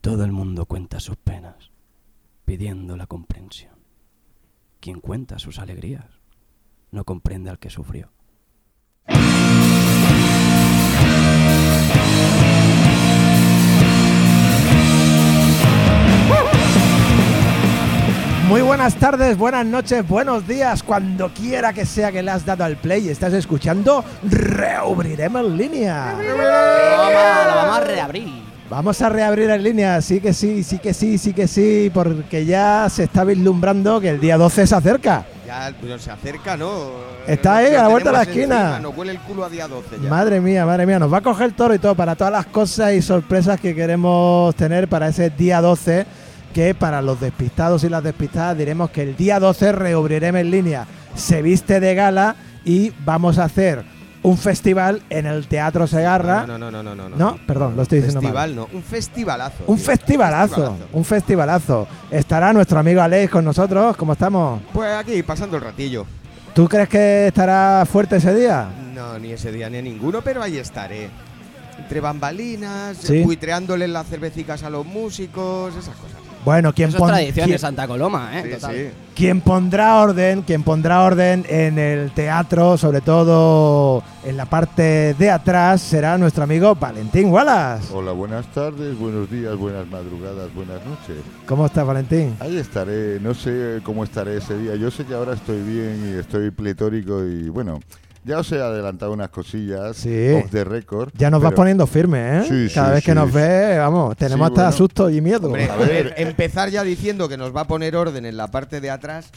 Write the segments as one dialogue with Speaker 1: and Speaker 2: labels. Speaker 1: Todo el mundo cuenta sus penas, pidiendo la comprensión. Quien cuenta sus alegrías no comprende al que sufrió.
Speaker 2: Muy buenas tardes, buenas noches, buenos días, cuando quiera que sea que le has dado al play y estás escuchando, reabriremos en línea.
Speaker 3: Lo vamos, a- lo vamos a reabrir.
Speaker 2: Vamos a reabrir en línea, sí que sí, sí que sí, sí que sí, porque ya se está vislumbrando que el día 12 se acerca.
Speaker 4: Ya pues, se acerca, ¿no?
Speaker 2: Está ahí,
Speaker 4: Lo
Speaker 2: a la vuelta de la
Speaker 4: tenemos
Speaker 2: esquina.
Speaker 4: encima, Nos huele el culo a día 12 ya.
Speaker 2: Madre mía, madre mía, nos va a coger el toro y todo para todas las cosas y sorpresas que queremos tener para ese día 12, que para los despistados y las despistadas diremos que el día 12 reobriremos en línea, se viste de gala y vamos a hacer un festival en el Teatro Segarra.
Speaker 4: No, no, no, no, no, no.
Speaker 2: No, perdón, lo estoy diciendo mal.
Speaker 4: Festival, no. Un festivalazo.
Speaker 2: Un
Speaker 4: tío.
Speaker 2: festivalazo, un festivalazo. Estará nuestro amigo Alex con nosotros, ¿cómo estamos?
Speaker 4: Pues aquí, pasando el ratillo.
Speaker 2: ¿Tú crees que estará fuerte ese día?
Speaker 4: No, ni ese día ni ninguno, pero ahí estaré. Entre bambalinas,
Speaker 2: Sí.
Speaker 4: buitreándole las cervecitas a los músicos, esas cosas.
Speaker 2: Bueno, ¿quién
Speaker 3: Eso es
Speaker 2: pon-
Speaker 3: tradición de
Speaker 2: quién-
Speaker 3: Santa Coloma, ¿eh?
Speaker 4: Sí,
Speaker 3: Total.
Speaker 4: sí.
Speaker 2: Quien pondrá orden, quien pondrá orden en el teatro, sobre todo en la parte de atrás, será nuestro amigo Valentín Wallace.
Speaker 5: Hola, buenas tardes, buenos días, buenas madrugadas, buenas noches.
Speaker 2: ¿Cómo estás, Valentín?
Speaker 5: Ahí estaré, no sé cómo estaré ese día. Yo sé que ahora estoy bien y estoy pletórico y bueno, ya os he adelantado unas cosillas
Speaker 2: Sí.
Speaker 5: off the record.
Speaker 2: Ya nos vas
Speaker 5: pero-
Speaker 2: poniendo firme, ¿eh?
Speaker 5: Sí,
Speaker 2: Cada
Speaker 5: sí,
Speaker 2: vez que
Speaker 5: sí,
Speaker 2: nos
Speaker 5: sí.
Speaker 2: ves, vamos, tenemos
Speaker 5: Sí,
Speaker 2: hasta
Speaker 5: bueno.
Speaker 2: susto y miedo.
Speaker 4: Hombre,
Speaker 5: A ver.
Speaker 4: empezar ya diciendo que nos va a poner orden en la parte de atrás.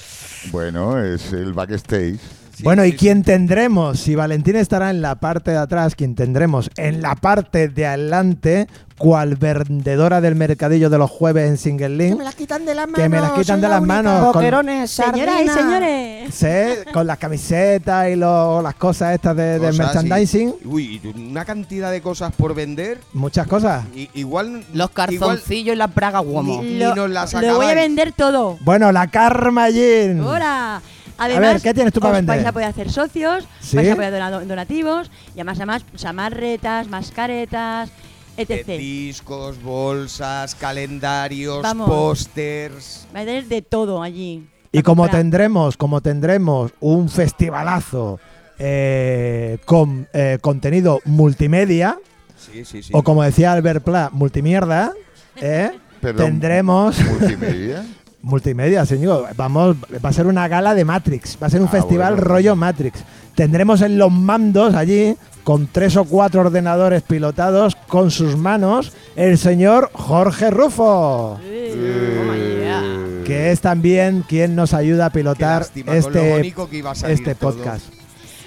Speaker 5: Bueno, es el backstage.
Speaker 4: Sí,
Speaker 2: bueno, ¿y
Speaker 4: sí,
Speaker 2: quién tendremos? Si Valentín estará en la parte de atrás, ¿quién tendremos? En la parte de adelante, cual vendedora del mercadillo de los jueves en Single Link.
Speaker 6: las quitan de las manos.
Speaker 2: ¿Eh? Que me las quitan de las manos. con-
Speaker 6: Boquerones,
Speaker 7: Señoras y
Speaker 6: sardinas.
Speaker 7: señores,
Speaker 2: Sí, con las camisetas y lo- las cosas estas de, de
Speaker 4: cosas y-
Speaker 2: merchandising,
Speaker 4: uy, y una cantidad de cosas por vender.
Speaker 2: muchas cosas.
Speaker 4: i- igual.
Speaker 3: Los
Speaker 4: igual-
Speaker 3: calzoncillos y las bragas guamo.
Speaker 4: Ni
Speaker 7: lo,
Speaker 4: nos las
Speaker 7: lo voy a
Speaker 4: acabáis.
Speaker 7: vender todo.
Speaker 2: Bueno, la Karma Jean.
Speaker 7: Hola. Además,
Speaker 2: ver, ¿qué tienes tú para
Speaker 7: os
Speaker 2: vender?
Speaker 7: Vais a poder hacer socios,
Speaker 2: ¿Sí?
Speaker 7: vais a poder donar donativos, y además, además, o sea, más retas, más caretas,
Speaker 4: eh,
Speaker 7: etc.
Speaker 4: discos, bolsas, calendarios,
Speaker 7: Vamos.
Speaker 4: pósters.
Speaker 7: Vais a tener de todo allí.
Speaker 2: Y como
Speaker 7: Comprar.
Speaker 2: tendremos, como tendremos un festivalazo eh, con eh, contenido multimedia,
Speaker 4: Sí, sí, sí.
Speaker 2: o como decía Albert Pla, multimierda, ¿eh?
Speaker 5: Perdón.
Speaker 2: tendremos
Speaker 5: Multimedia.
Speaker 2: multimedia, señor. Vamos, va a ser una gala de Matrix, va a ser un
Speaker 5: Ah,
Speaker 2: festival
Speaker 5: bueno.
Speaker 2: rollo Matrix. Tendremos en los mandos allí con tres o cuatro ordenadores pilotados con sus manos el señor Jorge Rufo,
Speaker 7: Eh, oh my God.
Speaker 5: Eh,
Speaker 2: que es también quien nos ayuda a
Speaker 4: Qué
Speaker 2: pilotar
Speaker 4: lástima, con lo
Speaker 2: este,
Speaker 4: bonito que iba a salir
Speaker 2: este
Speaker 4: todo.
Speaker 2: podcast.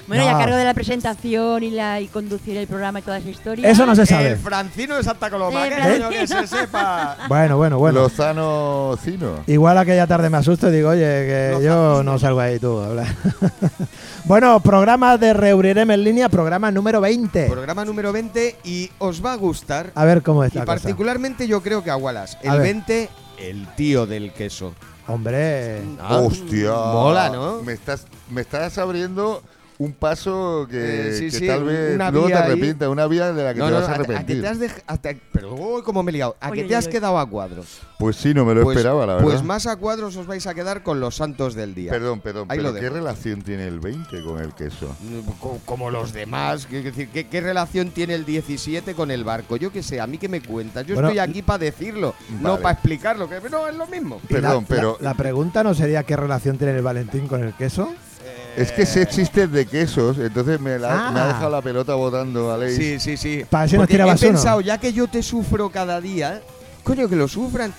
Speaker 7: Bueno, y
Speaker 2: No.
Speaker 7: a cargo de la presentación y, la, y conducir el programa y toda esa historia.
Speaker 2: Eso no se sabe.
Speaker 4: El Francino de Santa Coloma,
Speaker 7: Eh,
Speaker 4: que
Speaker 7: Francino.
Speaker 4: coño que se sepa.
Speaker 2: Bueno, bueno, bueno.
Speaker 5: Lozano Cino.
Speaker 2: Igual aquella tarde me asusto y digo, oye, que
Speaker 4: Los
Speaker 2: yo no salgo ahí tú. habla. bueno, programa de Reubrirem en línea, programa número 20.
Speaker 4: Programa número 20 y os va a gustar.
Speaker 2: A ver cómo
Speaker 4: y
Speaker 2: está.
Speaker 4: particularmente yo creo que a Wallace.
Speaker 2: Ah, A
Speaker 4: El
Speaker 2: ver.
Speaker 4: 20, el tío del queso.
Speaker 2: Hombre.
Speaker 5: Hostia.
Speaker 4: Ah, Mola, ¿no?
Speaker 5: Me estás, me estás abriendo un paso que,
Speaker 4: Eh, sí,
Speaker 5: que
Speaker 4: sí,
Speaker 5: tal vez
Speaker 4: una
Speaker 5: luego te
Speaker 4: vía ahí.
Speaker 5: arrepientas, una vía de la que
Speaker 4: No,
Speaker 5: te
Speaker 4: no,
Speaker 5: vas a
Speaker 4: a, a que
Speaker 5: arrepentir.
Speaker 4: te has dej- a te- pero uy, cómo me he liado. A
Speaker 7: Oye,
Speaker 4: que te
Speaker 7: oye,
Speaker 4: has
Speaker 7: oye.
Speaker 4: quedado a cuadros.
Speaker 5: Pues sí, no me lo
Speaker 4: Pues-
Speaker 5: esperaba, la verdad.
Speaker 4: Pues más a cuadros os vais a quedar con los santos del día.
Speaker 5: Perdón, perdón,
Speaker 4: Ahí
Speaker 5: pero
Speaker 4: lo
Speaker 5: ¿qué
Speaker 4: dejo.
Speaker 5: relación tiene el 20 con el queso?
Speaker 4: Co- como los demás. que- que decir, ¿qué, qué relación tiene el 17 con el barco? Yo qué sé, a mí que me cuentas. Yo
Speaker 2: Bueno,
Speaker 4: estoy aquí para decirlo, no
Speaker 5: vale.
Speaker 4: para explicarlo. Que no, es lo mismo.
Speaker 2: Y la-
Speaker 5: Perdón,
Speaker 2: la-
Speaker 5: pero-
Speaker 2: La, pregunta no sería qué relación tiene el Valentín con el queso.
Speaker 4: Eh.
Speaker 5: Es que sé chistes de quesos, entonces me, la-
Speaker 2: Ah.
Speaker 5: me ha dejado la pelota botando, Aleix.
Speaker 4: Sí, sí, sí.
Speaker 2: Para eso nos
Speaker 4: Porque
Speaker 2: tirabas
Speaker 4: he
Speaker 2: uno.
Speaker 4: pensado, ya que yo te sufro cada día, coño, que lo sufran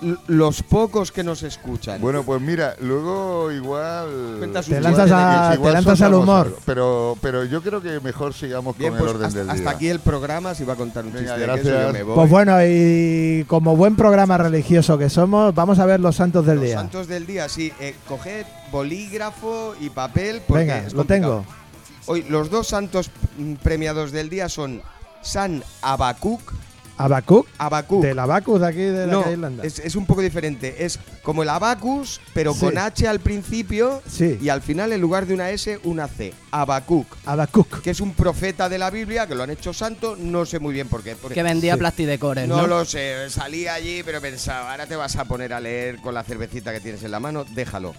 Speaker 4: l- los pocos que nos escuchan.
Speaker 5: Bueno, pues mira, luego igual...
Speaker 4: Cuentas un
Speaker 2: Te
Speaker 4: Sí,
Speaker 2: lanzas,
Speaker 4: sí,
Speaker 2: a-
Speaker 5: igual
Speaker 2: te lanzas al
Speaker 5: soltamos
Speaker 2: humor.
Speaker 5: algo, Pero, pero yo creo que mejor sigamos
Speaker 4: Bien,
Speaker 5: con
Speaker 4: pues
Speaker 5: el orden
Speaker 4: hasta,
Speaker 5: del día.
Speaker 4: hasta aquí el programa. Si va a contar un
Speaker 5: Venga,
Speaker 4: chiste de
Speaker 5: gracias.
Speaker 4: queso, yo me voy.
Speaker 2: Pues bueno, y como buen programa religioso que somos, vamos a ver los santos del
Speaker 4: Los
Speaker 2: día.
Speaker 4: santos del día, sí. Eh, coged bolígrafo y papel. Porque
Speaker 2: Venga,
Speaker 4: es
Speaker 2: lo
Speaker 4: complicado.
Speaker 2: tengo.
Speaker 4: Hoy los dos santos mm, premiados del día son San Abacuc
Speaker 2: Abacuc,
Speaker 4: Abacuc.
Speaker 2: del Abacus de aquí de la
Speaker 4: No,
Speaker 2: calle Irlanda.
Speaker 4: es, es un poco diferente. Es como el abacus, pero
Speaker 2: Sí.
Speaker 4: con H al principio
Speaker 2: Sí.
Speaker 4: y al final, en lugar de una S, una C. Abacuc,
Speaker 2: Abacuc.
Speaker 4: que es un profeta de la Biblia, que lo han hecho santo, no sé muy bien por qué. porque
Speaker 3: Que vendía
Speaker 2: Sí.
Speaker 3: plastidecore,
Speaker 4: no,
Speaker 3: ¿no?
Speaker 4: lo sé, salí allí, pero pensaba, ahora te vas a poner a leer con la cervecita que tienes en la mano, déjalo.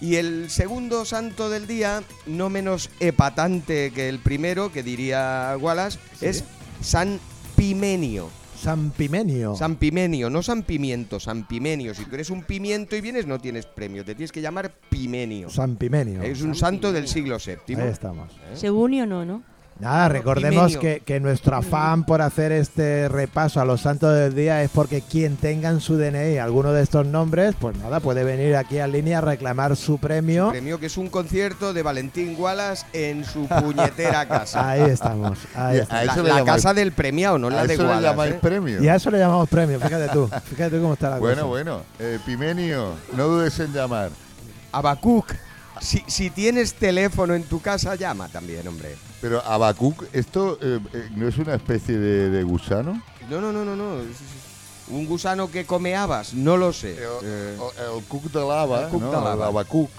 Speaker 4: Y el segundo santo del día, no menos epatante que el primero, que diría Wallace, es San Pimenio.
Speaker 2: San Pimenio.
Speaker 4: San Pimenio, no San Pimiento, San Pimenio. Si tú eres un pimiento y vienes, no tienes premio, te tienes que llamar Pimenio.
Speaker 2: San Pimenio.
Speaker 4: Es un santo del siglo VII.
Speaker 2: Ahí estamos.
Speaker 7: Segunio no, ¿no?
Speaker 2: Nada, recordemos
Speaker 4: Pimenio.
Speaker 2: que, que nuestro afán por hacer este repaso a los santos del día es porque quien tenga en su DNI alguno de estos nombres, pues nada, puede venir aquí a línea a reclamar su premio.
Speaker 4: Premio que es un concierto de Valentín Wallace en su puñetera casa.
Speaker 2: Ahí estamos. Ahí
Speaker 5: Ya,
Speaker 2: estamos.
Speaker 5: A
Speaker 4: La,
Speaker 5: eso le
Speaker 4: la
Speaker 5: llamáis-
Speaker 4: casa del premiado, no
Speaker 5: A
Speaker 4: la de
Speaker 5: eso le
Speaker 4: Wallace.
Speaker 5: llamáis
Speaker 4: ¿eh?
Speaker 5: premio.
Speaker 2: Y a eso le llamamos premio, fíjate tú. Fíjate tú cómo está la
Speaker 5: Bueno,
Speaker 2: cosa.
Speaker 5: bueno. Eh, Pimenio, no dudes en llamar.
Speaker 4: Abacuc. Si, si tienes teléfono en tu casa, llama también, hombre.
Speaker 5: Pero Abacuc, ¿esto eh, eh, no es una especie de, de gusano?
Speaker 4: No, no, no, no, no. Es- es- Un gusano que come habas, no lo sé.
Speaker 5: Eh, o-
Speaker 4: Eh,
Speaker 5: o- El cuc de lava,
Speaker 4: el cuc
Speaker 5: ¿no?
Speaker 4: de lava.
Speaker 5: Abacuc,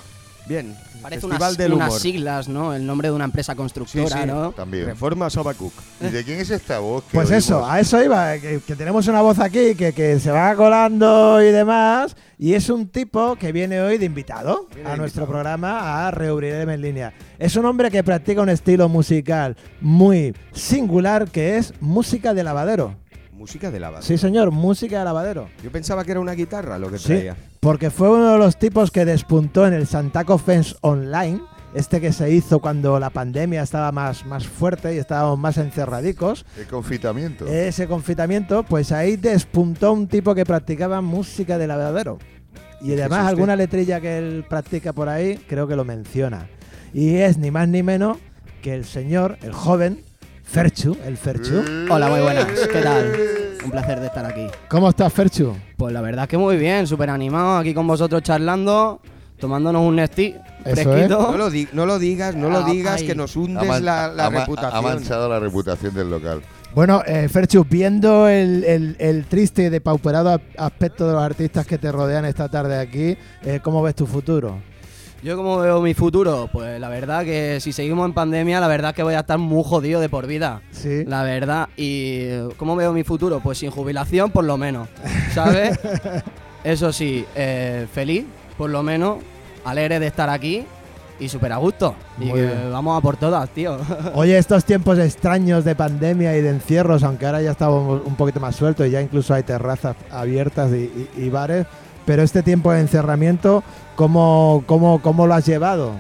Speaker 4: bien.
Speaker 3: Parece
Speaker 4: Festival
Speaker 3: unas,
Speaker 4: del
Speaker 3: unas
Speaker 4: humor.
Speaker 3: siglas, ¿no? El nombre de una empresa constructora,
Speaker 4: Sí, sí.
Speaker 3: ¿no?
Speaker 5: también.
Speaker 4: Reformas Abacuc.
Speaker 5: ¿Y de quién es esta voz? que
Speaker 2: Pues eso,
Speaker 5: oímos?
Speaker 2: a eso iba, que, que tenemos una voz aquí que, que se va colando y demás, y es un tipo que viene hoy de invitado
Speaker 4: Viene
Speaker 2: a
Speaker 4: de
Speaker 2: nuestro
Speaker 4: invitado.
Speaker 2: programa a Reubrirem en línea. Es un hombre que practica un estilo musical muy singular que es música de lavadero.
Speaker 4: Música de lavadero.
Speaker 2: Sí, señor, música de lavadero.
Speaker 4: Yo pensaba que era una guitarra lo que
Speaker 2: Sí,
Speaker 4: traía.
Speaker 2: porque fue uno de los tipos que despuntó en el Santaco Fence Online, este que se hizo cuando la pandemia estaba más, más fuerte y estábamos más encerradicos.
Speaker 5: El confitamiento.
Speaker 2: Ese confitamiento, pues ahí despuntó un tipo que practicaba música de lavadero. Y además
Speaker 4: usted.
Speaker 2: alguna letrilla que él practica por ahí, creo que lo menciona. Y es ni más ni menos que el señor, el joven, Ferchu, el Ferchu.
Speaker 5: Eh.
Speaker 3: Hola, muy buenas. ¿Qué tal? Un placer de estar aquí.
Speaker 2: ¿Cómo estás, Ferchu?
Speaker 3: Pues la verdad que muy bien, súper animado aquí con vosotros charlando, tomándonos un nesti
Speaker 2: Eso
Speaker 3: fresquito.
Speaker 4: No lo, di- no lo digas, no lo
Speaker 3: Ah,
Speaker 4: digas,
Speaker 3: ay.
Speaker 4: que nos
Speaker 5: Ha
Speaker 4: hundes
Speaker 5: man-
Speaker 4: la, la
Speaker 5: ha ma- Ha
Speaker 4: reputación.
Speaker 5: manchado la reputación del local.
Speaker 2: Bueno, eh, Ferchu, viendo el, el- el triste y depauperado ap- aspecto de los artistas que te rodean esta tarde aquí, eh, ¿cómo ves tu futuro?
Speaker 3: Yo como veo mi futuro, pues la verdad que si seguimos en pandemia, la verdad que voy a estar muy jodido de por vida.
Speaker 2: Sí.
Speaker 3: La verdad, y eh, ¿cómo veo mi futuro? Pues sin jubilación, por lo menos, ¿sabes? Eso sí, eh, feliz, por lo menos, alegre de estar aquí y súper a gusto. Y
Speaker 2: Muy
Speaker 3: que
Speaker 2: bien.
Speaker 3: vamos a por todas, tío.
Speaker 2: Oye, estos tiempos extraños de pandemia y de encierros, aunque ahora ya estamos un poquito más sueltos y ya incluso hay terrazas abiertas y, y- y bares, pero este tiempo de encerramiento, ¿cómo, cómo, cómo lo has llevado?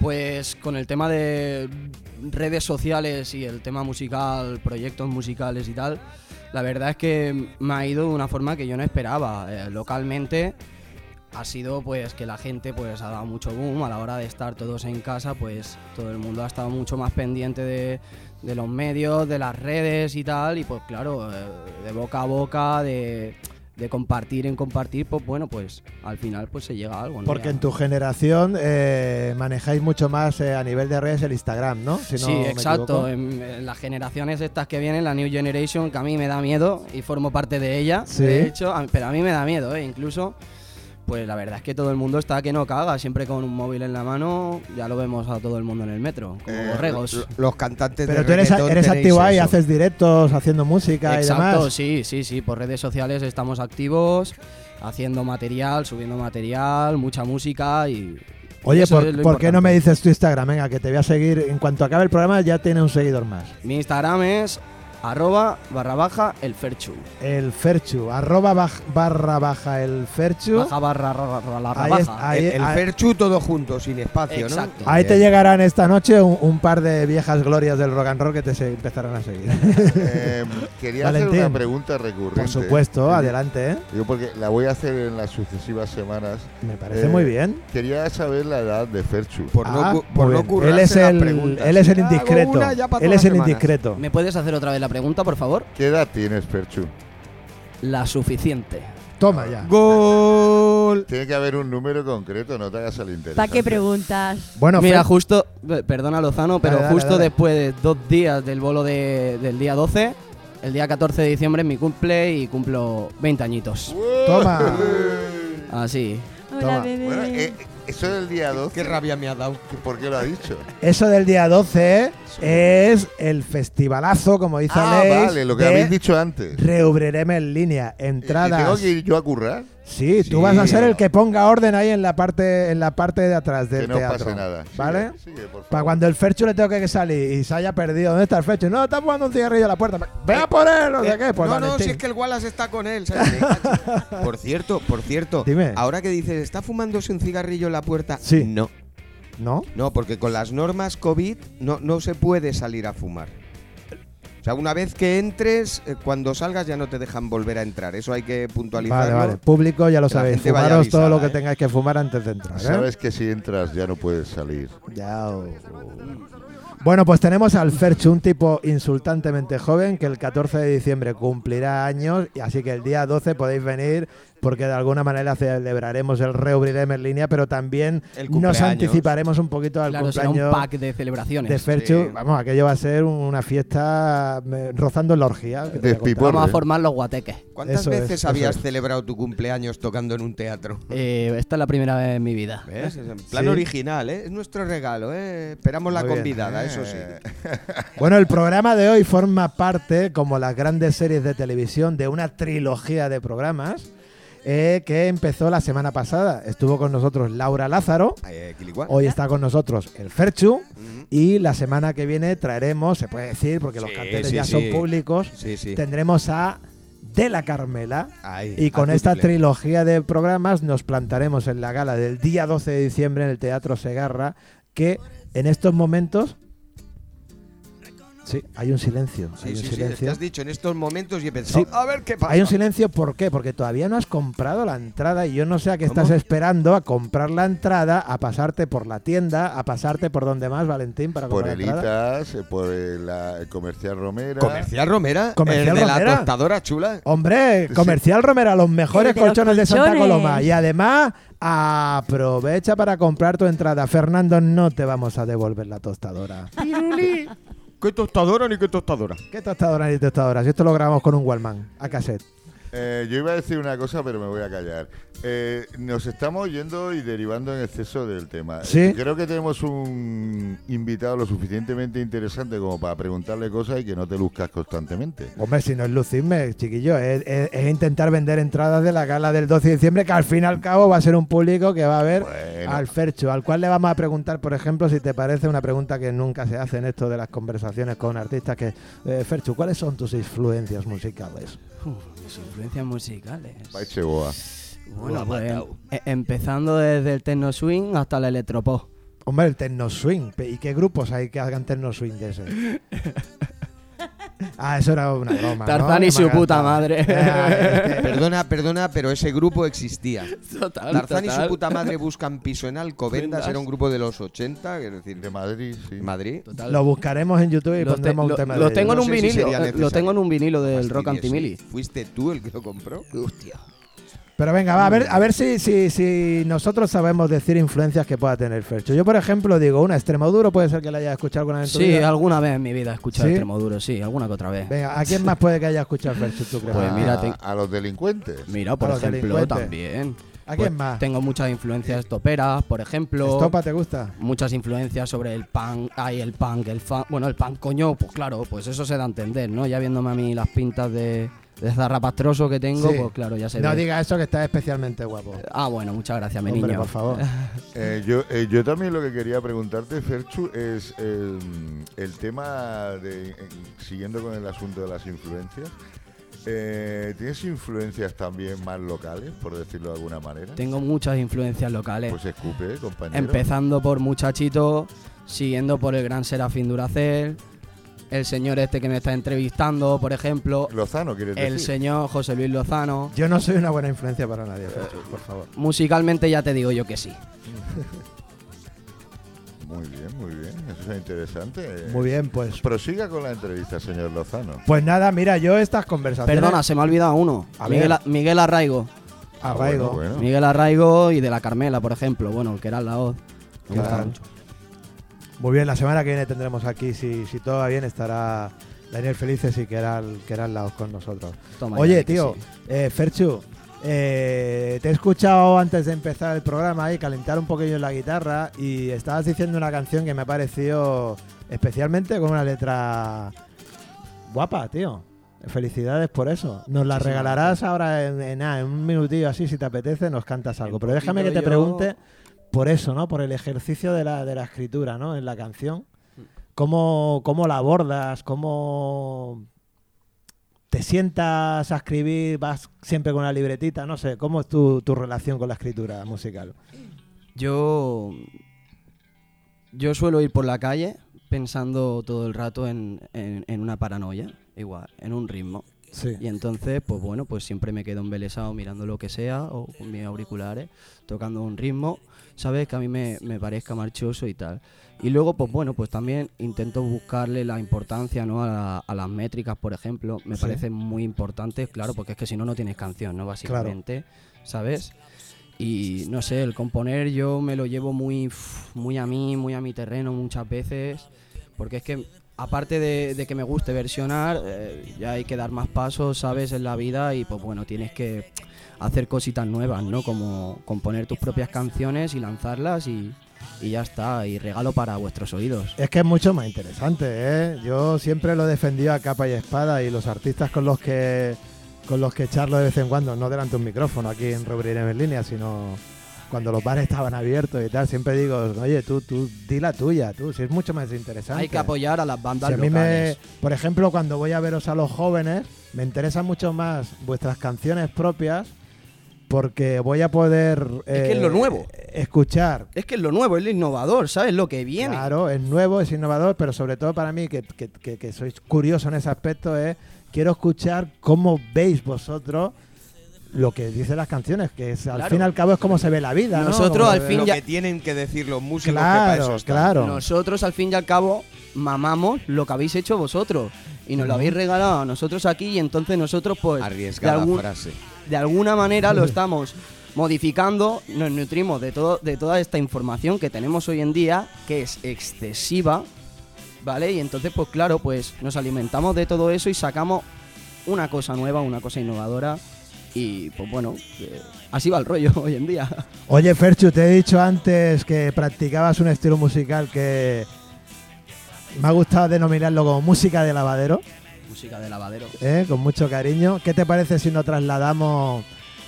Speaker 3: Pues con el tema de redes sociales y el tema musical, proyectos musicales y tal, la verdad es que me ha ido de una forma que yo no esperaba. Eh, localmente ha sido pues que la gente pues ha dado mucho boom a la hora de estar todos en casa, pues todo el mundo ha estado mucho más pendiente de, de los medios, de las redes y tal, y pues claro, eh, de boca a boca, de, de compartir en compartir, pues bueno, pues al final pues se llega a algo. ¿no?
Speaker 2: Porque
Speaker 3: Ya-
Speaker 2: en tu generación eh, manejáis mucho más eh, a nivel de redes el Instagram, ¿no? Si este, no
Speaker 3: sí,
Speaker 2: me
Speaker 3: exacto.
Speaker 2: equivoco.
Speaker 3: En, en las generaciones estas que vienen, la New Generation, que a mí me da miedo y formo parte de ella,
Speaker 2: Sí.
Speaker 3: de hecho, a- pero a mí me da miedo, ¿eh? incluso. Pues la verdad es que todo el mundo está que no caga, siempre con un móvil en la mano, ya lo vemos a todo el mundo en el metro, como
Speaker 5: Eh,
Speaker 3: borregos.
Speaker 4: Los cantantes de
Speaker 2: Pero tú eres,
Speaker 4: reggaetón
Speaker 2: eres
Speaker 4: tenéis
Speaker 2: activo ahí,
Speaker 4: eso.
Speaker 2: haces directos, haciendo música y
Speaker 3: Exacto,
Speaker 2: demás.
Speaker 3: sí, sí, sí, por redes sociales estamos activos, haciendo material, subiendo material, mucha música y...
Speaker 2: Oye,
Speaker 3: eso
Speaker 2: ¿por,
Speaker 3: es lo
Speaker 2: por qué no
Speaker 3: importante.
Speaker 2: me dices tu Instagram? Venga, que te voy a seguir. En cuanto acabe el programa ya tiene un seguidor más.
Speaker 3: Mi Instagram es arroba barra baja el Ferchu.
Speaker 2: El Ferchu, arroba baj- barra baja el Ferchu.
Speaker 3: Baja barra, barra, barra, barra,
Speaker 2: Ahí es-
Speaker 3: baja.
Speaker 2: ahí-
Speaker 4: el, el
Speaker 2: ahí-
Speaker 4: Ferchu todo junto, sin espacio,
Speaker 3: Exacto.
Speaker 4: ¿no? Eh,
Speaker 2: Ahí te
Speaker 4: Bien.
Speaker 2: llegarán esta noche un, un par de viejas glorias del rock and roll que te se- empezarán a seguir.
Speaker 5: Eh, quería hacer
Speaker 2: Valentín.
Speaker 5: una pregunta recurrente.
Speaker 2: Por supuesto,
Speaker 5: Sí.
Speaker 2: adelante, ¿eh?
Speaker 5: Digo, porque la voy a hacer en las sucesivas semanas.
Speaker 2: Me parece
Speaker 5: Eh,
Speaker 2: muy bien.
Speaker 5: Quería saber la edad de Ferchu.
Speaker 4: Por
Speaker 2: Ah,
Speaker 4: no, cu-
Speaker 2: muy
Speaker 4: por no
Speaker 2: bien.
Speaker 4: currarse
Speaker 2: él es
Speaker 4: las
Speaker 2: el,
Speaker 4: preguntas.
Speaker 2: él es el
Speaker 4: Ya hago
Speaker 2: indiscreto.
Speaker 4: una ya
Speaker 2: Él es
Speaker 4: para todas
Speaker 2: el
Speaker 4: las semanas.
Speaker 2: indiscreto.
Speaker 3: ¿Me puedes hacer otra vez la pregunta, por favor?
Speaker 5: ¿Qué edad tienes, Ferchu?
Speaker 3: La suficiente.
Speaker 2: Toma ya.
Speaker 4: Gol.
Speaker 5: Tiene que haber un número concreto, no te hagas al interés.
Speaker 7: ¿Para qué preguntas?
Speaker 2: Bueno,
Speaker 3: Mira,
Speaker 2: Fer-
Speaker 3: justo, eh, perdona Lozano, pero
Speaker 2: Dale, dale,
Speaker 3: justo
Speaker 2: dale.
Speaker 3: después de dos días del bolo de- del día 12, El día 14 de diciembre es mi cumple y cumplo 20 añitos.
Speaker 2: Toma.
Speaker 3: Así.
Speaker 7: Hola,
Speaker 2: Toma.
Speaker 7: bebé.
Speaker 5: Bueno, eh, eso del día 2,
Speaker 4: Qué rabia me ha dado.
Speaker 5: ¿por qué lo ha dicho?
Speaker 2: Eso del día 12 es el festivalazo, como dice
Speaker 5: Ah,
Speaker 2: Aleix,
Speaker 5: vale, lo que
Speaker 2: de
Speaker 5: habéis dicho antes. ¿Y-
Speaker 2: Reobreremos en línea,
Speaker 5: y ¿Tengo
Speaker 2: entradas.
Speaker 5: que ir yo a currar?
Speaker 2: Sí, tú
Speaker 5: Sí.
Speaker 2: vas a ser el que ponga orden ahí en la parte, en la parte de atrás del
Speaker 5: Que no
Speaker 2: teatro.
Speaker 5: pase nada. Sigue,
Speaker 2: ¿Vale?
Speaker 5: sigue, por favor.
Speaker 2: Para cuando el Ferchu le tenga que salir y se haya perdido. ¿Dónde está el Ferchu? No, está jugando un cigarrillo a la puerta. Ve a por él, no sé qué. Pues
Speaker 4: Eh, no, no,
Speaker 2: Valentín.
Speaker 4: si es que el Wallace está con él. ¿sabes? por cierto, por cierto.
Speaker 2: Dime.
Speaker 4: Ahora que dices, ¿está fumándose un cigarrillo en la puerta?
Speaker 2: Sí.
Speaker 4: No.
Speaker 2: ¿No?
Speaker 4: No, porque con las normas COVID no, no se puede salir a fumar. O sea, una vez que entres, eh, cuando salgas ya no te dejan volver a entrar. Eso hay
Speaker 2: Vale,
Speaker 4: que puntualizarlo.
Speaker 2: vale. Público, ya lo
Speaker 4: Que la
Speaker 2: sabéis.
Speaker 4: gente vaya
Speaker 2: Fumaros todo lo que
Speaker 4: avisada, ¿eh?
Speaker 2: tengáis que fumar antes de entrar. ¿eh?
Speaker 5: Sabes que si entras ya no puedes salir.
Speaker 2: Yao. Bueno, pues tenemos al Ferchu, un tipo insultantemente joven que el 14 de diciembre cumplirá años, y así que el día 12 podéis venir porque de alguna manera celebraremos el reubriremos en línea, pero también
Speaker 4: El
Speaker 2: nos
Speaker 4: cumpleaños.
Speaker 2: anticiparemos un poquito al
Speaker 3: Claro, será un
Speaker 2: cumpleaños
Speaker 3: pack este. de
Speaker 2: de
Speaker 3: celebraciones.
Speaker 2: Ferchu.
Speaker 4: Sí.
Speaker 2: Vamos, aquello va a ser una fiesta eh, rozando la orgía. que te voy a contar.
Speaker 5: Despipor.
Speaker 3: Vamos a formar los guateques.
Speaker 4: ¿Cuántas
Speaker 2: Eso es,
Speaker 4: veces
Speaker 2: eso
Speaker 4: habías
Speaker 2: es.
Speaker 4: celebrado tu cumpleaños tocando en un teatro?
Speaker 3: Eh, esta es la primera vez en mi vida.
Speaker 4: ¿Ves? Es en ¿Eh? plan
Speaker 2: Sí.
Speaker 4: original, ¿eh? Es nuestro regalo, ¿eh? Esperamos la
Speaker 2: Muy bien. Eh.
Speaker 4: convidada, eso sí.
Speaker 2: Bueno, el programa de hoy forma parte, como las grandes series de televisión, de una trilogía de programas eh, que empezó la semana pasada. Estuvo con nosotros Laura Lázaro,
Speaker 4: Eh, Quilicua.
Speaker 2: hoy está con nosotros el Ferchu
Speaker 4: Ujú.
Speaker 2: y la semana que viene traeremos, se puede decir, porque los
Speaker 4: Sí,
Speaker 2: carteles
Speaker 4: sí,
Speaker 2: ya
Speaker 4: sí.
Speaker 2: son públicos,
Speaker 4: Sí, sí.
Speaker 2: tendremos a De la Carmela.
Speaker 4: Ahí,
Speaker 2: Y con
Speaker 4: a
Speaker 2: esta
Speaker 4: cumplir.
Speaker 2: trilogía de programas nos plantaremos en la gala del día 12 de diciembre en el Teatro Segarra, que en estos momentos... Sí, hay un silencio.
Speaker 4: Sí,
Speaker 2: hay un
Speaker 4: sí, sí, es que
Speaker 2: silencio.
Speaker 4: has dicho en estos momentos y he pensado,
Speaker 2: Sí.
Speaker 4: a ver qué pasa.
Speaker 2: hay un silencio, ¿por qué? Porque todavía no has comprado la entrada y yo no sé a qué
Speaker 4: ¿Cómo?
Speaker 2: estás esperando a comprar la entrada, a pasarte por la tienda, a pasarte por donde más, Valentín, para
Speaker 5: Por
Speaker 2: comprar la entrada.
Speaker 5: Elitas, eh, por eh, la el Comercial Romera.
Speaker 4: Comercial Romera,
Speaker 2: Comercial
Speaker 4: el de
Speaker 2: Romera.
Speaker 4: la tostadora chula.
Speaker 2: Hombre,
Speaker 5: Sí.
Speaker 2: Comercial Romera, los mejores
Speaker 7: El de los
Speaker 2: colchones de Santa
Speaker 7: colchones.
Speaker 2: Coloma. Y además, aprovecha para comprar tu entrada. Fernando, no te vamos a devolver la tostadora.
Speaker 4: ¿Qué tostadora ni qué tostadora?
Speaker 2: ¿Qué tostadora ni tostadora? Si esto lo grabamos con un Wallman a cassette.
Speaker 5: Eh, yo iba a decir una cosa, pero me voy a callar. Eh, nos estamos yendo y derivando en exceso del tema.
Speaker 2: Sí.
Speaker 5: Eh, Creo que tenemos un invitado lo suficientemente interesante como para preguntarle cosas y que no te luzcas constantemente.
Speaker 2: Hombre, si no es lucirme, chiquillo, es, es- es intentar vender entradas de la gala del 12 de diciembre, que al fin y al cabo va a ser un público que va a ver
Speaker 5: Bueno.
Speaker 2: al Fercho, al cual le vamos a preguntar, por ejemplo, si te parece una pregunta que nunca se hace en esto de las conversaciones con artistas, que, eh, Ferchu, ¿cuáles son tus influencias musicales?
Speaker 3: Uf, mis influencias musicales.
Speaker 5: Pachecoa.
Speaker 3: Bueno, pues, em- empezando desde el techno swing hasta la electropop.
Speaker 2: Hombre, el techno swing. Pe- ¿Y qué grupos hay que hagan techno swing de ese? Ah, eso era una broma.
Speaker 3: Tarzán
Speaker 2: ¿no?
Speaker 3: y su
Speaker 2: Me
Speaker 3: puta
Speaker 2: encanta.
Speaker 3: madre.
Speaker 2: Ah, es que-
Speaker 4: Perdona, perdona, pero ese grupo existía.
Speaker 3: Total,
Speaker 4: Tarzán y su
Speaker 3: total.
Speaker 4: puta madre buscan piso en Alcobendas,
Speaker 3: Alcobendas.
Speaker 4: era un grupo de los 80, es decir,
Speaker 5: De
Speaker 4: de
Speaker 5: Madrid, sí.
Speaker 4: Madrid.
Speaker 3: Total.
Speaker 2: Lo buscaremos en YouTube y
Speaker 3: Los te-
Speaker 2: pondremos
Speaker 3: lo-
Speaker 2: pues un tema
Speaker 3: lo
Speaker 2: de
Speaker 3: tengo en
Speaker 2: ellos.
Speaker 3: un
Speaker 4: No sé si
Speaker 3: vinilo.
Speaker 4: sería
Speaker 3: eh, lo
Speaker 4: necesario.
Speaker 3: tengo en un vinilo del
Speaker 4: Fastidio,
Speaker 3: Rock Antimili.
Speaker 4: sí. ¿eh? Fuiste tú el que lo compró. Hostia.
Speaker 2: Pero venga, va, a ver, a ver si, si, si nosotros sabemos decir influencias que pueda tener Fercho. Yo, por ejemplo, digo, una Extremoduro puede ser que la haya escuchado alguna vez en tu
Speaker 3: Sí,
Speaker 2: vida.
Speaker 3: alguna vez en mi vida he escuchado
Speaker 2: ¿Sí?
Speaker 3: Extremoduro, sí, alguna que otra vez.
Speaker 2: Venga, ¿a quién más puede que haya escuchado Fercho, tú crees?
Speaker 3: Pues
Speaker 5: Ah,
Speaker 3: mira, te-
Speaker 5: a los delincuentes.
Speaker 3: Mira, por
Speaker 2: A los
Speaker 3: ejemplo,
Speaker 2: delincuentes.
Speaker 3: también.
Speaker 2: ¿A
Speaker 3: Pues
Speaker 2: quién más? Eh,
Speaker 3: Tengo muchas influencias toperas, por ejemplo.
Speaker 2: ¿Estopa te gusta?
Speaker 3: Muchas influencias sobre el punk, ay, el punk, el fan, bueno, el punk coño, pues claro, pues eso se da a entender, ¿no? Ya viéndome a mí las pintas de, de zarrapastroso que tengo,
Speaker 2: Sí.
Speaker 3: pues claro, ya se
Speaker 2: No
Speaker 3: ve.
Speaker 2: digas eso que estás especialmente guapo.
Speaker 3: Ah, bueno, muchas gracias, mi
Speaker 2: Hombre,
Speaker 3: niño.
Speaker 2: por favor.
Speaker 5: Eh, yo, eh, yo también lo que quería preguntarte, Ferchu, es eh, el tema de, eh, siguiendo con el asunto de las influencias. eh, ¿Tienes influencias también más locales, por decirlo de alguna manera?
Speaker 3: Tengo muchas influencias locales.
Speaker 5: Pues escupe, compañero.
Speaker 3: Empezando por Muchachito, siguiendo por el gran Serafín Duracel, el señor este que me está entrevistando, por ejemplo,
Speaker 5: Lozano, quieres
Speaker 3: el
Speaker 5: decir.
Speaker 3: señor José Luis Lozano.
Speaker 2: Yo no soy una buena influencia para nadie, Fercho, por favor.
Speaker 3: Musicalmente ya te digo yo que sí.
Speaker 5: Muy bien, muy bien. Eso es interesante.
Speaker 2: Muy bien, pues.
Speaker 5: Prosiga con la entrevista, señor Lozano.
Speaker 2: Pues nada, mira, yo estas conversaciones.
Speaker 3: Perdona, se me ha olvidado uno.
Speaker 2: A ver.
Speaker 3: Miguel, A- Miguel Arraigo.
Speaker 5: Ah,
Speaker 2: Arraigo.
Speaker 5: bueno, bueno.
Speaker 3: Miguel Arraigo y de la Carmela, por ejemplo. Bueno, que era la voz. Me gusta
Speaker 2: Claro.
Speaker 3: mucho.
Speaker 2: Muy bien, la semana que viene tendremos aquí, si, si todo va bien, estará Daniel Felices y Keral, Keral Laos con nosotros.
Speaker 3: Toma ya,
Speaker 2: Oye,
Speaker 3: que
Speaker 2: tío,
Speaker 3: sí.
Speaker 2: eh, Ferchu, eh, te he escuchado antes de empezar el programa y calentar un poquillo la guitarra y estabas diciendo una canción que me ha parecido especialmente con una letra guapa, tío. Felicidades por eso. Nos la
Speaker 3: Muchísimas
Speaker 2: regalarás ahora en, en nada, en un minutillo así, si te apetece, nos cantas algo.
Speaker 3: Un
Speaker 2: Pero déjame que
Speaker 3: poquito
Speaker 2: te
Speaker 3: yo-
Speaker 2: pregunte por eso, ¿no? Por el ejercicio de la, de la escritura, ¿no? En la canción. ¿Cómo, cómo la abordas? ¿Cómo te sientas a escribir? ¿Vas siempre con la libretita? No sé, ¿cómo es tu, tu relación con la escritura musical?
Speaker 3: Yo. Yo suelo ir por la calle pensando todo el rato en, en- en una paranoia, igual, en un ritmo.
Speaker 2: Sí.
Speaker 3: Y entonces, pues bueno, pues siempre me quedo embelesado mirando lo que sea o con mis auriculares, tocando un ritmo, ¿sabes? Que a mí me, me parezca marchoso y tal. Y luego, pues bueno, pues también intento buscarle la importancia, ¿no? A, la- a las métricas, por ejemplo, me
Speaker 2: Sí.
Speaker 3: parecen muy importantes, claro, porque es que si no, no tienes canción, ¿no? Básicamente, ¿sabes? Y no sé, el componer yo me lo llevo muy, uf, muy a mí, muy a mi terreno muchas veces, porque es que aparte de, de que me guste versionar, eh, ya hay que dar más pasos, ¿sabes? En la vida y pues bueno, tienes que hacer cositas nuevas, ¿no? Como componer tus propias canciones y lanzarlas y, y ya está, y regalo para vuestros oídos.
Speaker 2: Es que es mucho más interesante, ¿eh? Yo siempre lo he defendido a capa y espada y los artistas con los que con los que charlo de vez en cuando, no delante de un micrófono aquí en Robrirem en línea, sino cuando los bares estaban abiertos y tal, siempre digo, oye, tú, tú, di la tuya, tú, si es mucho más interesante.
Speaker 3: Hay que apoyar a las bandas
Speaker 2: Si a mí me,
Speaker 3: locales.
Speaker 2: por ejemplo, cuando voy a veros a los jóvenes, me interesan mucho más vuestras canciones propias porque voy a poder eh,
Speaker 3: Es que es lo nuevo.
Speaker 2: escuchar
Speaker 3: Es que es lo nuevo, es lo innovador, ¿sabes? Lo que viene.
Speaker 2: Claro, es nuevo, es innovador, pero sobre todo para mí, que, que- que- que sois curioso en ese aspecto, es quiero escuchar cómo veis vosotros lo que dicen las canciones, que es, al
Speaker 3: Claro.
Speaker 2: fin y al cabo es como se ve la vida. ¿no?
Speaker 3: Nosotros,
Speaker 2: Como
Speaker 3: al
Speaker 2: se
Speaker 3: fin
Speaker 4: Lo
Speaker 2: ve-
Speaker 3: ya-
Speaker 4: que tienen que decir los músicos que para eso
Speaker 2: Claro,
Speaker 4: están.
Speaker 2: claro.
Speaker 3: Nosotros al fin y al cabo mamamos lo que habéis hecho vosotros y nos lo habéis regalado a nosotros aquí y entonces nosotros pues de,
Speaker 4: Arriesgada
Speaker 3: algún-
Speaker 4: frase.
Speaker 3: de alguna manera lo estamos modificando, nos nutrimos de, todo, de toda esta información que tenemos hoy en día que es excesiva, ¿vale? Y entonces pues claro, pues nos alimentamos de todo eso y sacamos una cosa nueva, una cosa innovadora y pues bueno, eh, así va el rollo hoy en día.
Speaker 2: Oye, Ferchu, te he dicho antes que practicabas un estilo musical que me ha gustado denominarlo como música de lavadero.
Speaker 3: Música de lavadero.
Speaker 2: ¿eh? con mucho cariño. ¿Qué te parece si nos trasladamos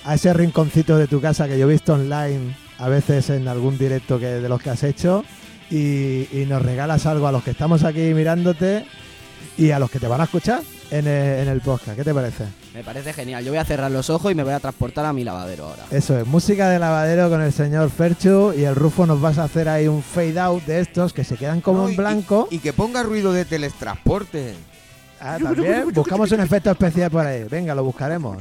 Speaker 2: a ese rinconcito de tu casa que yo he visto online, a veces en algún directo que, de los que has hecho, y, y nos regalas algo a los que estamos aquí mirándote y a los que te van a escuchar en el, en el podcast? ¿Qué te parece?
Speaker 3: Me parece genial. Yo voy a cerrar los ojos y me voy a transportar a mi lavadero ahora.
Speaker 2: Eso es, música de lavadero con el señor Ferchu y el Rufo nos vas a hacer ahí un fade out de estos que se quedan como
Speaker 4: No,
Speaker 2: en
Speaker 4: y-
Speaker 2: blanco.
Speaker 4: Y, que ponga ruido de teletransporte.
Speaker 2: Ah, también buscamos un efecto especial por ahí. Venga, lo buscaremos.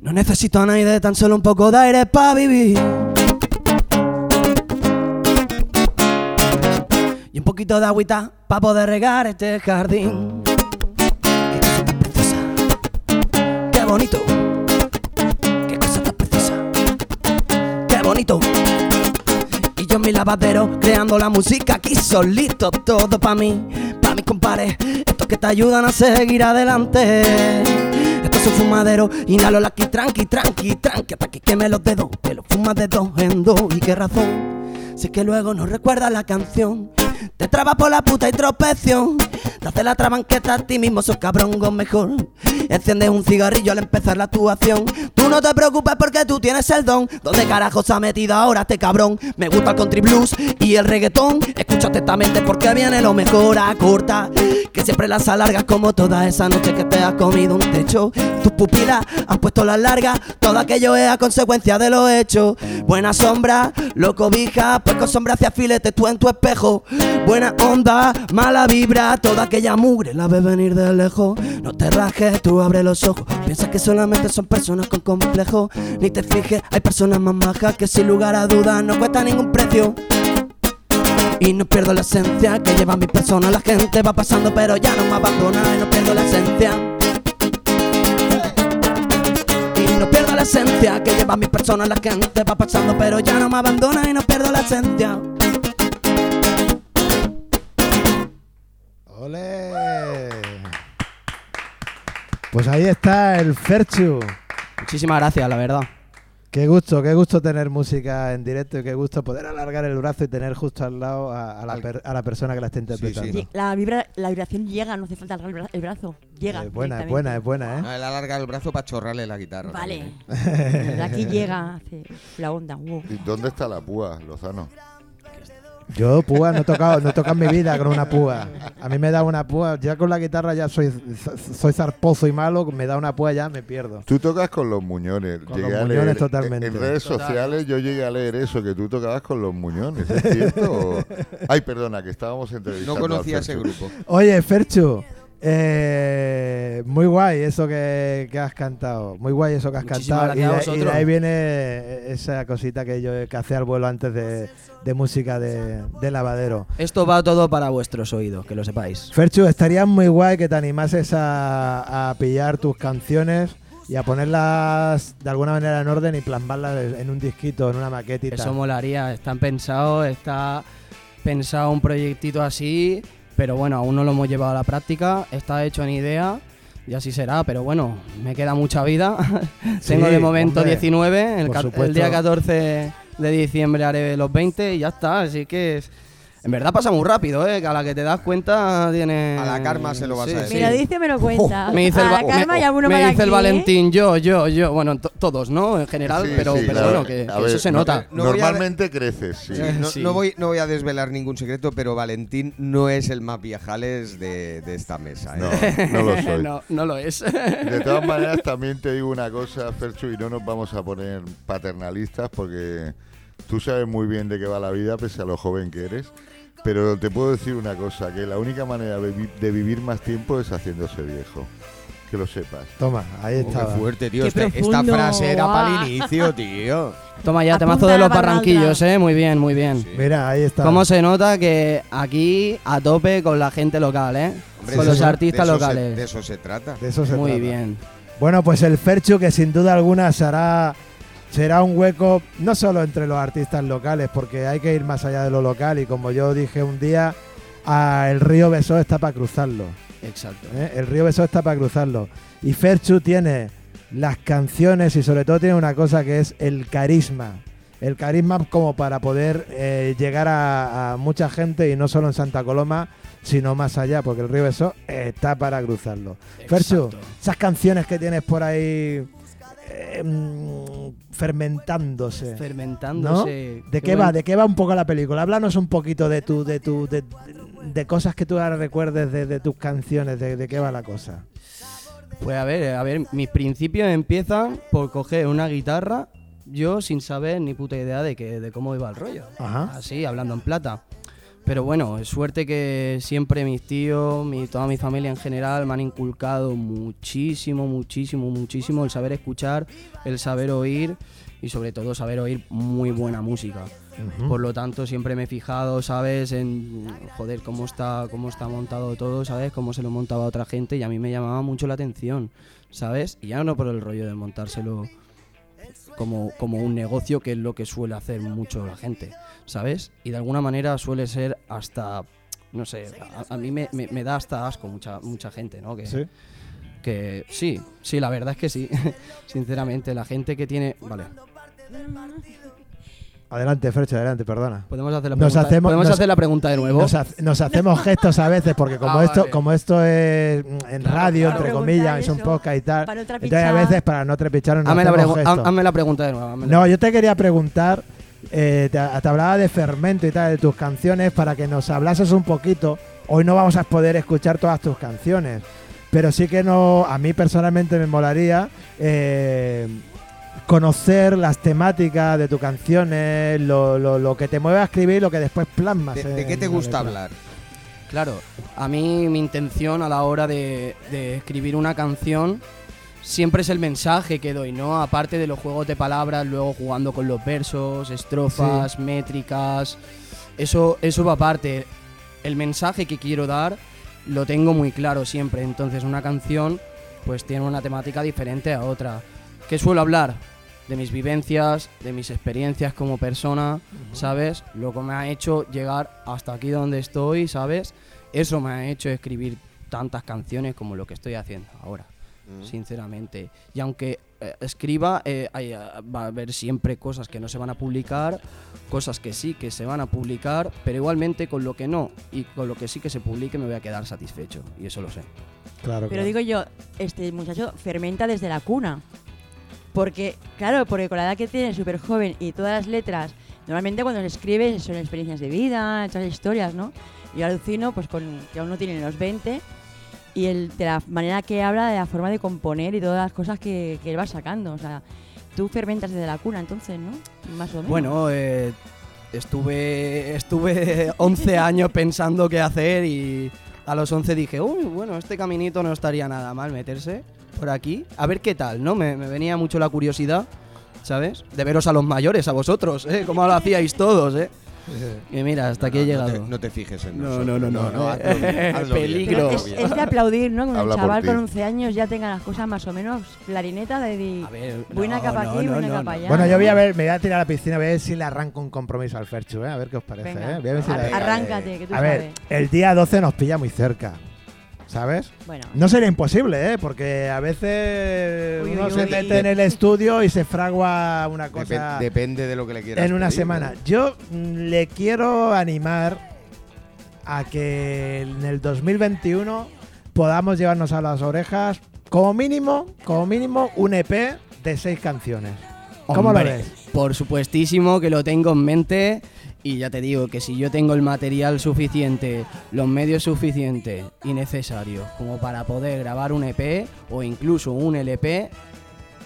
Speaker 3: No necesito a nadie, tan solo un poco de aire para vivir. Y un poquito de agüita para poder regar este jardín. Qué cosa tan preciosa. Qué bonito. Qué cosa tan preciosa. Qué bonito. Y yo en mi lavadero creando la música aquí solito, todo pa' mí, pa' mis compares, estos que te ayudan a seguir adelante. Esto es un fumadero, inhalo aquí tranqui, tranqui, tranqui, hasta que queme los dedos, te lo fumas de dos en dos y qué razón. Si es que luego no recuerdas la canción, te trabas por la puta introspección, te hace la trabanqueta a ti mismo, sos cabrón con mejor. Enciendes un cigarrillo al empezar la actuación, tú no te preocupes porque tú tienes el don. ¿Dónde carajo se ha metido ahora este cabrón? Me gusta el country blues y el reggaetón. Escucha atentamente porque viene lo mejor a corta. Que siempre las alargas como toda esa noche que te has comido un techo. Tus pupilas han puesto las largas, todo aquello es a consecuencia de lo hecho. Buena sombra, lo cobija, pues con sombra hacia filetes tú en tu espejo. Buena onda, mala vibra, toda aquella mugre la ves venir de lejos. No te rajes, tú abre los ojos. Piensas que solamente son personas con complejo. Ni te fijes, hay personas más majas que sin lugar a dudas no cuesta ningún precio. Y no pierdo la esencia que lleva mi persona. La gente va pasando, pero ya no me abandona. Y no pierdo la esencia
Speaker 6: la esencia que lleva mi persona, la gente va pasando, pero ya no me abandona y no pierdo la esencia.
Speaker 2: ¡Ole! Pues ahí está el Ferchu.
Speaker 3: Muchísimas gracias, la verdad.
Speaker 2: Qué gusto, qué gusto tener música en directo y qué gusto poder alargar el brazo y tener justo al lado a, a la, per- a la persona que la está interpretando.
Speaker 4: sí.
Speaker 7: Lle- La, vibra- la vibración llega, no hace falta alargar el bra- el brazo. Llega.
Speaker 2: Eh, buena, es
Speaker 7: directamente.
Speaker 2: buena, es buena, ¿eh?
Speaker 4: Ah, él alarga el brazo para chorrarle la guitarra.
Speaker 7: Vale.
Speaker 4: también, ¿eh?
Speaker 7: Desde aquí llega hace la onda. wow.
Speaker 5: ¿Y ¿Dónde está la púa, Lozano?
Speaker 2: Yo, púa, no he tocado, no he tocado en mi vida con una púa. A mí me da una púa, ya con la guitarra ya soy, soy zarpozo y malo, me da una púa ya me pierdo.
Speaker 5: Tú tocas con los muñones.
Speaker 2: Con
Speaker 5: Llegué
Speaker 2: los
Speaker 5: a
Speaker 2: muñones
Speaker 5: leer-
Speaker 2: totalmente.
Speaker 5: En redes
Speaker 3: Total.
Speaker 5: sociales yo llegué a leer eso, que tú tocabas con los muñones. ¿Es cierto? O- Ay, perdona, que estábamos entrevistando.
Speaker 4: No
Speaker 5: al
Speaker 4: conocía ese
Speaker 5: Ferchu.
Speaker 4: grupo.
Speaker 2: Oye, Ferchu, eh, muy guay eso que, que has cantado, muy guay eso que has
Speaker 3: Muchísimas
Speaker 2: cantado. Y de,
Speaker 3: gracias a
Speaker 2: y de
Speaker 3: vosotros.
Speaker 2: ahí viene esa cosita que yo que hacía al vuelo antes de, de música de, de lavadero.
Speaker 3: Esto va todo para vuestros oídos, que lo sepáis.
Speaker 2: Ferchu, estaría muy guay que te animases a, a pillar tus canciones y a ponerlas de alguna manera en orden y plasmarlas en un disquito, en una maquetita.
Speaker 3: Eso molaría, están pensados, está pensado un proyectito así, pero bueno, aún no lo hemos llevado a la práctica, está hecho en idea y así será, pero bueno, me queda mucha vida.
Speaker 2: Sí,
Speaker 3: Tengo de momento
Speaker 2: hombre.
Speaker 3: 19, el,
Speaker 2: por
Speaker 3: ca- el
Speaker 2: supuesto.
Speaker 3: día 14 de diciembre haré los 20 y ya está, así que es- en verdad pasa muy rápido, ¿eh? que a la que te das cuenta tiene...
Speaker 4: A la Karma se lo vas a decir.
Speaker 7: Me lo dice, me lo cuenta.
Speaker 3: Me dice, el,
Speaker 7: A
Speaker 3: va-
Speaker 7: la calma
Speaker 3: me-
Speaker 7: y a uno
Speaker 3: me
Speaker 7: para
Speaker 3: dice el
Speaker 7: aquí, ¿eh?
Speaker 3: Valentín, yo, yo, yo, bueno, to- todos, ¿no? En general,
Speaker 5: Sí,
Speaker 3: pero,
Speaker 5: sí,
Speaker 3: pero
Speaker 5: claro.
Speaker 3: bueno, que,
Speaker 5: A
Speaker 3: que
Speaker 5: ver,
Speaker 3: eso se
Speaker 5: no- eh,
Speaker 3: nota.
Speaker 4: no voy a-
Speaker 5: Normalmente creces, sí.
Speaker 4: Sí, Eh, no,
Speaker 3: Sí.
Speaker 4: no voy, no voy a desvelar ningún secreto, pero Valentín no es el más viajales de, de esta mesa. ¿eh?
Speaker 5: No, no lo soy.
Speaker 3: no, no lo es.
Speaker 5: De todas maneras, también te digo una cosa, Ferchu, y no nos vamos a poner paternalistas porque tú sabes muy bien de qué va la vida, pese a lo joven que eres. Pero te puedo decir una cosa, que la única manera de, vi- de vivir más tiempo es haciéndose viejo. Que lo sepas.
Speaker 2: Toma, ahí
Speaker 4: Oh, qué
Speaker 2: estaba.
Speaker 4: fuerte, tío.
Speaker 7: Qué
Speaker 4: Este- esta
Speaker 7: profundo,
Speaker 4: frase era para
Speaker 7: ah.
Speaker 4: el inicio, tío.
Speaker 3: Toma ya, temazo
Speaker 7: Apunta
Speaker 3: de
Speaker 7: la
Speaker 3: los
Speaker 7: barra
Speaker 3: barranquillos,
Speaker 7: alta.
Speaker 3: ¿eh? Muy bien, muy bien.
Speaker 2: Mira, ahí está.
Speaker 3: ¿Cómo se nota que aquí a tope con la gente local, ¿eh?
Speaker 4: Hombre,
Speaker 3: con
Speaker 4: de
Speaker 3: los
Speaker 4: eso-
Speaker 3: artistas
Speaker 4: de eso se-
Speaker 3: locales.
Speaker 4: de eso se trata.
Speaker 2: De eso se
Speaker 3: muy
Speaker 2: trata.
Speaker 3: bien.
Speaker 2: Bueno, pues el Ferchu que sin duda alguna será, será un hueco no solo entre los artistas locales, porque hay que ir más allá de lo local y como yo dije un día, a- el río Besó está para cruzarlo.
Speaker 3: Exacto.
Speaker 2: ¿eh? El río Besó está para cruzarlo. Y Ferchu tiene las canciones y sobre todo tiene una cosa que es el carisma. El carisma como para poder eh, llegar a, a mucha gente y no solo en Santa Coloma, sino más allá, porque el río Besó está para cruzarlo. Ferchu,
Speaker 3: Exacto.
Speaker 2: esas canciones que tienes por ahí eh, mm, fermentándose.
Speaker 3: Eh, Fermentándose.
Speaker 2: ¿De qué va?
Speaker 3: bueno.
Speaker 2: ¿De qué va un poco la película? Háblanos un poquito de tu, de tu, de, de cosas que tú ahora recuerdes de, de tus canciones, de, de qué va la cosa.
Speaker 3: Pues a ver, a ver, mis principios empiezan por coger una guitarra, yo sin saber ni puta idea de, que, de cómo iba el rollo.
Speaker 2: Ajá.
Speaker 3: Así, Ah, hablando en plata. Pero bueno, suerte que siempre mis tíos, mi, toda mi familia en general me han inculcado muchísimo, muchísimo, muchísimo el saber escuchar, el saber oír y sobre todo saber oír muy buena música. Por lo tanto, siempre me he fijado, ¿sabes? En, joder, cómo está, cómo está montado todo, ¿sabes? Cómo se lo montaba otra gente y a mí me llamaba mucho la atención, ¿sabes? Y ya no por el rollo de montárselo como, como un negocio, que es lo que suele hacer mucho la gente, ¿sabes? Y de alguna manera suele ser hasta, no sé, a, a mí me, me- me da hasta asco mucha, mucha gente, ¿no? Que,
Speaker 2: Sí.
Speaker 3: que sí, sí, la verdad es que sí, sinceramente, la gente que tiene... Vale,
Speaker 7: Mm.
Speaker 2: Adelante, Fercho, adelante, perdona.
Speaker 3: podemos hacer la
Speaker 2: Nos
Speaker 3: pregunta,
Speaker 2: hacemos-
Speaker 3: ¿podemos
Speaker 2: nos-
Speaker 3: hacer la pregunta de nuevo.
Speaker 2: Nos, hace- nos hacemos gestos a veces porque como
Speaker 3: Ah,
Speaker 2: esto
Speaker 3: vale.
Speaker 2: como esto es mm, en radio,
Speaker 7: claro.
Speaker 2: entre comillas, es un
Speaker 7: Preguntar eso
Speaker 2: podcast y tal,
Speaker 7: para otra
Speaker 2: entonces a
Speaker 7: pichada.
Speaker 2: veces para no trepichar nos
Speaker 3: Hazme la,
Speaker 2: hacemos
Speaker 3: pregu-
Speaker 2: gestos.
Speaker 3: ha- hazme la pregunta de nuevo. hazme la-
Speaker 2: No, yo te quería preguntar, eh, te, te hablaba de fermento y tal, de tus canciones, para que nos hablases un poquito. Hoy no vamos a poder escuchar todas tus canciones, pero sí que no, a mí personalmente me molaría eh, conocer las temáticas de tus canciones, lo, lo- lo que te mueve a escribir y lo que después plasmas.
Speaker 4: ¿De,
Speaker 2: en
Speaker 4: de qué te
Speaker 2: la
Speaker 4: gusta
Speaker 2: letra.
Speaker 4: hablar?
Speaker 3: Claro, a mí mi intención a la hora de, de escribir una canción siempre es el mensaje que doy, ¿no? Aparte de los juegos de palabras, luego jugando con los versos, estrofas, métricas, eso, eso va aparte. El mensaje que quiero dar lo tengo muy claro siempre, entonces una canción pues tiene una temática diferente a otra. ¿Qué suelo hablar? de mis vivencias, de mis experiencias como persona, ¿sabes? Lo que me ha hecho llegar hasta aquí donde estoy, ¿sabes? Eso me ha hecho escribir tantas canciones como lo que estoy haciendo ahora, sinceramente. Y aunque eh, escriba, eh, hay, eh, va a haber siempre cosas que no se van a publicar, cosas que sí que se van a publicar, pero igualmente con lo que no y con lo que sí que se publique me voy a quedar satisfecho, y eso lo sé.
Speaker 2: Claro,
Speaker 7: Pero
Speaker 2: claro.
Speaker 7: digo yo, este muchacho fermenta desde la cuna. Porque, claro, porque con la edad que tiene, súper joven, y todas las letras, normalmente cuando se escribe son experiencias de vida, otras historias, ¿no? Yo alucino, pues, con que aún no tiene los 20, y el, de la manera que habla, de la forma de componer y todas las cosas que, que él va sacando. O sea, tú fermentas desde la cuna, entonces, ¿no? Más o menos.
Speaker 3: Bueno, eh, estuve, estuve 11 años pensando qué hacer y a los 11 dije, uy, bueno, este caminito no estaría nada mal meterse por aquí. A ver qué tal, ¿no? Me, me venía mucho la curiosidad, ¿sabes? De veros a los mayores, a vosotros, ¿eh? Como lo hacíais todos, ¿eh? Y mira, hasta aquí he
Speaker 4: Ah, No
Speaker 3: llegado.
Speaker 4: te, no te fijes en
Speaker 3: No,
Speaker 4: nosotros.
Speaker 3: no, no, no, no.
Speaker 4: hazlo bien, hazlo bien,
Speaker 3: Peligro.
Speaker 4: hazlo
Speaker 7: es,
Speaker 4: bien.
Speaker 7: es de aplaudir, ¿no? Que un
Speaker 5: Habla por
Speaker 7: chaval
Speaker 5: ti.
Speaker 7: con 11 años ya tenga las cosas más o menos clarineta de... di-
Speaker 3: A ver, no,
Speaker 7: Buena capa
Speaker 3: no,
Speaker 7: aquí,
Speaker 3: no,
Speaker 7: buena
Speaker 3: no,
Speaker 7: capa
Speaker 3: no.
Speaker 7: allá.
Speaker 2: Bueno, yo voy a
Speaker 7: ¿no?
Speaker 2: ver, me voy a tirar a la piscina, a ver si le arranco un compromiso al Ferchu, ¿eh? a ver qué os parece.
Speaker 7: Venga,
Speaker 2: ¿eh? Voy a ver si
Speaker 7: ar-
Speaker 2: le-
Speaker 4: venga,
Speaker 7: arráncate, que tú
Speaker 2: A ver,
Speaker 7: sabes.
Speaker 2: el día 12 nos pilla muy cerca, ¿sabes?
Speaker 7: Bueno,
Speaker 2: No sería imposible, ¿eh? Porque a veces
Speaker 7: Uy, uy,
Speaker 2: uno se
Speaker 7: uy.
Speaker 2: mete en el estudio y se fragua una
Speaker 4: Depen-
Speaker 2: cosa
Speaker 4: depende de lo que le quieras.
Speaker 2: en una
Speaker 4: pedir,
Speaker 2: semana.
Speaker 4: ¿no?
Speaker 2: Yo mm, le quiero animar a que en el 2021 podamos llevarnos a las orejas como mínimo, como mínimo un EP de seis canciones. ¿Cómo
Speaker 3: Hombre,
Speaker 2: lo ves?
Speaker 3: Por supuestísimo que lo tengo en mente y ya te digo que si yo tengo el material suficiente, los medios suficientes y necesarios como para poder grabar un EP o incluso un LP,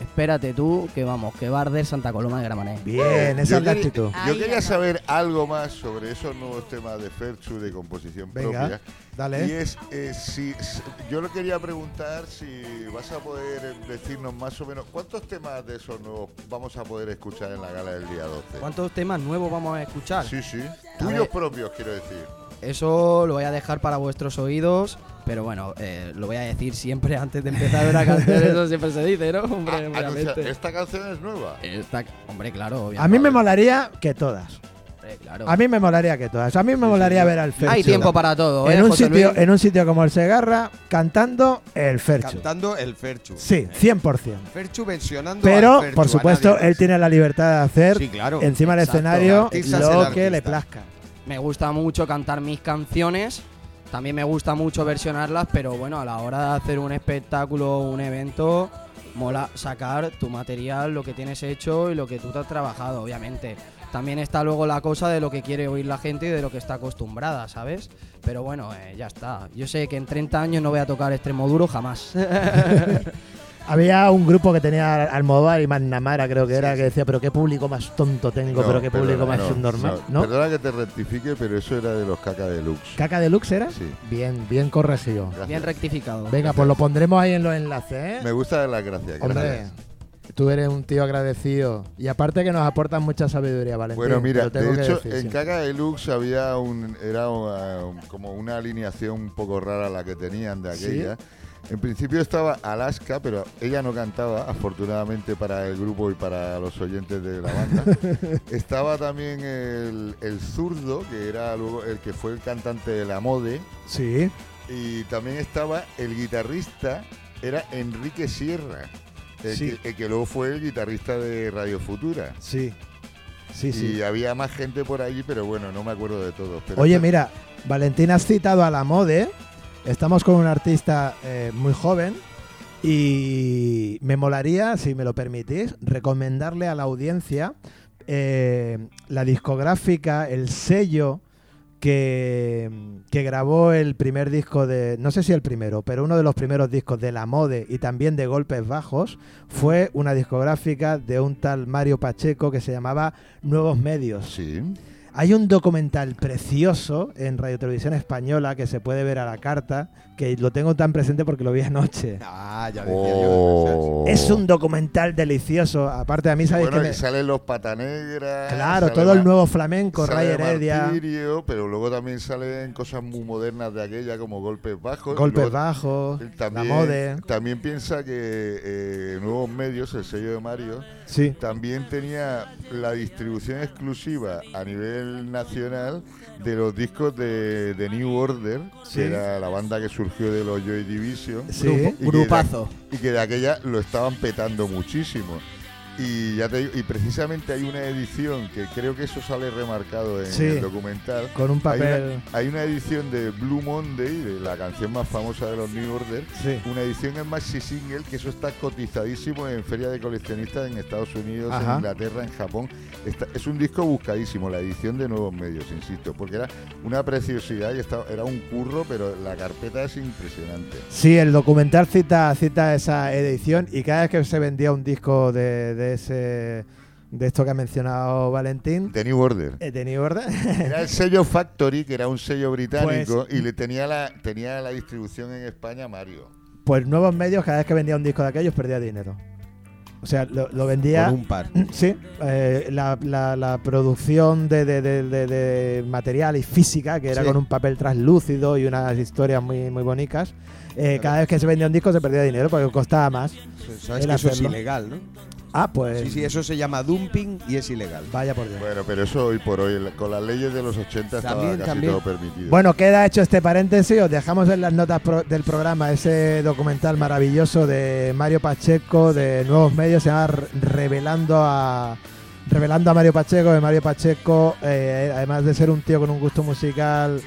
Speaker 3: espérate tú que vamos, que va a arder Santa Coloma de Gramenet.
Speaker 2: Bien, esa
Speaker 5: Yo
Speaker 2: es la
Speaker 5: quería-
Speaker 2: actitud.
Speaker 7: Ahí
Speaker 5: Yo quería
Speaker 7: anda.
Speaker 5: saber algo más sobre esos nuevos temas de Ferchu de composición
Speaker 2: Venga,
Speaker 5: propia. Y
Speaker 2: dale.
Speaker 5: es, eh, si, s- yo le quería preguntar si vas a poder eh, decirnos más o menos cuántos temas de esos nuevos vamos a poder escuchar en la gala del día 12.
Speaker 3: ¿Cuántos temas nuevos vamos a escuchar?
Speaker 5: Sí, sí.
Speaker 3: Ah. ver.
Speaker 5: Tuyos propios, quiero decir.
Speaker 3: Eso lo voy a dejar para vuestros oídos, pero bueno, eh, lo voy a decir siempre antes de empezar una canción, eso siempre se dice, ¿no?
Speaker 5: Ah,
Speaker 3: Hombre,
Speaker 5: anuncia-
Speaker 3: obviamente.
Speaker 5: esta canción es nueva.
Speaker 3: Esta- hombre, claro,
Speaker 2: A mí
Speaker 3: obviamente.
Speaker 2: me molaría que todas.
Speaker 3: hombre, claro.
Speaker 2: A mí me molaría que todas. A mí me molaría ver al Ferchu.
Speaker 3: Hay tiempo para todo, ¿eh,
Speaker 2: en un,
Speaker 3: José
Speaker 2: sitio,
Speaker 3: Luis?
Speaker 2: en un sitio como el Segarra, cantando el Ferchu.
Speaker 4: Cantando el Ferchu.
Speaker 2: Sí, 100%.
Speaker 4: Ferchu mencionando
Speaker 2: Pero,
Speaker 4: al Ferchu,
Speaker 2: por
Speaker 4: a
Speaker 2: supuesto,
Speaker 4: nadie más.
Speaker 2: él tiene la libertad de hacer
Speaker 4: Sí, claro.
Speaker 2: encima del
Speaker 3: exacto. El
Speaker 2: escenario
Speaker 4: artista es el
Speaker 2: lo
Speaker 4: artista.
Speaker 2: que le plazca.
Speaker 3: Me gusta mucho cantar mis canciones, también me gusta mucho versionarlas, pero bueno, a la hora de hacer un espectáculo, un evento, mola sacar tu material, lo que tienes hecho y lo que tú te has trabajado, obviamente. También está luego la cosa de lo que quiere oír la gente y de lo que está acostumbrada, ¿sabes? Pero bueno, eh, ya está. Yo sé que en 30 años no voy a tocar Extremoduro jamás.
Speaker 2: Había un grupo que tenía Almodóvar y Magnamara, creo que era, que decía, pero qué público más tonto tengo, pero qué público
Speaker 5: perdona,
Speaker 2: más
Speaker 5: no,
Speaker 2: subnormal.
Speaker 5: no,
Speaker 2: ¿No?
Speaker 5: Perdona que te rectifique, pero eso era de los caca deluxe.
Speaker 2: ¿Caca Deluxe era?
Speaker 5: Sí.
Speaker 2: Bien, bien corregido.
Speaker 5: gracias.
Speaker 3: Bien rectificado.
Speaker 2: Venga, pues lo pondremos ahí en los enlaces,
Speaker 5: Me
Speaker 2: ¿eh?
Speaker 5: gusta de la gracia.
Speaker 2: Hombre,
Speaker 5: gracias.
Speaker 2: tú eres un tío agradecido. Y aparte que nos aportas mucha sabiduría, Valentín.
Speaker 5: Bueno, mira,
Speaker 2: lo tengo que
Speaker 5: de hecho,
Speaker 2: decir
Speaker 5: en
Speaker 2: siempre.
Speaker 5: Caca Deluxe había un, era uh, un- como una alineación un poco rara la que tenían de
Speaker 2: ¿Sí?
Speaker 5: aquella. En principio estaba Alaska, pero ella no cantaba, afortunadamente para el grupo y para los oyentes de la banda. estaba también el, el zurdo, que era luego el que fue el cantante de la mode.
Speaker 2: Sí.
Speaker 5: Y también estaba el guitarrista, era Enrique Sierra, el,
Speaker 2: Sí.
Speaker 5: que, el que luego fue el guitarrista de Radio Futura.
Speaker 2: Sí. Sí,
Speaker 5: Y había más gente por allí, pero bueno, no me acuerdo de todos. pero
Speaker 2: Oye,
Speaker 5: esta-
Speaker 2: mira, Valentín, has citado a la mode. ¿eh? Estamos con un artista eh, muy joven. Y me molaría, si me lo permitís, recomendarle a la audiencia eh, la discográfica, el sello que, que grabó el primer disco de, no sé si el primero, pero uno de los primeros discos de La Mode y también de Golpes Bajos fue una discográfica de un tal Mario Pacheco que se llamaba Nuevos Medios.
Speaker 5: Sí.
Speaker 2: Hay un documental precioso en Radio Televisión Española que se puede ver a la carta, que lo tengo tan presente porque lo vi anoche.
Speaker 4: Ah, ya decía
Speaker 5: Oh.
Speaker 2: Es un documental delicioso. Aparte a mí, ¿sabes
Speaker 5: Bueno, y
Speaker 2: que me-
Speaker 5: salen los patanegras.
Speaker 2: Claro, todo el nuevo flamenco, Ray Heredia,
Speaker 5: Martirio, pero luego también salen cosas muy modernas de aquella, como golpes bajos. y
Speaker 2: Golpes
Speaker 5: luego
Speaker 2: Bajos, La
Speaker 5: También,
Speaker 2: Mode.
Speaker 5: también piensa que eh, Nuevos Medios, el sello de Mario,
Speaker 2: Sí.
Speaker 5: también tenía la distribución exclusiva a nivel nacional de los discos de, de New Order,
Speaker 2: Sí.
Speaker 5: que era la banda que surgió de los Joy Division.
Speaker 2: Sí.
Speaker 5: Y que de-
Speaker 3: Grupazo.
Speaker 5: y que de aquella lo estaban petando muchísimo. Y ya te digo, y precisamente hay una edición que creo que eso sale remarcado en
Speaker 2: Sí.
Speaker 5: el documental.
Speaker 2: Con un
Speaker 5: Hay una-
Speaker 2: papel.
Speaker 5: Hay una, edición de Blue Monday, de la canción más famosa de los New Order.
Speaker 2: Sí.
Speaker 5: Una edición en maxi single que eso está cotizadísimo en feria de coleccionistas en Estados Unidos,
Speaker 2: Ajá.
Speaker 5: en Inglaterra, en Japón. Está- es un disco buscadísimo, la edición de Nuevos Medios, insisto, porque era una preciosidad y estaba- era un curro, pero la carpeta es impresionante.
Speaker 2: Sí, el documental cita, cita esa edición y cada vez que se vendía un disco de, de ese de esto que ha mencionado Valentín,
Speaker 5: De New Order.
Speaker 2: he tenido verdad.
Speaker 5: Era el sello Factory, que era un sello británico,
Speaker 2: Pues-
Speaker 5: y le tenía la, tenía la distribución en España Mario.
Speaker 2: Pues nuevos medios, cada vez que vendía un disco de aquellos perdía dinero. O sea, lo, lo vendía...
Speaker 4: Por un par.
Speaker 2: Sí, eh, la, la- la producción de, de- de- de- de material y física, que era
Speaker 4: Sí.
Speaker 2: con un papel translúcido y unas historias muy, muy bonitas, eh, cada vez que se vendía un disco se perdía dinero porque costaba más.
Speaker 4: Sabes
Speaker 2: El
Speaker 4: que eso es
Speaker 2: hacerlo.
Speaker 4: ilegal, ¿no?
Speaker 2: Ah, pues
Speaker 4: Sí, sí, eso se llama dumping y es ilegal.
Speaker 2: vaya por Dios.
Speaker 5: Bueno, pero eso hoy por hoy, la- con las leyes de los 80 estaba
Speaker 4: También,
Speaker 5: casi
Speaker 4: también.
Speaker 5: todo permitido.
Speaker 2: Bueno, queda hecho este paréntesis. Os dejamos en las notas pro- del programa ese documental maravilloso de Mario Pacheco de Nuevos Medios. Se llama Re- Revelando a, Revelando a Mario Pacheco. De Mario Pacheco, eh, además de ser un tío con un gusto musical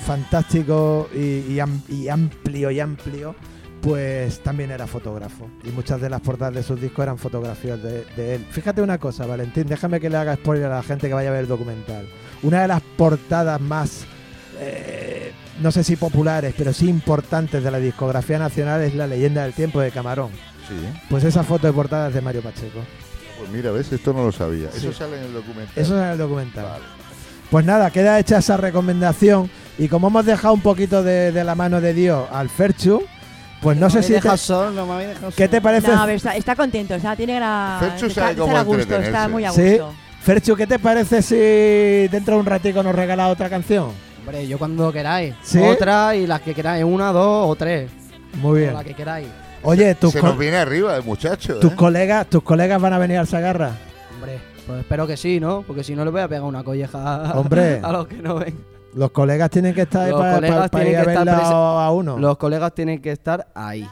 Speaker 2: fantástico y, y am- y amplio y amplio, pues también era fotógrafo. Y muchas de las portadas de sus discos eran fotografías de, de él. Fíjate una cosa, Valentín, déjame que le haga spoiler a la gente que vaya a ver el documental. Una de las portadas más, eh, no sé si populares, pero sí importantes de la discografía nacional es La leyenda del tiempo de Camarón.
Speaker 5: Sí, ¿eh?
Speaker 2: Pues esa foto de portada es de Mario Pacheco.
Speaker 5: Pues mira, ves, esto no lo sabía.
Speaker 2: Sí.
Speaker 5: Eso sale en el documental.
Speaker 2: Eso es en el documental.
Speaker 5: Vale.
Speaker 2: Pues nada, queda hecha esa recomendación. Y como hemos dejado un poquito de, de la mano de Dios al Ferchu, pues no sé si. te- ¿Qué te parece?
Speaker 7: No, a ver, está, está contento, o sea, tiene la.
Speaker 5: Ferchu
Speaker 7: está,
Speaker 5: sabe
Speaker 7: está
Speaker 5: cómo
Speaker 7: a gusto, está
Speaker 5: entretenerse.
Speaker 7: muy a
Speaker 2: Sí.
Speaker 7: gusto.
Speaker 2: Ferchu, ¿qué te parece si dentro de un ratico nos regala otra canción?
Speaker 3: Hombre, yo cuando queráis.
Speaker 2: ¿Sí?
Speaker 3: Otra y las que queráis, una, dos o tres.
Speaker 2: Muy
Speaker 3: O
Speaker 2: bien.
Speaker 3: la que queráis.
Speaker 2: Oye, tus,
Speaker 5: Se
Speaker 2: co-
Speaker 5: nos viene arriba el muchacho.
Speaker 2: tus
Speaker 5: ¿eh?
Speaker 2: colegas, tus colegas van a venir al Sagarra.
Speaker 3: Hombre, pues espero que sí, ¿no? Porque si no le voy a pegar una colleja a,
Speaker 2: Hombre.
Speaker 3: a los que no ven.
Speaker 2: Los colegas tienen que estar ahí
Speaker 3: Los
Speaker 2: para,
Speaker 3: colegas
Speaker 2: para- para
Speaker 3: tienen
Speaker 2: ir a
Speaker 3: que estar
Speaker 2: verla
Speaker 3: presen-
Speaker 2: a uno.
Speaker 3: Los colegas tienen que estar ahí.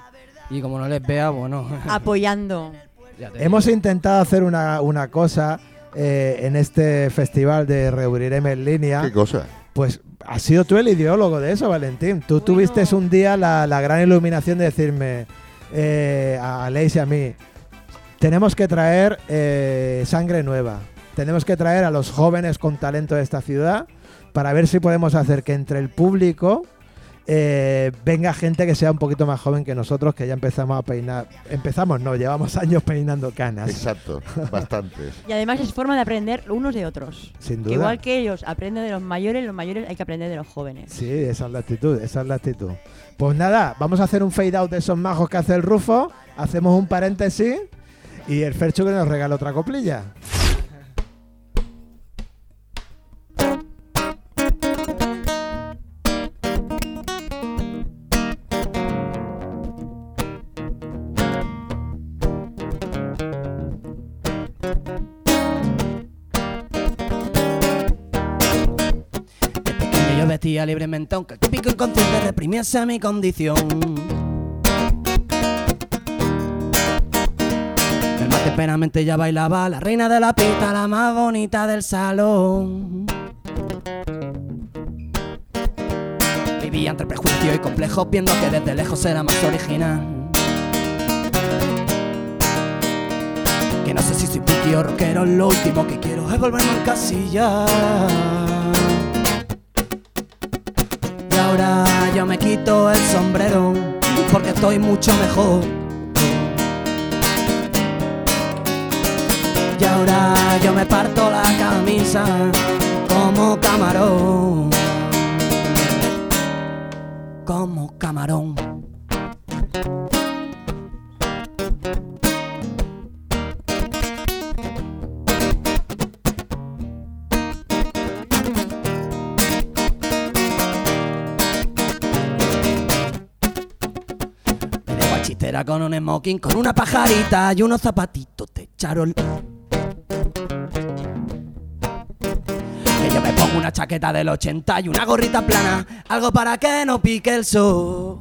Speaker 3: Y como no les vea, bueno.
Speaker 7: Apoyando.
Speaker 3: ya te
Speaker 2: Hemos
Speaker 3: digo.
Speaker 2: intentado hacer una, una cosa eh, en este festival de Reubrireme en línea.
Speaker 5: Qué cosa.
Speaker 2: Pues has sido tú el ideólogo de eso, Valentín. Tú
Speaker 7: Bueno.
Speaker 2: tuviste un día la, la gran iluminación de decirme eh, a Aleix y a mí, tenemos que traer eh, sangre nueva, tenemos que traer a los jóvenes con talento de esta ciudad para ver si podemos hacer que entre el público eh, venga gente que sea un poquito más joven que nosotros, que ya empezamos a peinar, empezamos, no, llevamos años peinando canas,
Speaker 5: Exacto, bastantes.
Speaker 7: Y además es forma de aprender unos de otros.
Speaker 2: sin
Speaker 7: Que
Speaker 2: duda.
Speaker 7: igual que ellos aprenden de los mayores, los mayores hay que aprender de los jóvenes.
Speaker 2: Sí, esa es la actitud, esa es la actitud. Pues nada, vamos a hacer un fade out de esos majos que hace el Rufo, hacemos un paréntesis y el Ferchu que nos regala otra coplilla.
Speaker 3: De pequeño yo vestía libremente, aunque el típico inconsciente reprimiese mi condición. El más temperamente ya bailaba, la reina de la pista, la más bonita del salón. Vivía entre prejuicios y complejos, viendo que desde lejos era más original. Que no sé si soy piqui o rockero, lo último que quiero es volverme a encasillar. Y ahora yo me quito el sombrero, porque estoy mucho mejor. Y ahora yo me parto la camisa como camarón.
Speaker 6: como camarón. De guachitera con un smoking, con una pajarita y unos zapatitos de charol. Que yo me pongo una chaqueta del 80 y una gorrita plana, algo para que no pique el sol.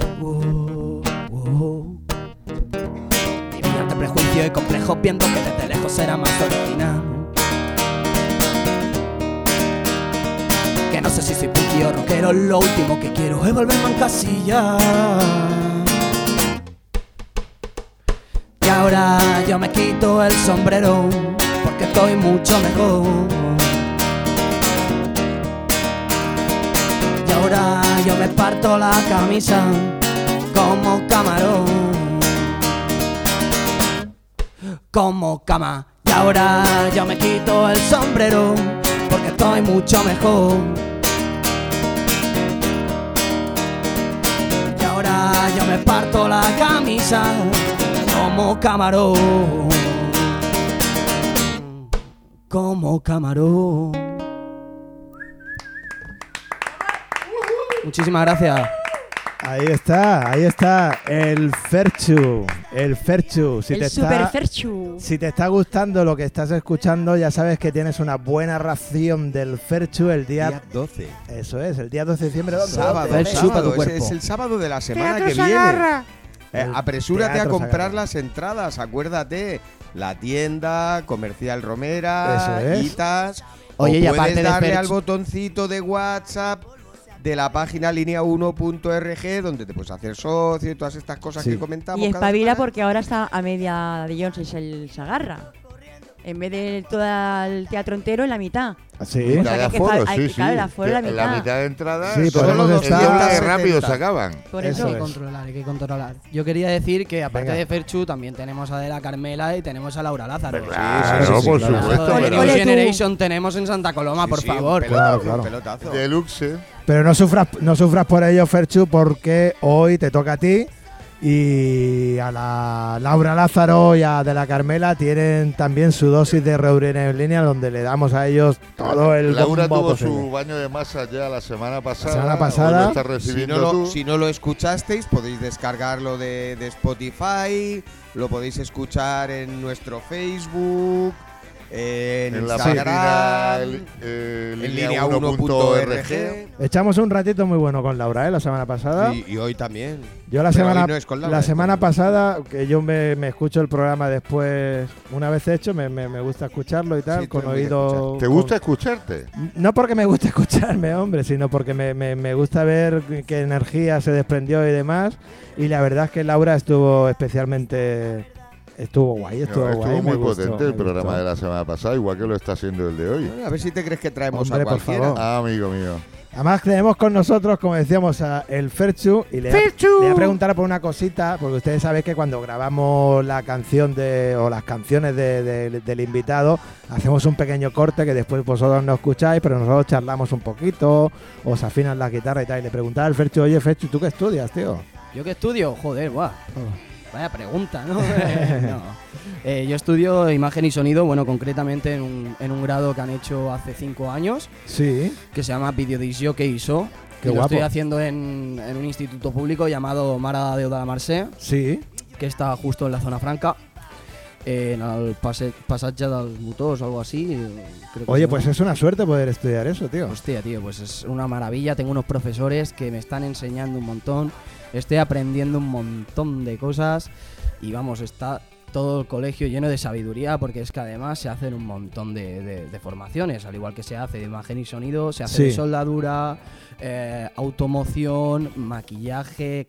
Speaker 6: Vivir ante prejuicios y complejos viendo que desde lejos será más original. Que no sé si soy punky o rockero, lo último que quiero es volverme a encasillar. Y ahora yo me quito el sombrero porque estoy mucho mejor. Y ahora yo me parto la camisa como camarón. Como cama. Y ahora yo me quito el sombrero porque estoy mucho mejor. Y ahora yo me parto la camisa como camarón. Como camarón.
Speaker 3: Muchísimas gracias.
Speaker 2: Ahí está, ahí está. El Ferchu. El Ferchu. Si te
Speaker 7: el
Speaker 2: está-
Speaker 7: super Ferchu.
Speaker 2: Si te está gustando lo que estás escuchando, ya sabes que tienes una buena ración del Ferchu el día.
Speaker 4: Día 12.
Speaker 2: Eso es, el día 12 de diciembre. ¿dónde?
Speaker 4: Sábado,
Speaker 2: ¿Dónde?
Speaker 3: Ferchu
Speaker 4: sábado,
Speaker 3: para tu
Speaker 4: ese
Speaker 3: cuerpo.
Speaker 4: Es el sábado de la semana
Speaker 8: Teatro
Speaker 4: que viene.
Speaker 8: Sagarra.
Speaker 4: Eh,
Speaker 2: El
Speaker 4: apresúrate a
Speaker 2: teatro
Speaker 4: comprar
Speaker 2: Sagrado.
Speaker 4: las entradas, acuérdate. La tienda, Comercial Romera,
Speaker 2: Eso es.
Speaker 4: Itas.
Speaker 3: Oye,
Speaker 4: o
Speaker 3: y
Speaker 4: puedes
Speaker 3: aparte de
Speaker 4: darle
Speaker 3: Ferch-
Speaker 4: al botoncito de WhatsApp de la página línea1.rg donde te puedes hacer socio y todas estas cosas
Speaker 2: Sí.
Speaker 4: que comentamos.
Speaker 7: Y
Speaker 4: cada
Speaker 7: espabila
Speaker 4: semana.
Speaker 7: porque ahora está a media de Jones el Sagarra. En vez de todo el teatro entero, en la mitad.
Speaker 2: Ah, Sí.
Speaker 7: O sea, que hay que
Speaker 5: aforo,
Speaker 7: fa- hay que- claro, el aforo es la
Speaker 5: Que
Speaker 7: mitad.
Speaker 5: de entrada.
Speaker 2: Sí,
Speaker 5: solo
Speaker 2: podemos
Speaker 5: dos
Speaker 2: estar-
Speaker 5: días de
Speaker 4: 70.
Speaker 5: rápido se acaban.
Speaker 7: Por
Speaker 2: Eso
Speaker 7: eso.
Speaker 3: hay que
Speaker 2: es.
Speaker 3: controlar, hay que controlar. Yo quería decir que aparte
Speaker 2: Venga.
Speaker 3: de Ferchu también tenemos a Adela Carmela y tenemos a Laura Lázaro.
Speaker 5: Claro,
Speaker 2: sí, sí,
Speaker 5: Ah, por
Speaker 2: claro.
Speaker 5: supuesto.
Speaker 7: Ole,
Speaker 3: de
Speaker 5: pero
Speaker 7: ole.
Speaker 3: New
Speaker 7: tú.
Speaker 3: Generation tenemos en Santa Coloma,
Speaker 4: Sí,
Speaker 3: Ah, por
Speaker 4: sí, un
Speaker 3: favor.
Speaker 4: pelotazo,
Speaker 2: Claro, claro.
Speaker 4: un pelotazo.
Speaker 5: Deluxe. ¿eh?
Speaker 2: Pero no sufras, no sufras por ello, Ferchu, porque hoy te toca a ti y a la Laura Lázaro y a De la Carmela tienen también su dosis de reunir en línea, donde le damos a ellos todo el
Speaker 5: Laura
Speaker 2: bombo
Speaker 5: tuvo
Speaker 2: posible.
Speaker 5: su baño de masa ya la semana pasada.
Speaker 2: semana
Speaker 5: hoy lo
Speaker 2: pasada.
Speaker 5: estás
Speaker 4: Si
Speaker 5: recibiendo
Speaker 4: no, lo,
Speaker 5: tú.
Speaker 4: si no lo escuchasteis, podéis descargarlo de, de Spotify, lo podéis escuchar en nuestro Facebook, en,
Speaker 5: en la página
Speaker 4: Instagram,
Speaker 5: el- eh,
Speaker 4: en
Speaker 5: línea
Speaker 4: línea 1.org.
Speaker 5: 1.org.
Speaker 2: Echamos un ratito muy bueno con Laura, ¿eh? La semana pasada.
Speaker 4: Y, y hoy también.
Speaker 2: Yo la
Speaker 4: Pero
Speaker 2: semana,
Speaker 4: hoy no es con Laura, ¿eh?
Speaker 2: la
Speaker 4: es con-
Speaker 2: semana pasada, que yo me, me escucho el programa después, una vez hecho, me, me- me gusta escucharlo y tal,
Speaker 4: Sí, tú
Speaker 2: con
Speaker 4: eres muy de
Speaker 2: oído...
Speaker 5: ¿Te
Speaker 2: con-
Speaker 5: gusta escucharte?
Speaker 2: No porque me gusta escucharme, hombre, sino porque me, me- me gusta ver qué energía se desprendió y demás. Y la verdad es que Laura estuvo especialmente... Estuvo guay, estuvo,
Speaker 5: No,
Speaker 2: guay.
Speaker 5: muy
Speaker 2: me gustó,
Speaker 5: potente el
Speaker 2: me
Speaker 5: programa
Speaker 2: gustó.
Speaker 5: de la semana pasada, igual que lo está haciendo el de hoy.
Speaker 4: Bueno, a ver si te crees que traemos
Speaker 2: Hombre,
Speaker 4: a
Speaker 2: por
Speaker 4: cualquiera.
Speaker 2: favor.
Speaker 5: Ah, amigo mío.
Speaker 2: Además tenemos con nosotros, como decíamos, a el Ferchu y le,
Speaker 8: Ferchu.
Speaker 2: le voy a preguntar por una cosita, porque ustedes saben que cuando grabamos la canción de, o las canciones de- de- del invitado, hacemos un pequeño corte que después vosotros no escucháis, pero nosotros charlamos un poquito, os afinan la guitarra y tal. Y le preguntaba al Ferchu, oye Ferchu, ¿tú qué estudias, tío?
Speaker 3: ¿Yo qué estudio? Joder, guau.
Speaker 2: Oh.
Speaker 3: Vaya pregunta, ¿no? No. Eh, yo estudio imagen y sonido, bueno, concretamente en un, en un grado que han hecho hace cinco años,
Speaker 2: Sí,
Speaker 3: que se llama Videodisc que hizo.
Speaker 2: Qué
Speaker 3: Que lo
Speaker 2: guapo.
Speaker 3: estoy haciendo en, en un instituto público llamado Mara de Oda Marse,
Speaker 2: sí.
Speaker 3: que está justo en la zona franca, eh, en el pase, passatge dels Botós o algo así. eh, creo que
Speaker 2: Oye,
Speaker 3: se
Speaker 2: pues
Speaker 3: llama.
Speaker 2: es una suerte poder estudiar eso, tío.
Speaker 3: Hostia, tío, pues es una maravilla. Tengo unos profesores que me están enseñando un montón. Estoy aprendiendo un montón de cosas. Y vamos, está todo el colegio lleno de sabiduría porque es que además se hacen un montón de, de- de formaciones. Al igual que se hace de imagen y sonido, se hace de
Speaker 2: Sí.
Speaker 3: soldadura, eh, automoción, maquillaje,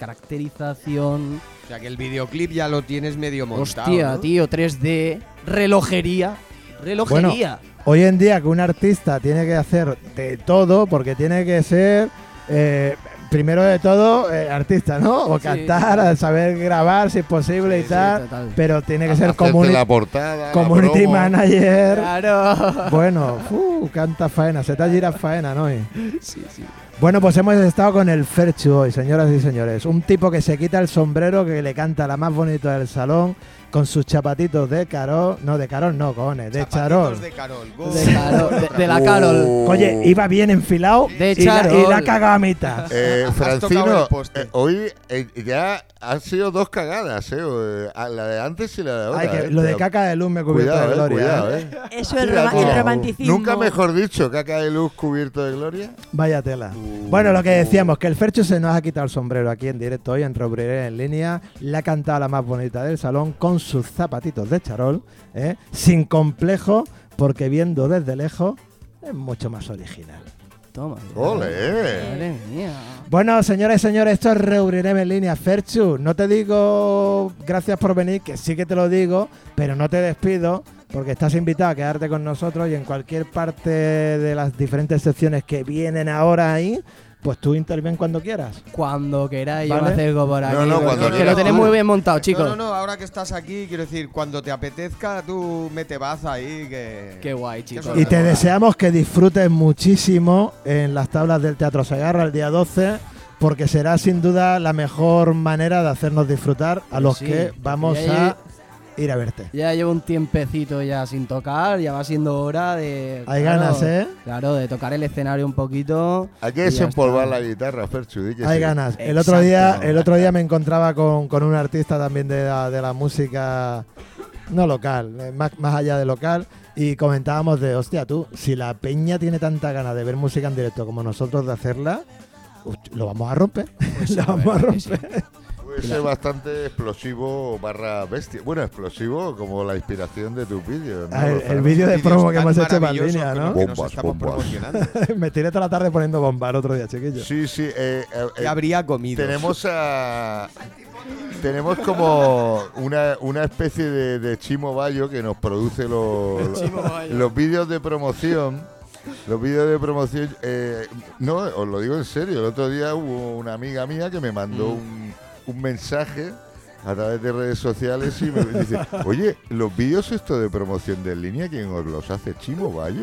Speaker 3: caracterización.
Speaker 4: O sea que el videoclip ya lo tienes medio montado.
Speaker 3: Hostia,
Speaker 4: ¿no?
Speaker 3: tío, 3D, relojería. Relojería.
Speaker 2: Hoy en día que un artista tiene que hacer de todo porque tiene que ser eh, primero de todo, eh, artista, ¿no? O cantar, a saber grabar si es posible y
Speaker 3: Sí,
Speaker 2: tal.
Speaker 3: total.
Speaker 2: Pero tiene que ser
Speaker 5: Hacerte
Speaker 2: comuni-
Speaker 5: la portada, la
Speaker 2: community
Speaker 5: promo.
Speaker 2: manager.
Speaker 3: Claro.
Speaker 2: Bueno, uh, canta faena, se te gira faena, ¿no? Y-
Speaker 3: Sí, sí.
Speaker 2: Bueno, pues hemos estado con el Ferchu hoy, señoras y señores. Un tipo que se quita el sombrero, que le canta la más bonita del salón, con sus chapatitos de carol, no de carol, no, cojones, de charol.
Speaker 4: Zapatitos de Carol. go.
Speaker 3: De, Carol- de- de la Carol.
Speaker 5: Oh.
Speaker 2: Oye, iba bien enfilado
Speaker 3: De
Speaker 2: y, la, y
Speaker 3: charol.
Speaker 2: la caga a mitad.
Speaker 5: Eh,
Speaker 4: Has tocado
Speaker 5: Francino,
Speaker 4: el poste.
Speaker 5: eh, hoy eh, ya han sido dos cagadas, ¿eh? O, eh, a La de antes y la de ahora.
Speaker 2: Ay, que
Speaker 5: eh,
Speaker 2: lo de
Speaker 5: pero-
Speaker 2: caca de luz me cubierto
Speaker 5: Cuidado,
Speaker 2: de
Speaker 5: eh,
Speaker 2: gloria.
Speaker 5: cuidado,
Speaker 2: ¿eh?
Speaker 5: eh.
Speaker 7: Eso es el,
Speaker 5: Mira
Speaker 7: roma-
Speaker 5: tú.
Speaker 7: el romanticismo.
Speaker 5: Nunca mejor dicho, caca de luz cubierto de gloria.
Speaker 2: Vaya tela. Bueno, lo que decíamos, que el Ferchu se nos ha quitado el sombrero aquí en directo hoy en Robriré en línea. Le ha cantado la más bonita del salón con sus zapatitos de charol, ¿eh? sin complejo, porque viendo desde lejos es mucho más original.
Speaker 3: Toma.
Speaker 5: Ole, eh.
Speaker 3: Madre mía.
Speaker 2: Bueno, señoras y señores, esto es Reubriremos en línea. Ferchu, no te digo gracias por venir, que sí que te lo digo, pero no te despido, porque estás invitado a quedarte con nosotros y en cualquier parte de las diferentes secciones que vienen ahora ahí, pues tú intervén cuando quieras.
Speaker 3: Cuando queráis, yo
Speaker 2: Vale.
Speaker 3: me acerco por aquí.
Speaker 5: no,
Speaker 3: porque-
Speaker 5: cuando
Speaker 3: que
Speaker 5: quieras.
Speaker 3: lo tenéis muy bien montado, chicos.
Speaker 4: No, no, no, ahora que estás aquí, quiero decir, cuando te apetezca, tú mete baza ahí que.
Speaker 3: Qué guay, chicos.
Speaker 4: Qué
Speaker 2: Y te
Speaker 4: Hola.
Speaker 2: deseamos que disfrutes muchísimo en las tablas del Teatro Sagarra el día 12, porque será sin duda la mejor manera de hacernos disfrutar a los
Speaker 3: Sí,
Speaker 2: que vamos
Speaker 3: y ahí-
Speaker 2: a ir a verte.
Speaker 3: Ya llevo un tiempecito ya sin tocar, ya va siendo hora de.
Speaker 2: Hay ganas, ¿eh?
Speaker 3: Claro, de tocar el escenario un poquito.
Speaker 5: Hay
Speaker 3: y
Speaker 5: que
Speaker 3: ya
Speaker 5: desempolvar
Speaker 3: está.
Speaker 5: la guitarra, Ferchu. di que
Speaker 2: Hay
Speaker 5: sí.
Speaker 2: ganas. El otro, día, el otro día me encontraba con, con un artista también de la, de la música, no local, eh, más, más allá de local, y comentábamos de, hostia, tú, si la peña tiene tanta ganas de ver música en directo como nosotros de hacerla, ust- lo vamos a romper. lo vamos a romper.
Speaker 5: Puede ser bastante explosivo barra bestia. Bueno, explosivo como la inspiración de tus vídeos. ¿no?
Speaker 2: Ah, el-
Speaker 5: Los
Speaker 2: el vídeo de
Speaker 4: Vídeos
Speaker 2: promo que
Speaker 4: tan
Speaker 2: hemos hecho en
Speaker 4: maravillosos
Speaker 2: línea,
Speaker 4: con
Speaker 2: ¿no?
Speaker 4: los que
Speaker 5: Bombas,
Speaker 4: nos estamos
Speaker 5: bombas.
Speaker 4: promocionando.
Speaker 2: me tiré toda la tarde poniendo bomba el otro día, chiquillo.
Speaker 5: Sí, sí. eh, eh,
Speaker 4: Que
Speaker 5: eh,
Speaker 4: habría comido.
Speaker 5: tenemos a. Tenemos como una, una especie de, de Chimo Bayo que nos produce los, los vídeos de promoción. Los vídeos de promoción. eh, no, os lo digo en serio. El otro día hubo una amiga mía que me mandó
Speaker 3: Mm.
Speaker 5: un, un mensaje a través de redes sociales y me dice: Oye, los vídeos esto de promoción de en línea, ¿quién os los hace? ¿Chimo Bayo?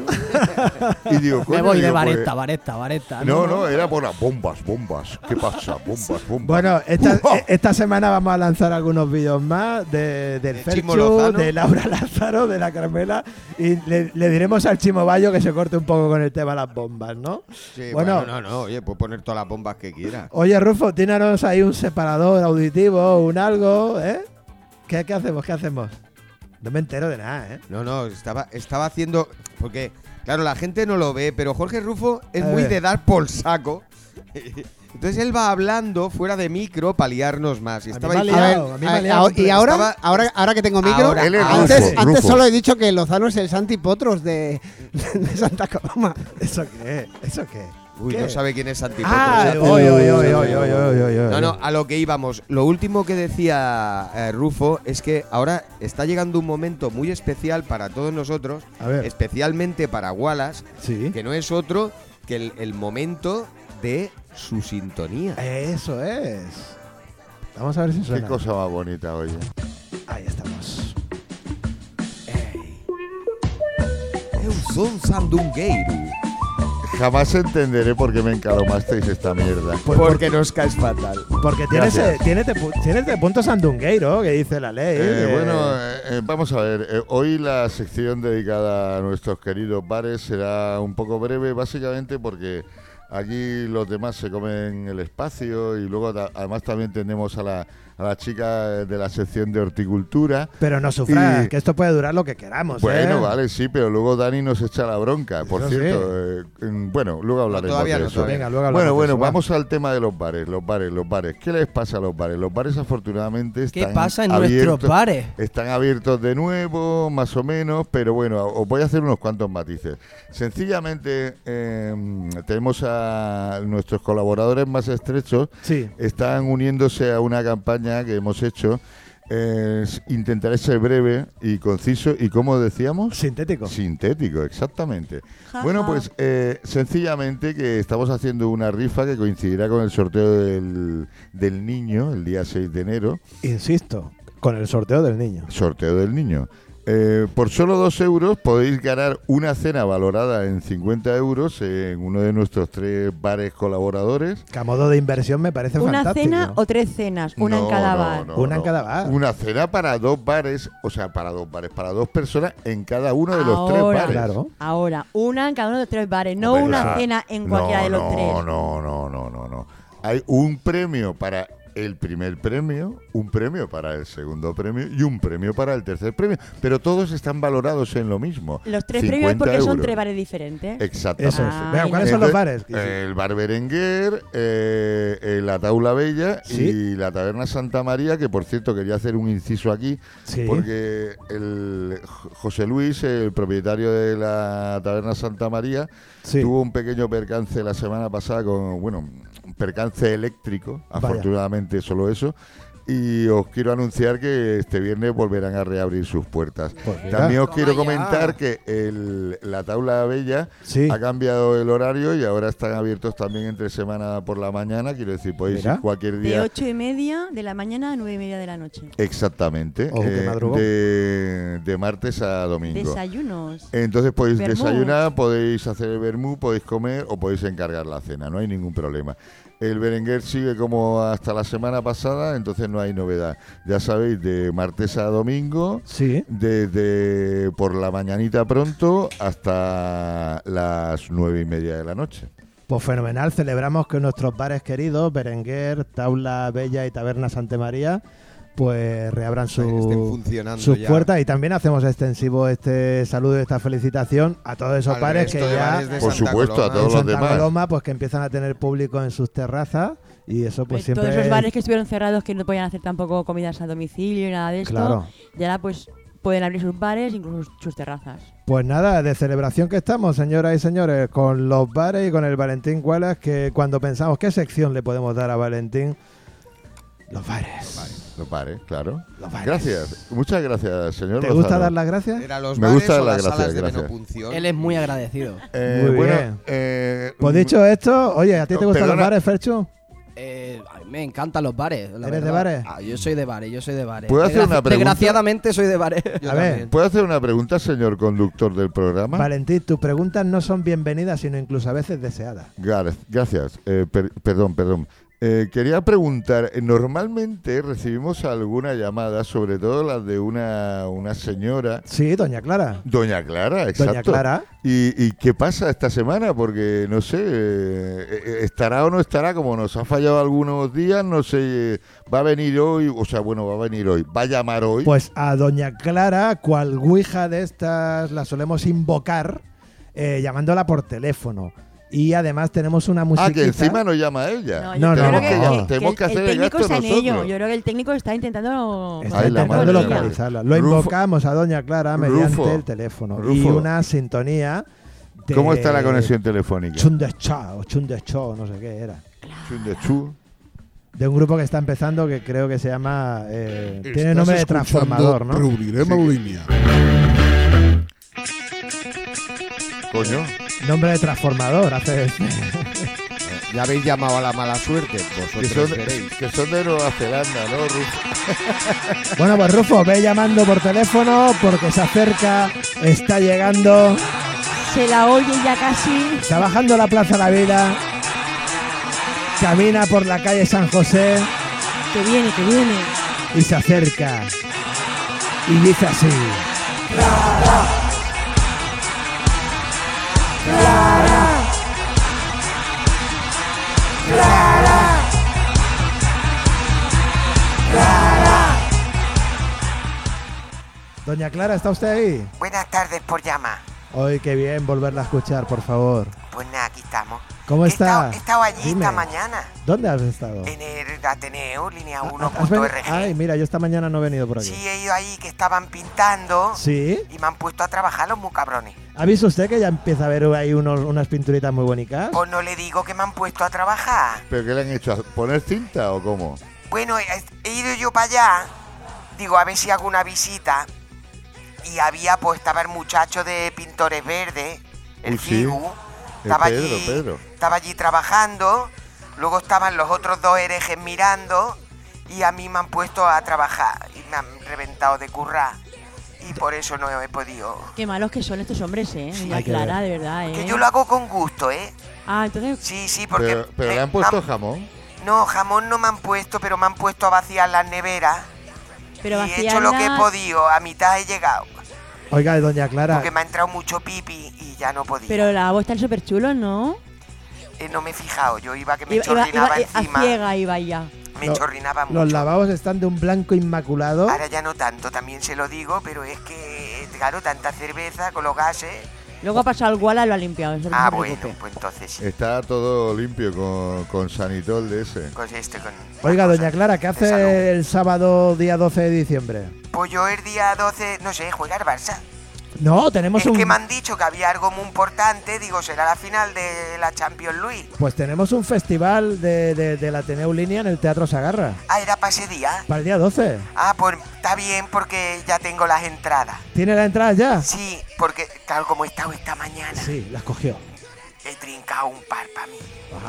Speaker 5: Y digo,
Speaker 3: Me
Speaker 5: "Coño",
Speaker 3: voy de
Speaker 5: digo, pues,
Speaker 3: vareta, vareta, vareta.
Speaker 5: no, no, era por las bombas, bombas. ¿Qué pasa? Bombas, bombas.
Speaker 2: Bueno, esta,
Speaker 5: ¡Uah!
Speaker 2: e- esta semana vamos a lanzar algunos vídeos más de, del
Speaker 4: De
Speaker 2: Ferchu,
Speaker 4: Chimo Lozano.
Speaker 2: de Laura Lázaro, de la Carmela, y le, le diremos al Chimo Bayo que se corte un poco con el tema de las bombas, ¿no?
Speaker 4: Sí,
Speaker 2: Bueno.
Speaker 4: bueno, no, no, oye, puedes poner todas las bombas que quieras.
Speaker 2: Oye, Rufo, tíranos ahí un separador auditivo, un algo, ¿eh? ¿Qué, qué hacemos? ¿Qué hacemos? No me entero de nada, ¿eh?
Speaker 4: No, no, estaba, estaba haciendo. Porque, claro, la gente no lo ve, pero Jorge Rufo es
Speaker 2: A
Speaker 4: muy
Speaker 2: ver.
Speaker 4: de dar por saco. Entonces él va hablando fuera de micro para liarnos más. Y
Speaker 2: A mí
Speaker 4: estaba
Speaker 2: me ha
Speaker 4: ahí-
Speaker 2: liado.
Speaker 8: A ver,
Speaker 2: a mí me
Speaker 8: a-
Speaker 2: ha liado
Speaker 8: a-
Speaker 2: con todo
Speaker 8: y
Speaker 2: esto.
Speaker 8: ahora,
Speaker 4: Estaba-
Speaker 8: ahora, ahora que tengo micro,
Speaker 4: Ahora, Él es
Speaker 8: antes,
Speaker 5: Rufo,
Speaker 8: antes
Speaker 5: Rufo.
Speaker 8: solo he dicho que Lozano es el Santi Potros de, de Santa Coloma.
Speaker 2: ¿Eso qué? ¿Eso qué?
Speaker 4: Uy,
Speaker 2: ¿Qué?
Speaker 4: no sabe quién es Santi
Speaker 2: Ah,
Speaker 4: Potro.
Speaker 2: oy, oy, oy, oy, oy, oy, oy, oy.
Speaker 4: No, no, a lo que íbamos. Lo último que decía eh, Rufo es que ahora está llegando un momento muy especial para todos nosotros,
Speaker 2: A ver.
Speaker 4: especialmente para Wallace,
Speaker 2: Sí.
Speaker 4: que no es otro que el, el momento de su sintonía.
Speaker 2: Eso es. Vamos a ver si
Speaker 5: Qué
Speaker 2: suena.
Speaker 5: cosa más bonita, oye.
Speaker 2: Ahí estamos.
Speaker 4: Eu son sandungueiro.
Speaker 5: Jamás entenderé por qué me encalomasteis esta mierda.
Speaker 2: Pues
Speaker 4: porque nos caes fatal.
Speaker 2: Porque tienes,
Speaker 5: Gracias.
Speaker 2: eh, tienes, de, pu- tienes de punto sandungueiro, que dice la ley.
Speaker 5: Eh,
Speaker 2: eh.
Speaker 5: bueno, eh, eh, vamos a ver. eh, hoy la sección dedicada a nuestros queridos bares será un poco breve, básicamente porque allí los demás se comen el espacio y luego ta- además también tenemos a la, a la chica de la sección de horticultura.
Speaker 2: Pero no sufras,
Speaker 5: y-
Speaker 2: que esto puede durar lo que queramos.
Speaker 5: Bueno,
Speaker 2: eh.
Speaker 5: vale, sí, pero luego Dani nos echa la bronca, por
Speaker 2: Eso
Speaker 5: cierto. eh, mm, bueno, luego hablaremos
Speaker 4: todavía
Speaker 5: de
Speaker 4: no,
Speaker 5: eso.
Speaker 4: todavía
Speaker 2: Venga, luego hablamos
Speaker 5: bueno,
Speaker 2: de
Speaker 5: bueno,
Speaker 2: eso, va.
Speaker 5: vamos al tema de los bares, los bares, los bares. ¿Qué les pasa a los bares? Los bares afortunadamente
Speaker 3: ¿Qué
Speaker 5: están
Speaker 3: pasa en
Speaker 5: abiertos,
Speaker 3: nuestros bares?
Speaker 5: Están abiertos de nuevo, más o menos, pero bueno, os voy a hacer unos cuantos matices. Sencillamente eh, tenemos a nuestros colaboradores más estrechos
Speaker 2: Sí.
Speaker 5: están uniéndose a una campaña que hemos hecho Eh, s- intentaré ser breve y conciso y, como decíamos,
Speaker 2: Sintético.
Speaker 5: sintético, exactamente.
Speaker 7: Ja,
Speaker 5: Bueno,
Speaker 7: ja.
Speaker 5: pues eh, sencillamente que estamos haciendo una rifa que coincidirá con el sorteo del, del niño el día 6 de enero.
Speaker 2: Insisto, con el sorteo del niño.
Speaker 5: Sorteo del niño. Eh, por solo 2 euros podéis ganar una cena valorada en 50 euros en uno de nuestros tres bares colaboradores.
Speaker 2: Que a modo de inversión me parece
Speaker 7: ¿Una
Speaker 2: fantástico.
Speaker 7: cena o tres cenas? Una
Speaker 5: No,
Speaker 7: en cada
Speaker 5: no,
Speaker 7: bar.
Speaker 5: no,
Speaker 2: Una en
Speaker 5: no.
Speaker 2: cada bar.
Speaker 5: Una cena para dos bares, o sea, para dos bares, para dos personas en cada uno de los tres
Speaker 7: Ahora.
Speaker 5: bares.
Speaker 2: Claro.
Speaker 7: Ahora, una en cada uno de los tres bares, no
Speaker 5: Hombre,
Speaker 7: una
Speaker 5: claro.
Speaker 7: cena en
Speaker 5: No,
Speaker 7: cualquiera de los
Speaker 5: no,
Speaker 7: tres.
Speaker 5: No, no, no, no, no. Hay un premio para el primer premio, un premio para el segundo premio y un premio para el tercer premio. Pero todos están valorados en lo mismo.
Speaker 7: Los tres premios
Speaker 5: 50
Speaker 7: porque son
Speaker 5: euros.
Speaker 7: tres bares diferentes.
Speaker 5: Exactamente.
Speaker 2: Eso es.
Speaker 7: Ay,
Speaker 2: Venga, ¿cuáles
Speaker 5: Entonces,
Speaker 2: son
Speaker 5: eh,
Speaker 2: los bares?
Speaker 5: Este, El Bar Berenguer, eh, eh, la Taula Bella
Speaker 2: Sí.
Speaker 5: y la Taberna Santa María, que por cierto quería hacer un inciso aquí,
Speaker 2: Sí.
Speaker 5: porque el Jo- José Luis, el propietario de la Taberna Santa María,
Speaker 2: Sí.
Speaker 5: tuvo un pequeño percance la semana pasada con, bueno, un percance eléctrico,
Speaker 2: Vaya.
Speaker 5: afortunadamente solo eso. Y os quiero anunciar que este viernes volverán a reabrir sus puertas.
Speaker 2: Pues mira.
Speaker 5: También os quiero
Speaker 3: Toma ya.
Speaker 5: comentar que el- la tabla bella
Speaker 2: Sí.
Speaker 5: ha cambiado el horario y ahora están abiertos también entre semana por la mañana. Quiero decir, podéis
Speaker 2: Mira.
Speaker 5: ir cualquier
Speaker 7: De
Speaker 5: día.
Speaker 7: ocho y media de la mañana a nueve y media de la noche.
Speaker 5: Exactamente. Eh,
Speaker 2: Ojo, qué madrugón.
Speaker 5: de, de martes a domingo.
Speaker 7: Desayunos.
Speaker 5: Entonces podéis
Speaker 7: Vermú.
Speaker 5: desayunar, podéis hacer el vermú, podéis comer o podéis encargar la cena, no hay ningún problema. El berenguer sigue como hasta la semana pasada, entonces no hay novedad. Ya sabéis, de martes a domingo,
Speaker 2: Sí.
Speaker 5: desde por la mañanita pronto hasta las nueve y media de la noche.
Speaker 2: Pues fenomenal, celebramos que nuestros bares queridos, Berenguer, Taula Bella y Taberna Santa María, pues reabran su-
Speaker 4: Estén funcionando
Speaker 2: sus
Speaker 4: ya.
Speaker 2: puertas y también hacemos extensivo este saludo y esta felicitación a todos esos
Speaker 4: Al
Speaker 2: bares que
Speaker 4: resto de
Speaker 2: ya
Speaker 4: bares de
Speaker 5: Por
Speaker 4: Santa
Speaker 5: supuesto,
Speaker 4: Coloma.
Speaker 5: a todos
Speaker 2: en
Speaker 5: los
Speaker 2: Santa
Speaker 5: demás.
Speaker 2: Coloma pues que empiezan a tener público en sus terrazas y eso pues
Speaker 7: Pues
Speaker 2: siempre...
Speaker 7: todos los bares que estuvieron cerrados que no podían hacer tampoco comidas a domicilio y nada de esto,
Speaker 2: Claro.
Speaker 7: y ahora pues pueden abrir sus bares, incluso sus- sus terrazas.
Speaker 2: Pues nada, de celebración que estamos, señoras y señores, con los bares y con el Valentín Wallace, que cuando pensamos qué sección le podemos dar a Valentín, los bares.
Speaker 5: Lo pare, claro.
Speaker 2: Los bares.
Speaker 5: Gracias, muchas gracias, señor.
Speaker 2: ¿Te gusta
Speaker 5: Lozano.
Speaker 2: dar las gracias?
Speaker 4: Era los
Speaker 5: Me
Speaker 4: bares
Speaker 5: gusta
Speaker 4: o
Speaker 5: la
Speaker 4: las
Speaker 5: gracia,
Speaker 4: salas de
Speaker 5: gracias.
Speaker 4: menopunción.
Speaker 3: Él es muy agradecido.
Speaker 5: Eh,
Speaker 2: Muy
Speaker 5: bueno,
Speaker 2: bien.
Speaker 5: eh,
Speaker 2: Pues dicho esto, oye, ¿a ti te gustan los
Speaker 5: Perdona.
Speaker 2: bares, Ferchu?
Speaker 3: Eh, a mí me encantan los bares. la
Speaker 2: ¿Eres de
Speaker 3: verdad.
Speaker 2: bares?
Speaker 3: Ah, yo soy de bares, yo soy de bares.
Speaker 5: ¿Puedo hacer
Speaker 3: Desgra-
Speaker 5: una pregunta?
Speaker 3: Desgraciadamente soy de bares.
Speaker 2: a ver,
Speaker 5: ¿Puedo hacer una pregunta, señor conductor del programa?
Speaker 2: Valentín, tus preguntas no son bienvenidas, sino incluso a veces deseadas.
Speaker 5: Gar- Gracias. Eh, per- perdón, perdón. Eh, quería preguntar, eh, normalmente recibimos alguna llamada, sobre todo las de una, una señora,
Speaker 2: Sí, doña Clara.
Speaker 5: Doña Clara, exacto.
Speaker 2: Doña Clara.
Speaker 5: ¿Y, y qué pasa esta semana? Porque no sé, eh, eh, estará o no estará, como nos ha fallado algunos días, no sé, eh, va a venir hoy, o sea, bueno, va a venir hoy, va a llamar hoy.
Speaker 2: Pues a doña Clara, cual guija de estas, la solemos invocar eh, llamándola por teléfono. Y además tenemos una música.
Speaker 5: ah, que encima nos llama ella.
Speaker 2: No,
Speaker 7: yo
Speaker 2: no,
Speaker 7: creo
Speaker 5: tenemos
Speaker 7: que-
Speaker 5: que,
Speaker 2: no.
Speaker 5: llam-
Speaker 7: que-
Speaker 5: tenemos
Speaker 7: que
Speaker 5: que hacer
Speaker 7: el
Speaker 5: el
Speaker 7: técnico
Speaker 5: gasto
Speaker 7: está en ello.
Speaker 5: nosotros.
Speaker 7: Yo creo que el técnico está intentando.
Speaker 2: Está
Speaker 5: Ay, la
Speaker 2: intentando
Speaker 5: madre.
Speaker 2: localizarla. Lo
Speaker 5: Rufo.
Speaker 2: invocamos a doña Clara mediante
Speaker 5: Rufo.
Speaker 2: el teléfono. Y
Speaker 5: Rufo.
Speaker 2: una sintonía. de-
Speaker 5: ¿Cómo está la conexión telefónica?
Speaker 2: Chundechá o chundechó, no sé qué era.
Speaker 5: Chundechu.
Speaker 2: De un grupo que está empezando que creo que se llama. eh, tiene nombre de transformador, ¿no?
Speaker 9: Reuniremos línea.
Speaker 5: Coño.
Speaker 2: Nombre de transformador, hace.
Speaker 4: Ya habéis llamado a la mala suerte,
Speaker 5: Que son,
Speaker 4: vosotros veréis.
Speaker 5: que son de Nueva Zelanda, ¿no? Ruf?
Speaker 2: bueno, pues Rufo, ve llamando por teléfono porque se acerca, está llegando,
Speaker 7: Se la oye ya casi.
Speaker 2: está bajando la Plaza La Vida, camina por la calle San José
Speaker 7: Que viene, que viene.
Speaker 2: y se acerca. Y dice así. Doña Clara, ¿está usted ahí?
Speaker 10: Buenas tardes por llamar.
Speaker 2: Hoy qué bien volverla a escuchar, por favor.
Speaker 10: Pues nada, aquí estamos.
Speaker 2: ¿Cómo
Speaker 10: He
Speaker 2: está?
Speaker 10: estado- He estado allí
Speaker 2: Dime.
Speaker 10: esta mañana,
Speaker 2: ¿Dónde has estado?
Speaker 10: en el Ateneo,
Speaker 2: Ah,
Speaker 10: línea
Speaker 2: ¿Has venido? Ay,
Speaker 10: 1.org.
Speaker 2: mira, yo esta mañana no he venido por aquí.
Speaker 10: Sí, he ido ahí que estaban pintando
Speaker 2: ¿Sí?
Speaker 10: y me han puesto a trabajar los muy cabrones.
Speaker 2: ¿Ha visto usted que ya empieza a haber ahí unos- unas pinturitas muy bonitas?
Speaker 10: Pues no le digo que me han puesto a trabajar.
Speaker 5: ¿Pero qué le han hecho? ¿Poner cinta o cómo?
Speaker 10: Bueno, he, he ido yo para allá digo, a ver si hago una visita. Y había, pues, estaba el muchacho de Pintores Verdes, el
Speaker 5: Uy, sí.
Speaker 10: Figu.
Speaker 5: El
Speaker 10: Estaba
Speaker 5: Pedro,
Speaker 10: allí,
Speaker 5: Pedro.
Speaker 10: estaba allí trabajando. Luego estaban los otros dos herejes mirando. Y a mí me han puesto a trabajar. Y me han reventado de currar. Y por eso no he podido.
Speaker 7: Qué malos que son estos hombres, ¿eh?
Speaker 10: Sí,
Speaker 7: Mira,
Speaker 2: hay que
Speaker 7: Clara, de verdad, ¿eh?
Speaker 10: Que yo lo hago con gusto, ¿eh?
Speaker 7: Ah, entonces...
Speaker 10: Sí, sí, porque.
Speaker 5: Pero, pero
Speaker 10: me-
Speaker 5: le han puesto
Speaker 10: am-
Speaker 5: jamón.
Speaker 10: No, jamón no me han puesto, pero me han puesto a vaciar las neveras.
Speaker 7: Pero
Speaker 10: y he hecho lo que he
Speaker 7: vaciarlas-
Speaker 10: podido, a mitad he llegado.
Speaker 2: Oiga, doña Clara,
Speaker 10: Porque me ha entrado mucho pipi y ya no podía.
Speaker 7: Pero la voz está súper chulo, ¿no?
Speaker 10: Eh, no me he fijado, yo iba que me
Speaker 7: Iba, iba,
Speaker 10: chorrinaba
Speaker 7: iba- eh, a
Speaker 10: encima.
Speaker 7: ciega iba ya.
Speaker 10: Me
Speaker 2: Lo-
Speaker 10: chorrinaba
Speaker 2: los
Speaker 10: mucho.
Speaker 2: lavabos están de un blanco inmaculado.
Speaker 10: Ahora ya no tanto, también se lo digo, pero es que, claro, tanta cerveza con los gases.
Speaker 7: Luego ha pasado el Walla y lo ha limpiado. eso no
Speaker 10: Ah,
Speaker 7: se
Speaker 10: bueno,
Speaker 7: preocupe.
Speaker 10: pues entonces
Speaker 2: Eh,
Speaker 10: sí.
Speaker 5: Está todo limpio con, con sanitol de ese.
Speaker 10: Con este, con las
Speaker 2: Oiga,
Speaker 10: cosas
Speaker 2: doña Clara, ¿qué
Speaker 10: de salud.
Speaker 2: hace el sábado día 12 de diciembre?
Speaker 10: Pues yo el día 12, no sé, juega el Barça.
Speaker 2: No, tenemos
Speaker 10: Es
Speaker 2: un
Speaker 10: que me han dicho que había algo muy importante, digo, será la final de la Champions League.
Speaker 2: pues tenemos un festival de, de, de la Ateneu Línea en el Teatro Sagarra.
Speaker 10: Ah, era para ese día.
Speaker 2: Para el día 12.
Speaker 10: Ah, pues está bien porque ya tengo las entradas.
Speaker 2: ¿Tiene la entrada ya?
Speaker 10: Sí, porque claro, como he estado esta mañana,
Speaker 2: Sí, las cogió.
Speaker 10: he trincado un par para mí,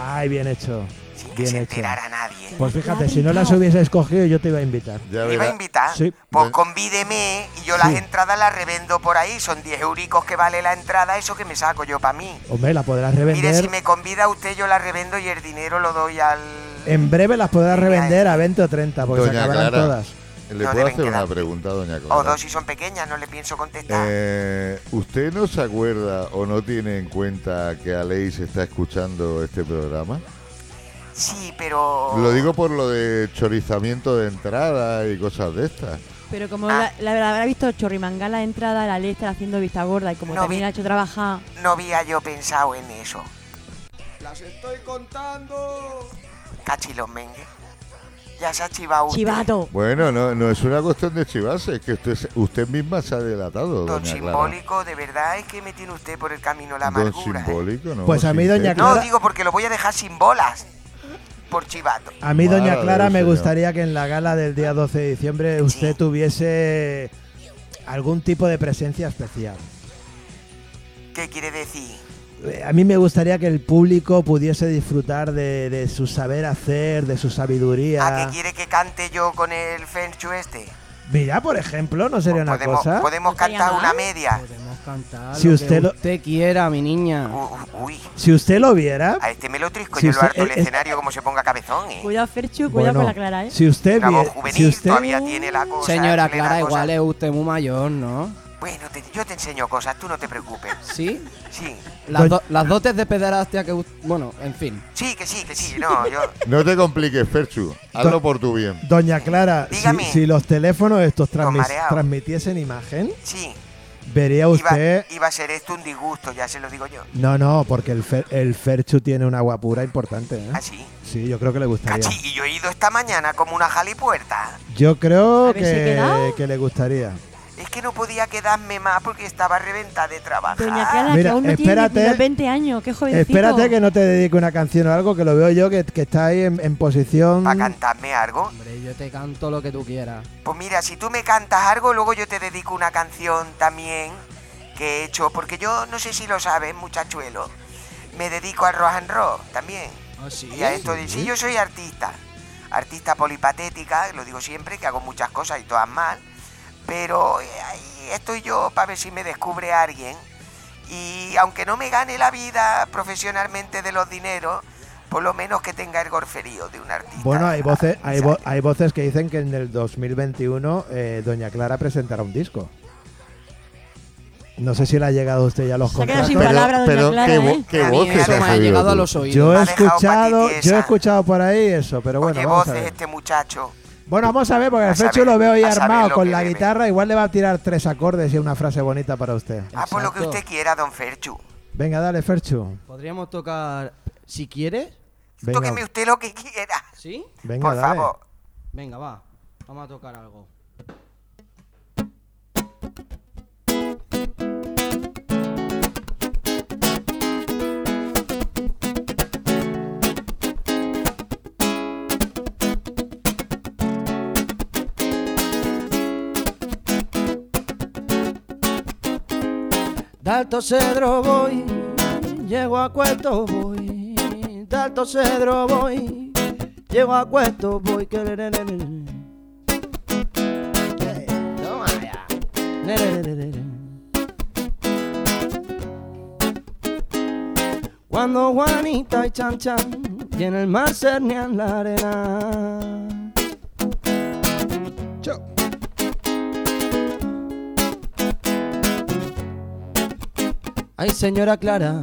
Speaker 2: Ay, bien hecho.
Speaker 10: sin que
Speaker 2: Bien
Speaker 10: se
Speaker 2: hecho.
Speaker 10: enterara nadie.
Speaker 2: Pues fíjate, si no las hubieses cogido, yo te iba a invitar.
Speaker 5: Ya
Speaker 10: ¿Me iba a
Speaker 5: verá.
Speaker 10: invitar?
Speaker 2: Sí.
Speaker 10: Pues
Speaker 5: Ve-
Speaker 10: convídeme y yo las entradas las revendo por ahí. Son 10 euricos que vale la entrada, eso que me saco yo para mí.
Speaker 2: Hombre, la podrás
Speaker 10: Mire, si
Speaker 2: revender.
Speaker 10: me convida usted, yo la revendo y el dinero lo doy al...
Speaker 2: En breve las podrás
Speaker 10: Mira, eh.
Speaker 2: revender a 20 o 30, porque se
Speaker 5: Doña
Speaker 2: acabarán
Speaker 5: Clara.
Speaker 2: todas.
Speaker 5: ¿Le
Speaker 10: No
Speaker 5: puedo
Speaker 10: deben
Speaker 5: hacer una
Speaker 10: quedar.
Speaker 5: pregunta, doña Clara?
Speaker 10: O dos si son pequeñas, no le pienso contestar.
Speaker 5: Eh, ¿Usted no se acuerda o no tiene en cuenta que Aleix está escuchando este programa?
Speaker 10: Sí, pero...
Speaker 5: Lo digo por lo de chorizamiento de entrada y cosas de estas.
Speaker 7: Pero como
Speaker 10: Ah.
Speaker 7: la, la- la habrá visto Chorrimangala la entrada, la ley está haciendo vista gorda y como
Speaker 10: No
Speaker 7: también
Speaker 10: vi-
Speaker 7: la ha hecho trabajar...
Speaker 10: No había yo pensado en eso.
Speaker 4: Las estoy contando.
Speaker 10: Cachilomengue. Ya se ha chivado usted.
Speaker 7: ¡Chivato!
Speaker 5: Bueno, no, no es una cuestión de chivarse, es que usted, se- usted misma se ha delatado,
Speaker 10: Don
Speaker 5: doña Clara.
Speaker 10: simbólico, de verdad es que me tiene usted por el camino la
Speaker 5: Don
Speaker 10: amargura. ¿eh?
Speaker 5: simbólico, ¿no?
Speaker 2: Pues a mí,
Speaker 5: sin
Speaker 2: doña
Speaker 5: fe.
Speaker 2: Clara-
Speaker 10: No, digo porque lo voy a dejar sin bolas. Por chivato.
Speaker 2: A mí, doña
Speaker 5: Madre
Speaker 2: Clara,
Speaker 5: del
Speaker 2: me
Speaker 5: Señor.
Speaker 2: gustaría que en la gala del día 12 de diciembre usted tuviese algún tipo de presencia especial.
Speaker 10: ¿Qué quiere decir?
Speaker 2: Eh, A mí me gustaría que el público pudiese disfrutar de, de su saber hacer, de su
Speaker 10: ¿A
Speaker 2: sabiduría.
Speaker 10: qué quiere Ah, que cante yo con el Fenchu este?
Speaker 2: Mira, por ejemplo, no sería una
Speaker 10: Pues podemos
Speaker 2: cosa.
Speaker 10: podemos
Speaker 7: ¿No sería
Speaker 10: cantar
Speaker 7: mal?
Speaker 10: una media.
Speaker 3: Podemos cantar
Speaker 2: Si
Speaker 3: lo
Speaker 2: usted
Speaker 3: que
Speaker 2: lo-
Speaker 3: usted quiera, mi niña.
Speaker 5: Oh,
Speaker 10: U- u- Uy,
Speaker 2: Si usted lo viera,
Speaker 10: a este me lo trisco
Speaker 2: Si
Speaker 10: yo lo
Speaker 2: usted-
Speaker 10: harto el
Speaker 2: eh, eh.
Speaker 10: escenario como se ponga cabezón, ¿eh?
Speaker 7: Cuidado, Ferchu, cuidado
Speaker 2: bueno,
Speaker 7: con la Clara, ¿eh?
Speaker 2: si usted
Speaker 10: Una voz
Speaker 2: viera,
Speaker 10: juvenil
Speaker 2: si usted,
Speaker 10: todavía tiene la cosa.
Speaker 3: Señora
Speaker 10: plena
Speaker 3: Clara,
Speaker 10: cosa.
Speaker 3: igual es usted muy mayor, ¿no?
Speaker 10: Bueno, te- yo te enseño cosas, tú no te preocupes.
Speaker 3: Sí.
Speaker 10: Sí,
Speaker 3: Las,
Speaker 2: Doña-
Speaker 3: do- las dotes de pederastia que... us- Bueno, en fin.
Speaker 10: sí, que sí, que sí. No, yo...
Speaker 5: No te compliques, Ferchu, hazlo por tu bien.
Speaker 2: doña Clara, si,
Speaker 10: Dígame.
Speaker 2: si los teléfonos estos
Speaker 10: Don
Speaker 2: transmis-
Speaker 10: Mareao.
Speaker 2: transmitiesen imagen,
Speaker 10: Sí,
Speaker 2: vería
Speaker 10: iba,
Speaker 2: usted.
Speaker 10: iba a ser esto un disgusto, ya se lo digo yo.
Speaker 2: No, no, porque el, Fer- el Ferchu tiene una guapura importante. ¿eh?
Speaker 10: Así.
Speaker 2: Sí, yo creo que le gustaría.
Speaker 10: ¿Ah, Cachi, y yo he ido esta mañana como una jalipuerta.
Speaker 2: Yo creo
Speaker 7: ¿Habéis
Speaker 2: que,
Speaker 7: quedado?
Speaker 2: que le gustaría.
Speaker 10: Es que no podía quedarme más porque estaba reventada de trabajo.
Speaker 7: Doña Clara,
Speaker 2: Mira,
Speaker 7: que aún no
Speaker 2: espérate.
Speaker 7: tiene ni los 20 años, qué jovencito.
Speaker 2: Espérate que no te dedique una canción o algo, que lo veo yo que, que está ahí en, en posición.
Speaker 7: ¿Mm?
Speaker 10: ¿Para cantarme algo?
Speaker 3: Hombre, yo te canto lo que tú quieras.
Speaker 10: Pues mira, si tú me cantas algo, luego yo te dedico una canción también que he hecho, porque yo no sé si lo sabes, muchachuelo. Me dedico al rock and roll también.
Speaker 3: ¿Ah, sí?
Speaker 10: Y a esto de- sí, yo soy artista. Artista polipatética, lo digo siempre, que hago muchas cosas y todas mal. Pero eh, ahí estoy yo para ver si me descubre alguien. Y aunque no me gane la vida profesionalmente de los dineros, por lo menos que tenga el gorferío de un artista.
Speaker 2: Bueno, hay voces, hay, vo-
Speaker 10: ¿Sabes?
Speaker 2: hay voces que dicen que en el 2021 eh, Doña Clara presentará un disco. No sé si le ha llegado a usted ya los
Speaker 7: Se ha quedado
Speaker 2: contratos.
Speaker 7: sin palabras, doña
Speaker 5: pero
Speaker 7: Clara,
Speaker 5: qué,
Speaker 7: ¿eh?
Speaker 5: vo- qué
Speaker 10: A mí
Speaker 5: voz
Speaker 10: me
Speaker 5: que
Speaker 10: ha
Speaker 5: se ha
Speaker 3: Eso me ha
Speaker 10: dejado-
Speaker 5: subido
Speaker 3: llegado a
Speaker 5: tú.
Speaker 3: los oídos.
Speaker 2: Yo
Speaker 10: me
Speaker 2: he
Speaker 10: ha dejado
Speaker 2: escuchado, yo he
Speaker 10: patidiesa.
Speaker 2: escuchado por ahí eso, pero bueno,
Speaker 10: Oye,
Speaker 2: vamos a
Speaker 10: voces,
Speaker 2: ver.
Speaker 10: este muchacho.
Speaker 2: Bueno, vamos a ver, porque
Speaker 10: a
Speaker 2: el Fecho
Speaker 10: saber-
Speaker 2: lo veo ahí
Speaker 10: a saber
Speaker 2: armado
Speaker 10: lo
Speaker 2: con
Speaker 10: que
Speaker 2: la
Speaker 10: bebe.
Speaker 2: guitarra. Igual le va a tirar tres acordes y una frase bonita para usted.
Speaker 10: Ah, por lo que
Speaker 3: Exacto.
Speaker 10: usted quiera, don Ferchu.
Speaker 2: Venga, dale, Ferchu.
Speaker 3: Podríamos tocar... Si quieres.
Speaker 2: Venga,
Speaker 10: Tóqueme usted lo que quiera.
Speaker 3: ¿Sí?
Speaker 2: venga,
Speaker 10: Por
Speaker 2: dale.
Speaker 10: favor.
Speaker 3: Venga, va. Vamos a tocar algo.
Speaker 6: Alto cedro voy, llego a cuesto voy. Alto cedro voy, llego a cuesto voy. Que le, le, le, le, le. Eh, toma ya. Le, le, le, le, le, le. Cuando Juanita y Chan Chan y en el mar cernean la arena. Ay, señora Clara,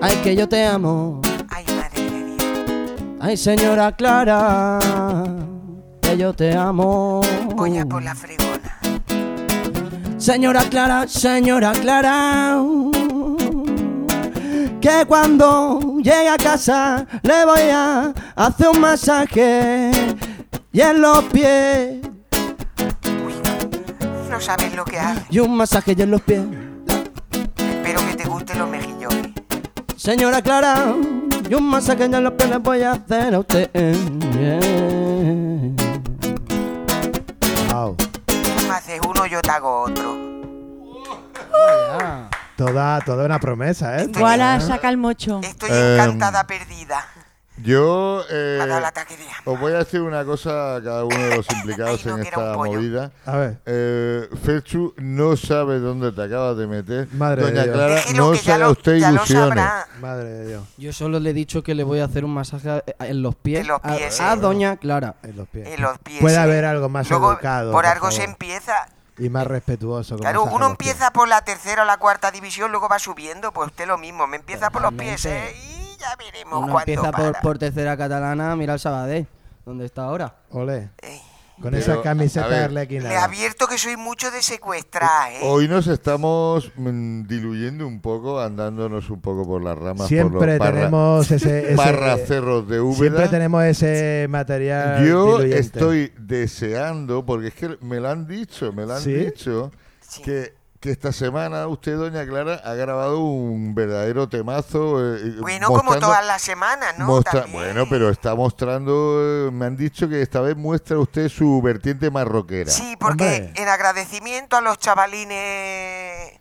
Speaker 6: ay, que yo te amo.
Speaker 10: Ay, madre de Dios.
Speaker 6: Ay, señora Clara, que yo te amo.
Speaker 10: Coña con
Speaker 2: Uh.
Speaker 10: la fregona.
Speaker 6: Señora Clara, señora Clara, que cuando llegue a casa le voy a hacer un masaje y en los pies,
Speaker 10: Uy, no sabes lo que haces.
Speaker 6: y un masaje y en los pies.
Speaker 10: Espero que te gusten los mejillones.
Speaker 6: Señora Clara, y un masaje en los pies le voy a hacer a usted.
Speaker 2: Wow.
Speaker 10: Tú me haces uno, yo te hago otro.
Speaker 2: Toda, toda una promesa, ¿eh?
Speaker 7: Guala, saca el mocho.
Speaker 10: Estoy
Speaker 5: Eh,
Speaker 10: encantada perdida.
Speaker 5: Yo
Speaker 10: Me
Speaker 5: eh,
Speaker 10: ha dado el ataque de hambre.
Speaker 5: os voy a decir una cosa a cada uno de los implicados
Speaker 10: Ay, no,
Speaker 5: en
Speaker 10: que era un
Speaker 5: esta
Speaker 10: pollo.
Speaker 5: movida.
Speaker 2: A ver.
Speaker 5: Eh, Ferchu no sabe dónde te acabas de meter.
Speaker 2: Madre de
Speaker 5: Doña
Speaker 2: Dios.
Speaker 5: Clara,
Speaker 10: Déjelo,
Speaker 5: no
Speaker 10: que
Speaker 5: se
Speaker 10: ya
Speaker 5: haga
Speaker 10: lo,
Speaker 5: usted
Speaker 10: ya lo
Speaker 5: ilusiones.
Speaker 10: sabrá.
Speaker 2: Madre de Dios.
Speaker 3: Yo solo le he dicho que le voy a hacer un masaje en los pies,
Speaker 10: En los
Speaker 3: a-
Speaker 10: pies,
Speaker 3: a,
Speaker 10: sí.
Speaker 3: Doña Clara.
Speaker 2: En los pies.
Speaker 10: En los pies.
Speaker 2: Puede
Speaker 10: sí.
Speaker 2: haber algo más
Speaker 10: Luego,
Speaker 2: educado.
Speaker 10: Por algo se
Speaker 2: favor,
Speaker 10: empieza.
Speaker 2: Y más respetuoso. con
Speaker 10: Claro,
Speaker 2: esa
Speaker 10: uno
Speaker 2: relación.
Speaker 10: empieza por la tercera o la cuarta división, luego va subiendo. Pues usted lo mismo, me empieza por los pies, ¿eh? Y ya veremos
Speaker 3: Uno
Speaker 10: cuándo
Speaker 3: empieza por,
Speaker 10: para.
Speaker 3: por tercera catalana, mira el Sabadell, donde está ahora.
Speaker 2: Olé.
Speaker 10: Eh,
Speaker 2: Con
Speaker 5: Pero,
Speaker 2: esa camiseta
Speaker 5: a ver,
Speaker 2: de
Speaker 10: le
Speaker 2: Arlequina.
Speaker 10: advierto que soy mucho de secuestrar, ¿eh?
Speaker 5: Hoy nos estamos mm, diluyendo un poco, andándonos un poco por las ramas. por
Speaker 2: Siempre
Speaker 5: los barra-
Speaker 2: tenemos eh, ese. ese-
Speaker 5: barra cerros de Úbeda.
Speaker 2: siempre tenemos ese material.
Speaker 5: Yo
Speaker 2: diluyente.
Speaker 5: estoy deseando, porque es que me lo han dicho, me lo han
Speaker 2: ¿Sí?
Speaker 5: dicho, que, que esta semana usted, doña Clara, ha grabado un verdadero temazo. eh, eh,
Speaker 10: Bueno, como
Speaker 5: mostrando-
Speaker 10: todas las semanas, ¿no?
Speaker 5: mostra-
Speaker 10: También.
Speaker 5: bueno, pero está mostrando, eh, me han dicho que esta vez muestra usted su vertiente marroquera.
Speaker 10: Sí, porque
Speaker 2: Hombre.
Speaker 10: en agradecimiento a los chavalines,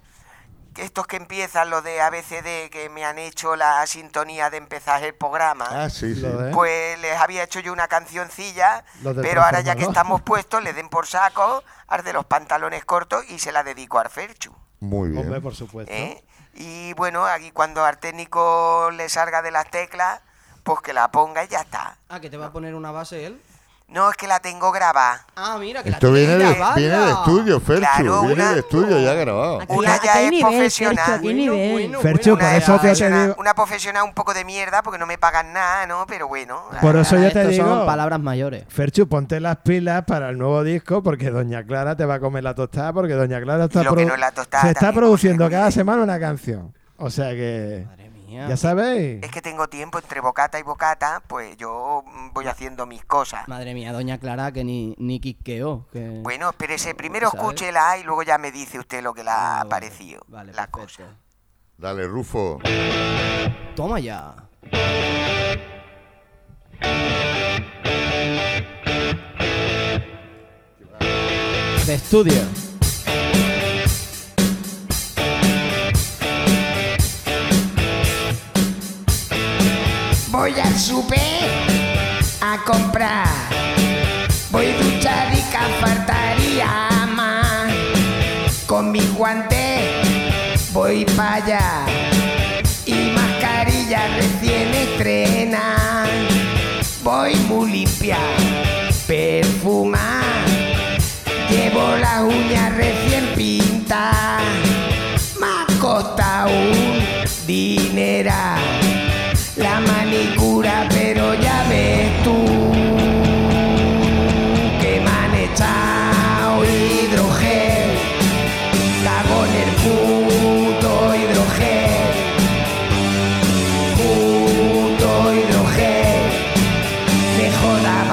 Speaker 10: que estos que empiezan, los de ABCD, que me han hecho la sintonía de empezar el programa,
Speaker 5: Ah, sí, sí.
Speaker 2: Lo de-
Speaker 10: pues les había hecho yo una cancioncilla,
Speaker 2: Los del
Speaker 10: pero ahora ya que
Speaker 2: transformador.
Speaker 10: estamos puestos, le den por saco, arde los pantalones cortos y se la dedico al Ferchu.
Speaker 5: Muy bien.
Speaker 2: Hombre, por supuesto.
Speaker 10: ¿eh? Y bueno, aquí cuando al técnico le salga de las teclas, pues que la ponga y ya está.
Speaker 3: Ah, que te va a poner una base él.
Speaker 10: No, es que la tengo grabada.
Speaker 3: Ah, mira,
Speaker 2: pues,
Speaker 3: que
Speaker 5: Esto
Speaker 3: la
Speaker 5: viene
Speaker 3: tiene
Speaker 5: de,
Speaker 3: grabada.
Speaker 5: viene de estudio, Ferchu.
Speaker 10: Claro,
Speaker 5: viene
Speaker 10: una-
Speaker 5: de estudio, ya ha grabado.
Speaker 7: Aquí-
Speaker 10: Una
Speaker 7: aquí
Speaker 10: ya
Speaker 7: hay
Speaker 10: es
Speaker 7: nivel,
Speaker 10: profesional.
Speaker 7: Sergio, aquí hay
Speaker 3: Bueno,
Speaker 7: nivel.
Speaker 3: bueno,
Speaker 2: Ferchu,
Speaker 3: bueno.
Speaker 2: por eso te-
Speaker 10: profesional-
Speaker 2: digo-
Speaker 10: una profesional un poco de mierda porque no me pagan nada, ¿no? Pero bueno. la
Speaker 2: Por
Speaker 10: verdad.
Speaker 2: eso yo te
Speaker 3: Estos
Speaker 2: digo.
Speaker 3: son palabras mayores.
Speaker 2: Ferchu, ponte las pilas para el nuevo disco porque Doña Clara te va a comer la tostada porque Doña Clara está
Speaker 10: Y lo que
Speaker 2: produ-
Speaker 10: no es la tostada
Speaker 2: se está
Speaker 10: también,
Speaker 2: produciendo
Speaker 10: porque-
Speaker 2: cada semana una canción. O sea que
Speaker 3: Madre mía.
Speaker 2: ya sabéis.
Speaker 10: Es que tengo tiempo entre bocata y bocata, pues yo mm, voy haciendo mis cosas.
Speaker 3: Madre mía, Doña Clara, que ni, ni quisqueó. Que...
Speaker 10: Bueno, espérese, primero
Speaker 3: ¿Sabes?
Speaker 10: escúchela y luego ya me dice usted lo que le
Speaker 3: Ah,
Speaker 10: ha
Speaker 3: vale.
Speaker 10: parecido.
Speaker 3: Vale,
Speaker 10: la
Speaker 3: perfecto.
Speaker 10: cosa.
Speaker 5: Dale, Rufo.
Speaker 3: Toma ya. De estudio.
Speaker 9: Voy al super a comprar. Voy duchadica, faltaría más. Con mi guante voy para allá. Y mascarilla recién estrena. Voy muy limpia, perfuma. Llevo las uñas recién pintadas. Me ha costado un dineral la manicura, pero ya ves tú que me han echado hidrogel, cago en el puto hidrogel, puto hidrogel, dejo la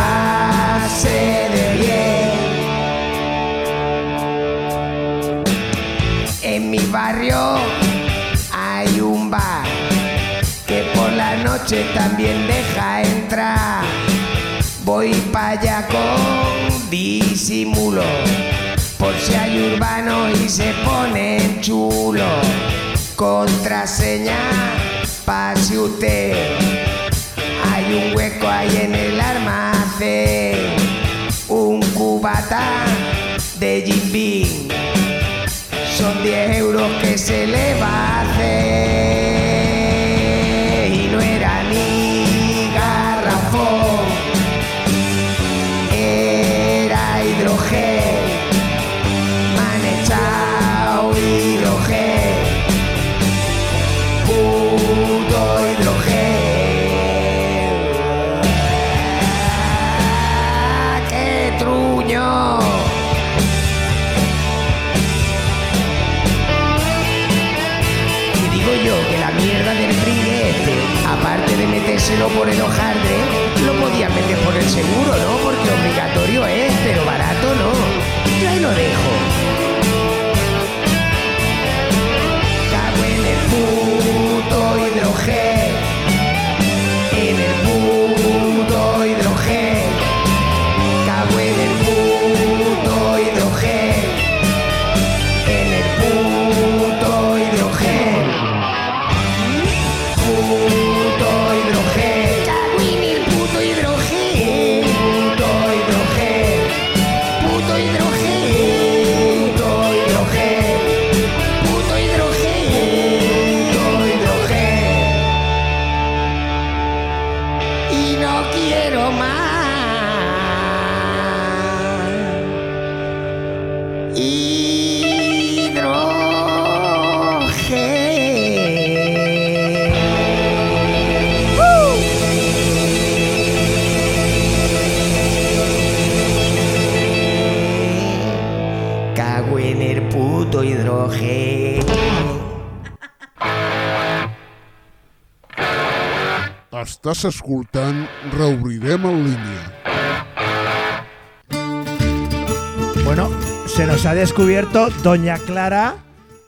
Speaker 9: base de bien. En mi barrio hay un bar que por la noche también deja entrar. Voy para allá con disimulo, por si hay urbano y se pone chulo. Contraseña, pase usted. Hay un hueco ahí en el armacén. Un cubata de Jim Son 10 euros que se le va a hacer. Y no era ni garrafón, era hidrogel. Manechao hidrogel. Puto hidrogel. ¡Ah, ¡Qué truño! Y digo yo que la mierda del PRI de este, aparte de metérselo por el hojaldre, lo podían meter por el seguro, ¿no? Porque obligatorio es, pero barato no. Yo ahí lo dejo. Cago en el puto hidrogel. En el puto hidrogel. Cago en el puto hidrogel. En el puto hidrogel. Puto hidrogel. Cagüín el puto hidrogel. Puto hidrogel. Puto hidrogel. Puto hidrogel. Puto hidrogel. Puto hidrogel. Y no quiero más. Hidrogel. Cago en el puto hidrogel.
Speaker 11: Estàs escoltant Reobrirem en línia.
Speaker 2: Bueno, se nos ha descubierto Doña Clara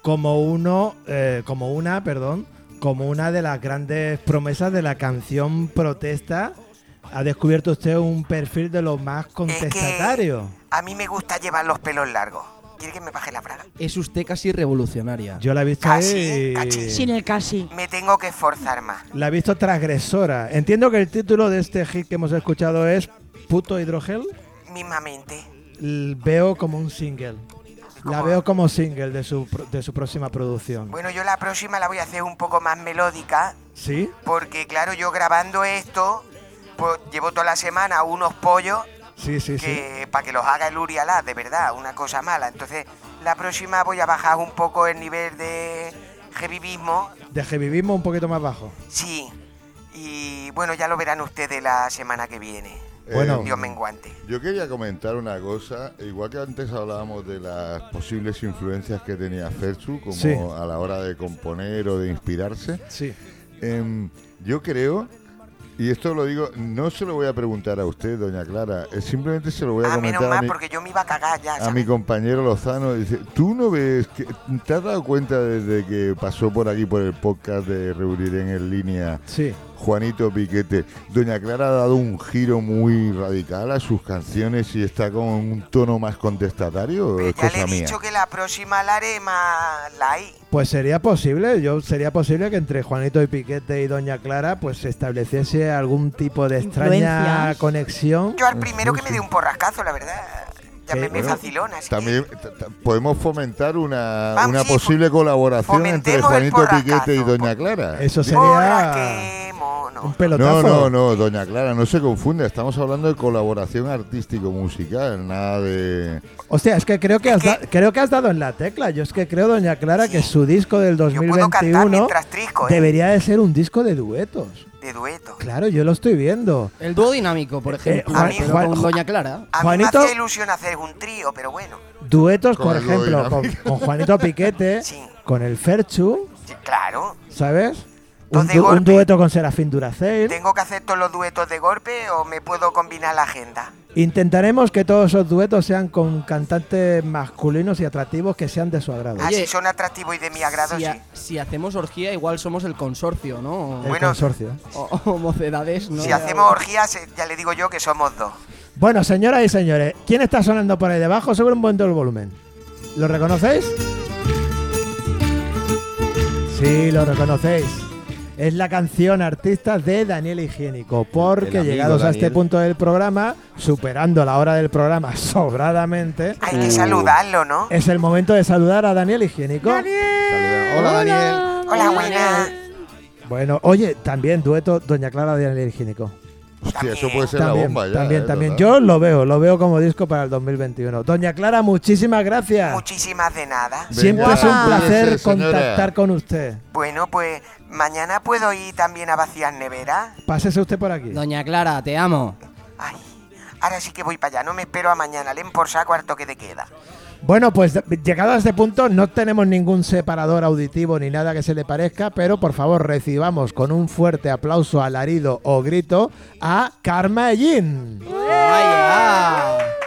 Speaker 2: como uno, eh, como una, perdón, como una de las grandes promesas de la canción protesta. Ha descubierto usted un perfil de los más contestatarios.
Speaker 10: A mí me gusta llevar los pelos largos. ¿Quiere que me baje la braga?
Speaker 3: Es usted casi revolucionaria.
Speaker 2: Yo la he visto ahí-
Speaker 7: el casi.
Speaker 10: Me tengo que esforzar más.
Speaker 2: la he visto transgresora. Entiendo que el título de este hit que hemos escuchado es Puto Hidrogel.
Speaker 10: Mismamente.
Speaker 2: L- Veo como un single. La veo como single de su, pro- de su próxima producción.
Speaker 10: Bueno, yo la próxima la voy a hacer un poco más melódica.
Speaker 2: ¿Sí?
Speaker 10: Porque, claro, yo grabando esto, pues llevo toda la semana unos pollos
Speaker 2: Sí, sí, sí.
Speaker 10: que para que los haga el Urialá, de verdad, una cosa mala. Entonces, la próxima voy a bajar un poco el nivel de heavyismo.
Speaker 2: De heavyismo un poquito más bajo.
Speaker 10: Sí. Y bueno, ya lo verán ustedes la semana que viene.
Speaker 5: Bueno.
Speaker 10: Dios menguante.
Speaker 5: Yo quería comentar una cosa, igual que antes hablábamos de las posibles influencias que tenía Ferchu, como
Speaker 2: Sí.
Speaker 5: a la hora de componer o de inspirarse. em,
Speaker 2: Sí.
Speaker 5: yo creo, y esto lo digo, no se lo voy a preguntar a usted, doña Clara, eh, simplemente se lo voy a
Speaker 10: Ah, menos
Speaker 5: comentar a
Speaker 10: mal,
Speaker 5: mi,
Speaker 10: porque yo me iba a cagar ya.
Speaker 5: a mi compañero Lozano. Dice, ¿tú no ves, que, te has dado cuenta desde que pasó por aquí por el podcast de Reunirén en línea?
Speaker 2: Sí.
Speaker 5: Juanito Piquete. Doña Clara ha dado un giro muy radical a sus canciones y está con un tono más contestatario. Es
Speaker 10: Ya le
Speaker 5: cosa
Speaker 10: he
Speaker 5: mía.
Speaker 10: dicho que la próxima la haré más light.
Speaker 2: Pues sería posible, yo sería posible que entre Juanito y Piquete y Doña Clara pues se estableciese algún tipo de extraña
Speaker 10: Influencias.
Speaker 2: conexión.
Speaker 5: Mm,
Speaker 10: Yo al primero que me dé un porrascazo, la verdad. Ya me, me
Speaker 5: Bueno,
Speaker 10: facilona. así
Speaker 5: También t- t- podemos fomentar una,
Speaker 10: Vamos,
Speaker 5: una
Speaker 10: sí,
Speaker 5: posible colaboración entre
Speaker 10: fomentemos el
Speaker 5: Juanito
Speaker 10: porracazo,
Speaker 5: Piquete y Doña Clara.
Speaker 2: Eso sería un pelotazo.
Speaker 5: No, no, no, doña Clara, no se confunda. Estamos hablando de colaboración artístico-musical, nada de...
Speaker 2: Hostia, es que creo que, has da- creo que has dado en la tecla. Yo es que creo, Doña Clara, que su disco del 2021 debería de ser un disco de duetos.
Speaker 10: De dueto.
Speaker 2: Claro, yo lo estoy viendo.
Speaker 3: El dúo dinámico, por ejemplo, eh,
Speaker 2: Juan-
Speaker 3: pero
Speaker 2: Juan-
Speaker 3: con Doña Clara.
Speaker 2: A mí me Juanito- hacía
Speaker 10: ilusión hacer un trío, pero bueno.
Speaker 2: Duetos,
Speaker 10: Con
Speaker 2: por
Speaker 10: algo
Speaker 2: ejemplo, con,
Speaker 10: dinámico.
Speaker 2: con Juanito Piquete, con el Ferchu,
Speaker 10: Claro.
Speaker 2: ¿sabes?
Speaker 10: Dos
Speaker 2: Un,
Speaker 10: de
Speaker 2: du- un
Speaker 10: golpe.
Speaker 2: dueto con Serafín Duracel.
Speaker 10: ¿Tengo que hacer todos los duetos de golpe o me puedo combinar la agenda?
Speaker 2: Intentaremos que todos esos duetos sean con cantantes masculinos y atractivos que sean de su agrado.
Speaker 10: Ah, si son atractivos y de mi agrado,
Speaker 3: si,
Speaker 10: sí.
Speaker 3: ha- si hacemos orgía, igual somos el consorcio, ¿no?
Speaker 2: El consorcio.
Speaker 3: O, o mocedades, ¿no?
Speaker 10: Si hacemos orgías, eh, ya le digo yo que somos dos.
Speaker 2: Bueno, señoras y señores, ¿quién está sonando por ahí debajo? Sobre un buen del volumen. ¿Lo reconocéis? Sí, lo reconocéis. Es la canción artista de Daniel Higiénico,
Speaker 4: El
Speaker 2: porque
Speaker 4: amigo
Speaker 2: llegados a este
Speaker 4: Daniel.
Speaker 2: punto del programa, superando la hora del programa sobradamente.
Speaker 10: Hay que saludarlo, ¿no?
Speaker 2: Es el momento de saludar a Daniel Higiénico.
Speaker 4: Hola, Daniel.
Speaker 7: eh,
Speaker 10: Hola, buena.
Speaker 2: Bueno, oye, también dueto Doña Clara de Daniel Higiénico.
Speaker 5: Hostia, eso puede ser la
Speaker 2: También,
Speaker 5: bomba ya.
Speaker 2: también,
Speaker 5: ¿eh?
Speaker 2: también.
Speaker 5: Total.
Speaker 2: Yo lo veo, lo veo como disco para el 2021. Doña Clara, muchísimas gracias.
Speaker 10: Muchísimas de nada.
Speaker 2: Siempre es un placer
Speaker 5: cuídese, señora.
Speaker 2: contactar con usted.
Speaker 10: Bueno, pues mañana puedo ir también a vaciar nevera.
Speaker 2: Pásese usted por aquí.
Speaker 3: Doña Clara, te amo.
Speaker 10: Ahora sí que voy para allá, no me espero a mañana, leen por saco harto que te queda.
Speaker 2: Bueno, pues de- llegado a este punto no tenemos ningún separador auditivo ni nada que se le parezca, pero por favor recibamos con un fuerte aplauso, alarido o grito a Karma Ellín.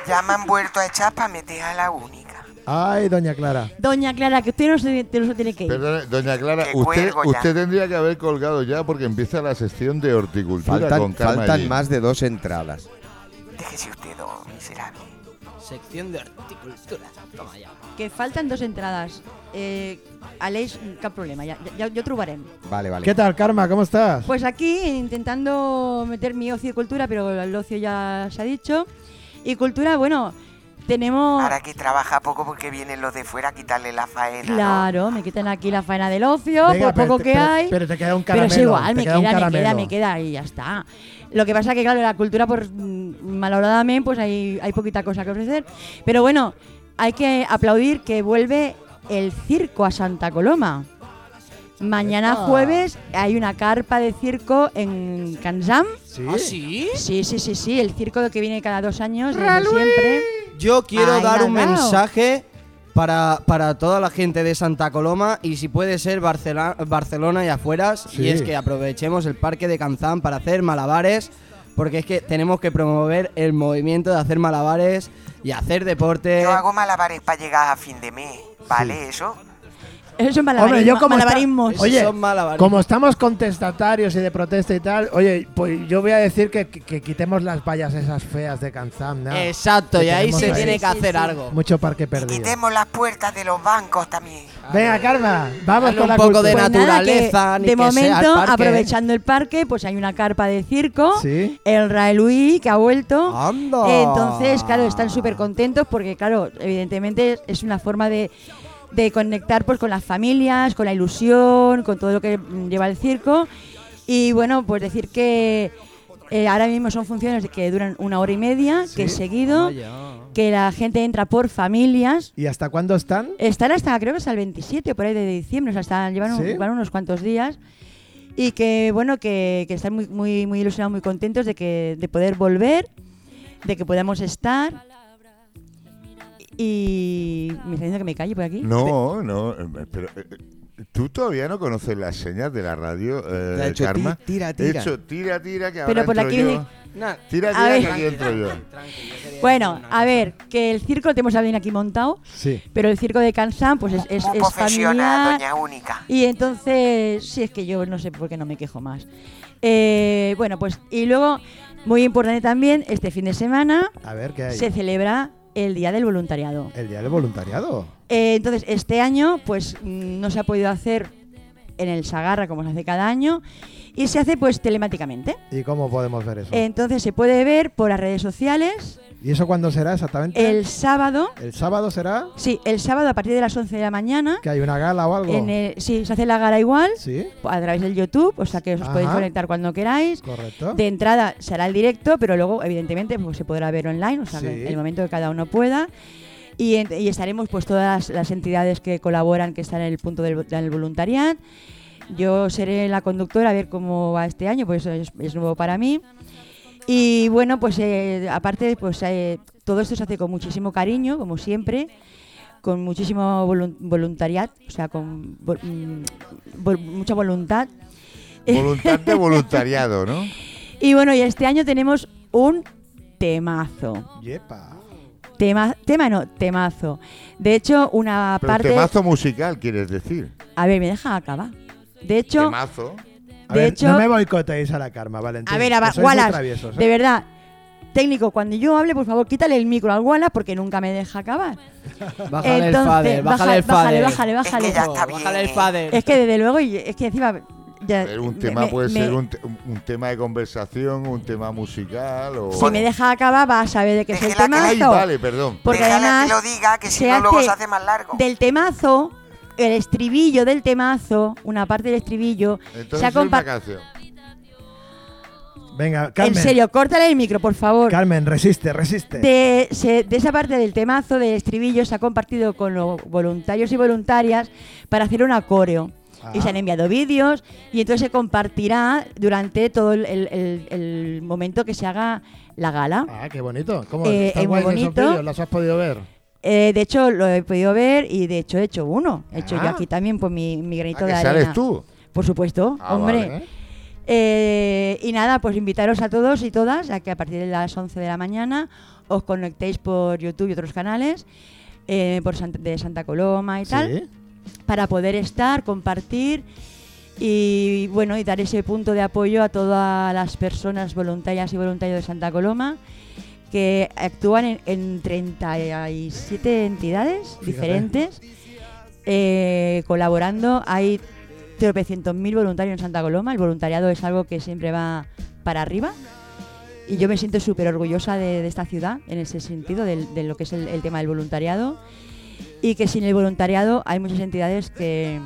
Speaker 10: Ya me han vuelto a echar para meter a la única.
Speaker 2: Ay, doña Clara.
Speaker 7: Doña Clara, que usted no se, te- no se tiene que ir.
Speaker 5: Perdone, doña Clara,
Speaker 10: Que
Speaker 5: usted,
Speaker 10: cuelgo ya.
Speaker 5: usted tendría que haber colgado ya porque empieza la sección de horticultura con
Speaker 4: Faltan,
Speaker 5: Karma
Speaker 4: faltan
Speaker 5: Jean.
Speaker 4: más de dos entradas.
Speaker 10: Déjese usted, don miserable.
Speaker 3: Sección de horticultura. Toma ya.
Speaker 7: Que faltan dos entradas. Eh, Aleix, cap problema, ja, ja, ja ho trobarem.
Speaker 4: Vale, vale.
Speaker 2: ¿Qué tal, Karma? ¿Cómo estás?
Speaker 7: Pues aquí intentando meter mi ocio y cultura, pero el ocio ya se ha dicho. Y cultura, bueno, tenemos...
Speaker 10: Ahora que trabaja poco porque vienen los de fuera a quitarle la faena. ¿no?
Speaker 7: Claro, me quitan aquí la faena del ocio,
Speaker 2: Venga,
Speaker 7: por
Speaker 2: pero
Speaker 7: poco
Speaker 2: te-
Speaker 7: que
Speaker 2: pero-
Speaker 7: hay.
Speaker 2: pero te queda un
Speaker 7: Pero es
Speaker 2: caramelo,
Speaker 7: igual,
Speaker 2: te
Speaker 7: me
Speaker 2: queda un
Speaker 7: queda, me queda,
Speaker 2: caramelo.
Speaker 7: me queda y ya está. Lo que pasa que, claro, la cultura, pues, mm, malauradamente, pues hay, hay poquita cosa que ofrecer. Pero bueno, hay que aplaudir que vuelve el circo a Santa Coloma. Mañana
Speaker 2: Epa.
Speaker 7: jueves hay una carpa de circo en Kansam.
Speaker 2: ¿Sí?
Speaker 3: ¿Ah, sí?
Speaker 7: Sí, sí, sí, sí, el circo que viene cada dos años, desde siempre.
Speaker 3: Yo quiero
Speaker 7: Ay,
Speaker 3: dar un
Speaker 7: Dalmao.
Speaker 3: mensaje para, para toda la gente de Santa Coloma y si puede ser Barcela- Barcelona y afueras.
Speaker 2: Sí.
Speaker 3: Y es que aprovechemos el parque de Canzán para hacer malabares, porque es que tenemos que promover el movimiento de hacer malabares y hacer deporte.
Speaker 2: Eh,
Speaker 10: Yo hago malabares para llegar a fin de mes, ¿vale? Eso.
Speaker 7: Eso es
Speaker 2: Hombre, yo como esta-
Speaker 7: Ah, malabarismos.
Speaker 3: Esos
Speaker 2: Oye,
Speaker 3: son malabares.
Speaker 2: como estamos contestatarios y de protesta y tal, oye, pues yo voy a decir que, que- que quitemos las vallas esas feas de Kanzam, ¿no?
Speaker 3: Exacto,
Speaker 2: Que
Speaker 3: y ahí
Speaker 2: tenemos
Speaker 3: se
Speaker 2: ahí
Speaker 3: tiene que
Speaker 7: Sí, sí,
Speaker 3: hacer
Speaker 7: sí.
Speaker 3: algo.
Speaker 2: Mucho parque
Speaker 10: Y
Speaker 2: perdido.
Speaker 10: quitemos las puertas de los bancos también.
Speaker 2: Venga, Karma, vamos
Speaker 3: Dale
Speaker 2: con
Speaker 3: un
Speaker 2: la
Speaker 3: poco de
Speaker 2: cultura.
Speaker 3: nat- naturaleza,
Speaker 7: Pues nada,
Speaker 3: ni
Speaker 7: de
Speaker 3: que sea el
Speaker 7: momento,
Speaker 3: parque.
Speaker 7: aprovechando el parque, pues hay una carpa de circo.
Speaker 2: Sí.
Speaker 7: El Raelui que ha vuelto.
Speaker 3: Anda.
Speaker 7: Entonces, claro, están súper contentos porque, claro, evidentemente es una forma de, de conectar pues, con las familias, con la ilusión, con todo lo que mm, lleva el circo. Y bueno, pues decir que eh, ahora mismo son funciones que duran una hora y media, que es seguido, que la gente entra por familias.
Speaker 2: ¿Y hasta cuándo están?
Speaker 7: Están hasta, creo que hasta el 27 o por ahí de diciembre, o sea, están- llevan, un-
Speaker 2: ¿Sí?
Speaker 7: llevan unos cuantos días. Y que, bueno, que, que están muy, muy, muy ilusionados, muy contentos de, que, de poder volver, de que podamos estar. Y. ¿Me está diciendo que me calle por aquí?
Speaker 5: No, no, eh, pero eh, eh, tú todavía no conoces las señas de la radio, eh,
Speaker 4: Te ha hecho
Speaker 5: Karma.
Speaker 4: ti- tira,
Speaker 5: He
Speaker 4: tira.
Speaker 5: hecho tira, tira, que ahora
Speaker 7: Pero por
Speaker 5: entro
Speaker 7: aquí
Speaker 5: yo.
Speaker 7: viene-
Speaker 3: Nah,
Speaker 5: Tira,
Speaker 7: A
Speaker 5: tira,
Speaker 7: ver.
Speaker 5: que aquí entro yo.
Speaker 7: Bueno, a ver, que el circo lo tenemos también aquí montado,
Speaker 2: Sí.
Speaker 7: pero el circo de Kansas pues es, es,
Speaker 10: Muy
Speaker 7: es
Speaker 10: profesional,
Speaker 7: familiar.
Speaker 10: doña Única.
Speaker 7: Y entonces, sí, es que yo no sé por qué no me quejo más. Eh, bueno, pues, y luego, muy importante también, este fin de semana
Speaker 2: A ver qué hay.
Speaker 7: se celebra el Día del Voluntariado.
Speaker 2: El día del voluntariado.
Speaker 7: Eh, entonces, este año, pues, mm, no se ha podido hacer en el Sagarra como se hace cada año y se hace, pues, telemáticamente.
Speaker 2: ¿Y cómo podemos ver eso?
Speaker 7: Entonces, se puede ver por las redes sociales
Speaker 2: ¿Y eso cuándo será exactamente?
Speaker 7: el sábado.
Speaker 2: ¿El sábado será
Speaker 7: Sí, el sábado a partir de las 11 de la mañana.
Speaker 2: que hay una gala o algo.
Speaker 7: En el- sí, se hace la gara igual
Speaker 2: Sí,
Speaker 7: a través del YouTube, o sea que os
Speaker 2: Ajá.
Speaker 7: podéis conectar cuando queráis.
Speaker 2: correcto.
Speaker 7: De entrada será el directo, pero luego, evidentemente, pues, se podrá ver online, o sea,
Speaker 2: Sí.
Speaker 7: en el momento que cada uno pueda. Y, en- y estaremos, pues, todas las, las entidades que colaboran, que están en el punto del, del voluntariado. Yo seré la conductora a ver cómo va este año, pues es, es nuevo para mí. Y bueno, pues eh, aparte, pues eh, todo esto se hace con muchísimo cariño, como siempre, con muchísimo volun- voluntariado, o sea, con vol- mm, vol- mucha voluntad.
Speaker 5: Voluntad de voluntariado, ¿no?
Speaker 7: Y bueno, y este año tenemos un temazo.
Speaker 2: Yepa.
Speaker 7: Tema, tema no, temazo. De hecho, una
Speaker 5: Pero
Speaker 7: parte.
Speaker 5: temazo musical, quieres decir.
Speaker 7: A ver, me deja acabar. De hecho,
Speaker 5: Temazo.
Speaker 2: A
Speaker 7: De
Speaker 2: ver,
Speaker 7: hecho-
Speaker 2: no me boicoteéis a la karma, Valentín.
Speaker 7: a ver, a
Speaker 2: que
Speaker 7: va-
Speaker 2: sois muy
Speaker 7: Wallace,
Speaker 2: traviesos, ¿eh?
Speaker 7: de verdad, Técnico, cuando yo hable, por favor, quítale el micro al Wala porque nunca me deja acabar.
Speaker 3: Bájale el
Speaker 7: Entonces,
Speaker 3: fader, bájale el
Speaker 7: Bájale,
Speaker 3: fader.
Speaker 7: bájale, bájale.
Speaker 3: Bájale el fader.
Speaker 7: Es que desde luego, y es que encima. ya-
Speaker 5: Pero Eh, un
Speaker 7: Eh, me-
Speaker 5: tema
Speaker 7: me-
Speaker 5: puede
Speaker 7: me-
Speaker 5: ser un, te- un- un tema de conversación, un tema musical o...
Speaker 7: Si me deja acabar, va a saber de qué es el temazo.
Speaker 5: Ay, vale, perdón.
Speaker 7: Porque además. se hace Del temazo, el estribillo del temazo, una parte del estribillo.
Speaker 5: Entonces
Speaker 7: se ha
Speaker 5: es una
Speaker 7: compa-
Speaker 5: canción.
Speaker 2: Venga,
Speaker 7: en
Speaker 2: Carmen.
Speaker 7: serio, córtale el micro, por favor.
Speaker 2: Carmen, resiste, resiste.
Speaker 7: De, se- de esa parte del temazo, del estribillo, se ha compartido con los voluntarios y voluntarias para hacer un acóreo. Y
Speaker 2: Ah.
Speaker 7: se han enviado vídeos y entonces se compartirá durante todo el, el- el- el momento que se haga la gala.
Speaker 2: Ah, qué bonito. ¿Cómo?
Speaker 7: Eh,
Speaker 2: Están
Speaker 7: es muy
Speaker 2: guays esos
Speaker 7: bonito.
Speaker 2: vídeos, ¿Los has podido ver?
Speaker 7: Eh, de hecho, lo he podido ver y de hecho he hecho uno. He hecho yo
Speaker 2: Ah.
Speaker 7: aquí también por mi, mi granito
Speaker 2: Ah,
Speaker 7: de
Speaker 2: que
Speaker 7: arena.
Speaker 2: sales tú.
Speaker 7: Por supuesto,
Speaker 2: Ah,
Speaker 7: hombre.
Speaker 2: vale.
Speaker 7: Eh, y nada, pues invitaros a todos y todas a que a partir de las 11 de la mañana os conectéis por YouTube y otros canales, eh, por Sant- de Santa Coloma y tal, para poder estar, compartir y bueno, y dar ese punto de apoyo a todas las personas voluntarias y voluntarios de Santa Coloma que actúan en, en 37 entidades
Speaker 12: Fíjate.
Speaker 7: diferentes eh, colaborando. Hay tropecientos mil voluntarios en Santa Coloma. El voluntariado es algo que siempre va para arriba. Y yo me siento súper orgullosa de, de esta ciudad en ese sentido, del- de, lo que es el, el tema del voluntariado. Y que sin el voluntariado hay muchas entidades que,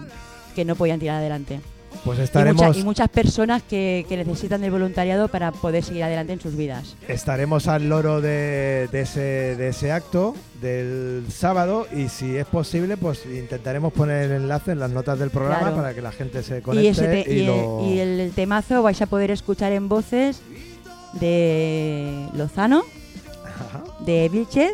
Speaker 7: que no podían tirar adelante.
Speaker 2: Pues
Speaker 7: Y mucha-
Speaker 2: estaremos.
Speaker 7: Y, muchas personas que, que necesitan del voluntariado para poder seguir adelante en sus vidas.
Speaker 2: Estaremos al loro de, de ese, de ese acto del sábado y si es posible pues intentaremos poner el enlace en las notas del programa
Speaker 7: Claro.
Speaker 2: para que la gente se
Speaker 7: Y, ese
Speaker 2: conecte
Speaker 7: te-
Speaker 2: este y,
Speaker 7: y el-
Speaker 2: lo-
Speaker 7: y el, temazo vais a poder escuchar en voces de Lozano, de Vilchez.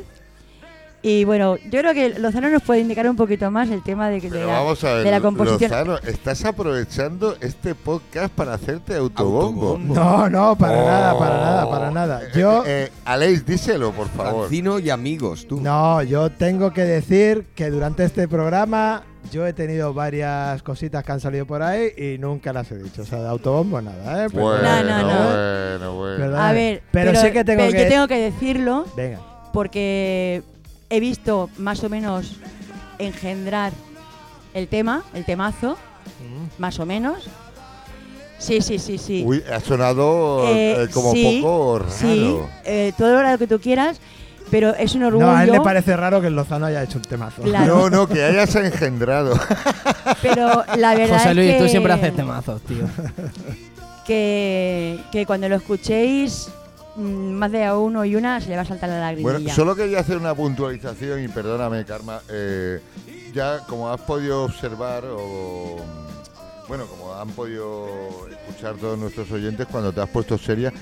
Speaker 7: Y bueno, yo creo que Lozano nos puede indicar un poquito más el tema de, que- de
Speaker 5: Pero
Speaker 7: la,
Speaker 5: vamos a ver,
Speaker 7: de la composición.
Speaker 5: Lozano, estás aprovechando este podcast para hacerte autobombo.
Speaker 2: No, no, para nada, para nada, para nada. Yo
Speaker 5: Eh, Aleix, díselo, por favor.
Speaker 4: Francino y amigos, tú.
Speaker 2: No, yo tengo que decir que durante este programa yo he tenido varias cositas que han salido por ahí y nunca las he dicho. O sea, de autobombo nada, ¿eh? Pero-
Speaker 5: Bueno,
Speaker 7: no.
Speaker 5: bueno, bueno.
Speaker 2: Perdona.
Speaker 7: A ver,
Speaker 2: pero, sí que tengo
Speaker 7: pero
Speaker 2: que...
Speaker 7: yo tengo que decirlo
Speaker 2: Venga.
Speaker 7: porque he visto más o menos engendrar el tema, el temazo, más o menos. Sí, sí, sí, sí.
Speaker 5: Uy, ha sonado
Speaker 7: Eh,
Speaker 5: eh, como
Speaker 7: sí,
Speaker 5: poco raro.
Speaker 7: Sí, eh, todo lo que tú quieras, pero es un orgullo.
Speaker 2: No, a él le parece raro que el Lozano haya hecho un temazo.
Speaker 5: No,
Speaker 7: Claro.
Speaker 5: no, que hayas engendrado.
Speaker 7: Pero la verdad
Speaker 3: José Luis,
Speaker 7: es que,
Speaker 3: tú siempre haces temazos, tío.
Speaker 7: que, que cuando lo escuchéis, mm, más de a uno y una se le va a saltar la lagrimilla.
Speaker 5: Bueno, solo quería hacer una puntualización y perdóname, Karma. eh, ya como has podido observar o bueno, como han podido escuchar todos nuestros oyentes, cuando te has puesto seria,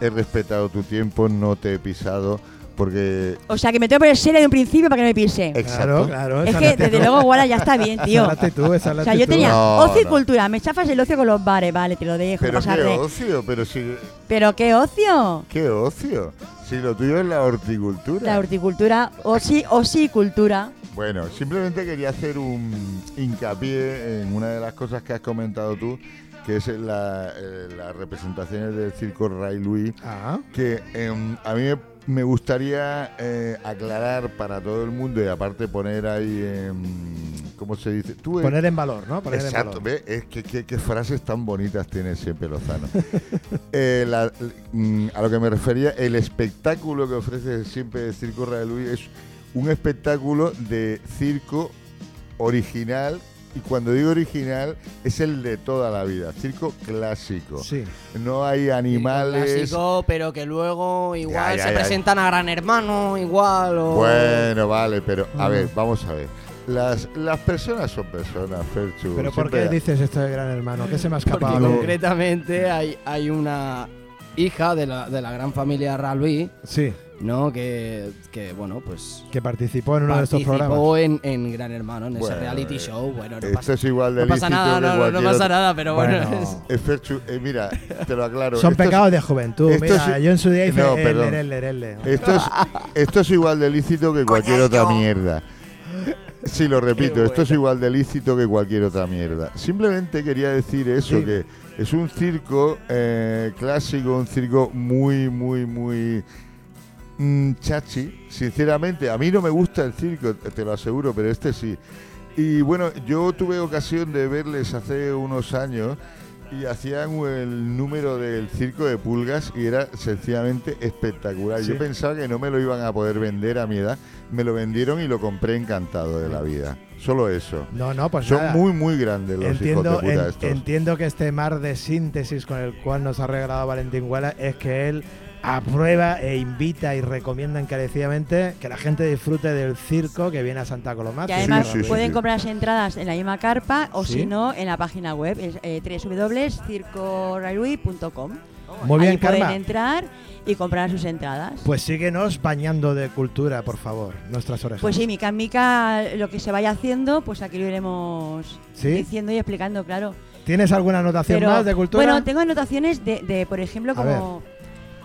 Speaker 5: he respetado tu tiempo, no te he pisado, porque
Speaker 7: O sea, que me tengo que poner seria de un principio para que no me pise.
Speaker 5: Exacto. Claro, claro,
Speaker 7: Es
Speaker 5: esa
Speaker 7: que,
Speaker 5: es la
Speaker 7: desde
Speaker 5: actitud.
Speaker 7: luego, Guara, ya está bien, tío.
Speaker 5: Esa es la actitud, esa es la
Speaker 7: o sea, yo
Speaker 5: actitud.
Speaker 7: tenía
Speaker 5: No,
Speaker 7: ocio y
Speaker 5: no.
Speaker 7: cultura. Me chafas el ocio con los bares, vale, te lo dejo.
Speaker 5: pero
Speaker 7: no pasa
Speaker 5: qué
Speaker 7: nada.
Speaker 5: ocio, pero si
Speaker 7: Pero qué ocio.
Speaker 5: qué ocio. Si lo tuyo es la horticultura.
Speaker 7: La horticultura, o sí, o sí, cultura.
Speaker 5: Bueno, simplemente quería hacer un hincapié en una de las cosas que has comentado tú, que es la- eh, las representaciones del circo Ray Louis,
Speaker 2: Ah,
Speaker 5: que em, a mí me- me gustaría eh, aclarar para todo el mundo y aparte poner ahí, em, ¿cómo se dice? Tú, eh,
Speaker 2: Poner en valor, ¿no? Poner en
Speaker 5: Exacto,
Speaker 2: valor.
Speaker 5: ve, es que, que- qué frases tan bonitas tiene siempre Lozano. Eh, la- mm, a lo que me refería, el espectáculo que ofrece siempre el Circo Real Luis es un espectáculo de circo original. Y cuando digo original, es el de toda la vida, circo clásico.
Speaker 2: Sí.
Speaker 5: No hay animales.
Speaker 3: Clásico, pero que luego igual
Speaker 5: Ya, ya,
Speaker 3: se
Speaker 5: ya.
Speaker 3: presentan a Gran Hermano, igual o...
Speaker 5: Bueno, vale, pero a
Speaker 3: Mm.
Speaker 5: ver, vamos a ver. Las, las personas son personas, Ferchu.
Speaker 2: Pero ¿por
Speaker 5: siempre-
Speaker 2: qué dices esto de Gran Hermano? ¿Qué se me ha
Speaker 3: Porque
Speaker 2: escapado?
Speaker 3: concretamente hay, hay una hija de la, de la gran familia Ralui,
Speaker 2: Sí,
Speaker 3: ¿no? Que, que, bueno, pues
Speaker 2: que participó en uno de estos
Speaker 3: participó
Speaker 2: programas.
Speaker 3: en, en Gran Hermano, en ese
Speaker 5: Bueno,
Speaker 3: reality show. Bueno, no
Speaker 5: Esto
Speaker 3: pasa,
Speaker 5: es igual de
Speaker 3: no pasa
Speaker 5: lícito
Speaker 3: nada,
Speaker 5: que
Speaker 3: no, no, no
Speaker 5: cualquier
Speaker 3: pasa
Speaker 5: otro.
Speaker 3: nada, pero bueno.
Speaker 2: Bueno.
Speaker 3: es-
Speaker 5: Eh, Ferchu, eh, mira, te lo aclaro.
Speaker 2: Son
Speaker 5: Esto es-
Speaker 2: pecados de juventud.
Speaker 5: esto
Speaker 2: Mira,
Speaker 5: es-
Speaker 2: yo en su día hice
Speaker 5: No,
Speaker 2: el-
Speaker 5: perdón. Eh,
Speaker 2: el- el- el- el-
Speaker 5: Esto es, esto es igual de lícito que cualquier otra mierda. Sí, lo repito, esto es igual de lícito que cualquier otra mierda. Simplemente quería decir eso, que es un circo eh, clásico, un circo muy, muy, muy mm, chachi. Sinceramente, a mí no me gusta el circo, te te lo aseguro, pero este sí. Y bueno, yo tuve ocasión de verles hace unos años y hacían el número del circo de pulgas y era sencillamente espectacular.
Speaker 11: Sí.
Speaker 5: Yo pensaba que no me lo iban a poder vender a mi edad. Me lo vendieron y lo compré encantado de la vida. Solo eso.
Speaker 2: No, no, pues
Speaker 5: Son
Speaker 2: nada.
Speaker 5: muy, muy grandes los
Speaker 2: Entiendo,
Speaker 5: hijos de puta
Speaker 2: en-
Speaker 5: estos.
Speaker 2: entiendo que este mar de síntesis con el cual nos ha regalado Valentín Huela es que él aprueba e invita y recomienda encarecidamente que la gente disfrute del circo que viene a Santa Coloma.
Speaker 7: Que además
Speaker 2: Circo
Speaker 7: pueden
Speaker 2: Ramírez.
Speaker 7: comprar las entradas en la misma carpa o
Speaker 2: Ah, Sí.
Speaker 7: si no en la página web, es eh, www.circorailway.com.
Speaker 2: Muy bien,
Speaker 7: Ahí pueden
Speaker 2: Karma.
Speaker 7: entrar y comprar sus entradas.
Speaker 2: Pues síguenos bañando de cultura, por favor, nuestras orejas.
Speaker 7: Pues sí, mica en mica lo que se vaya haciendo, pues aquí lo iremos
Speaker 2: ¿Sí?
Speaker 7: diciendo y explicando, claro.
Speaker 2: ¿Tienes alguna anotación
Speaker 7: Pero,
Speaker 2: más de cultura?
Speaker 7: Bueno, tengo anotaciones de, de, por ejemplo,
Speaker 5: A ver.
Speaker 7: como...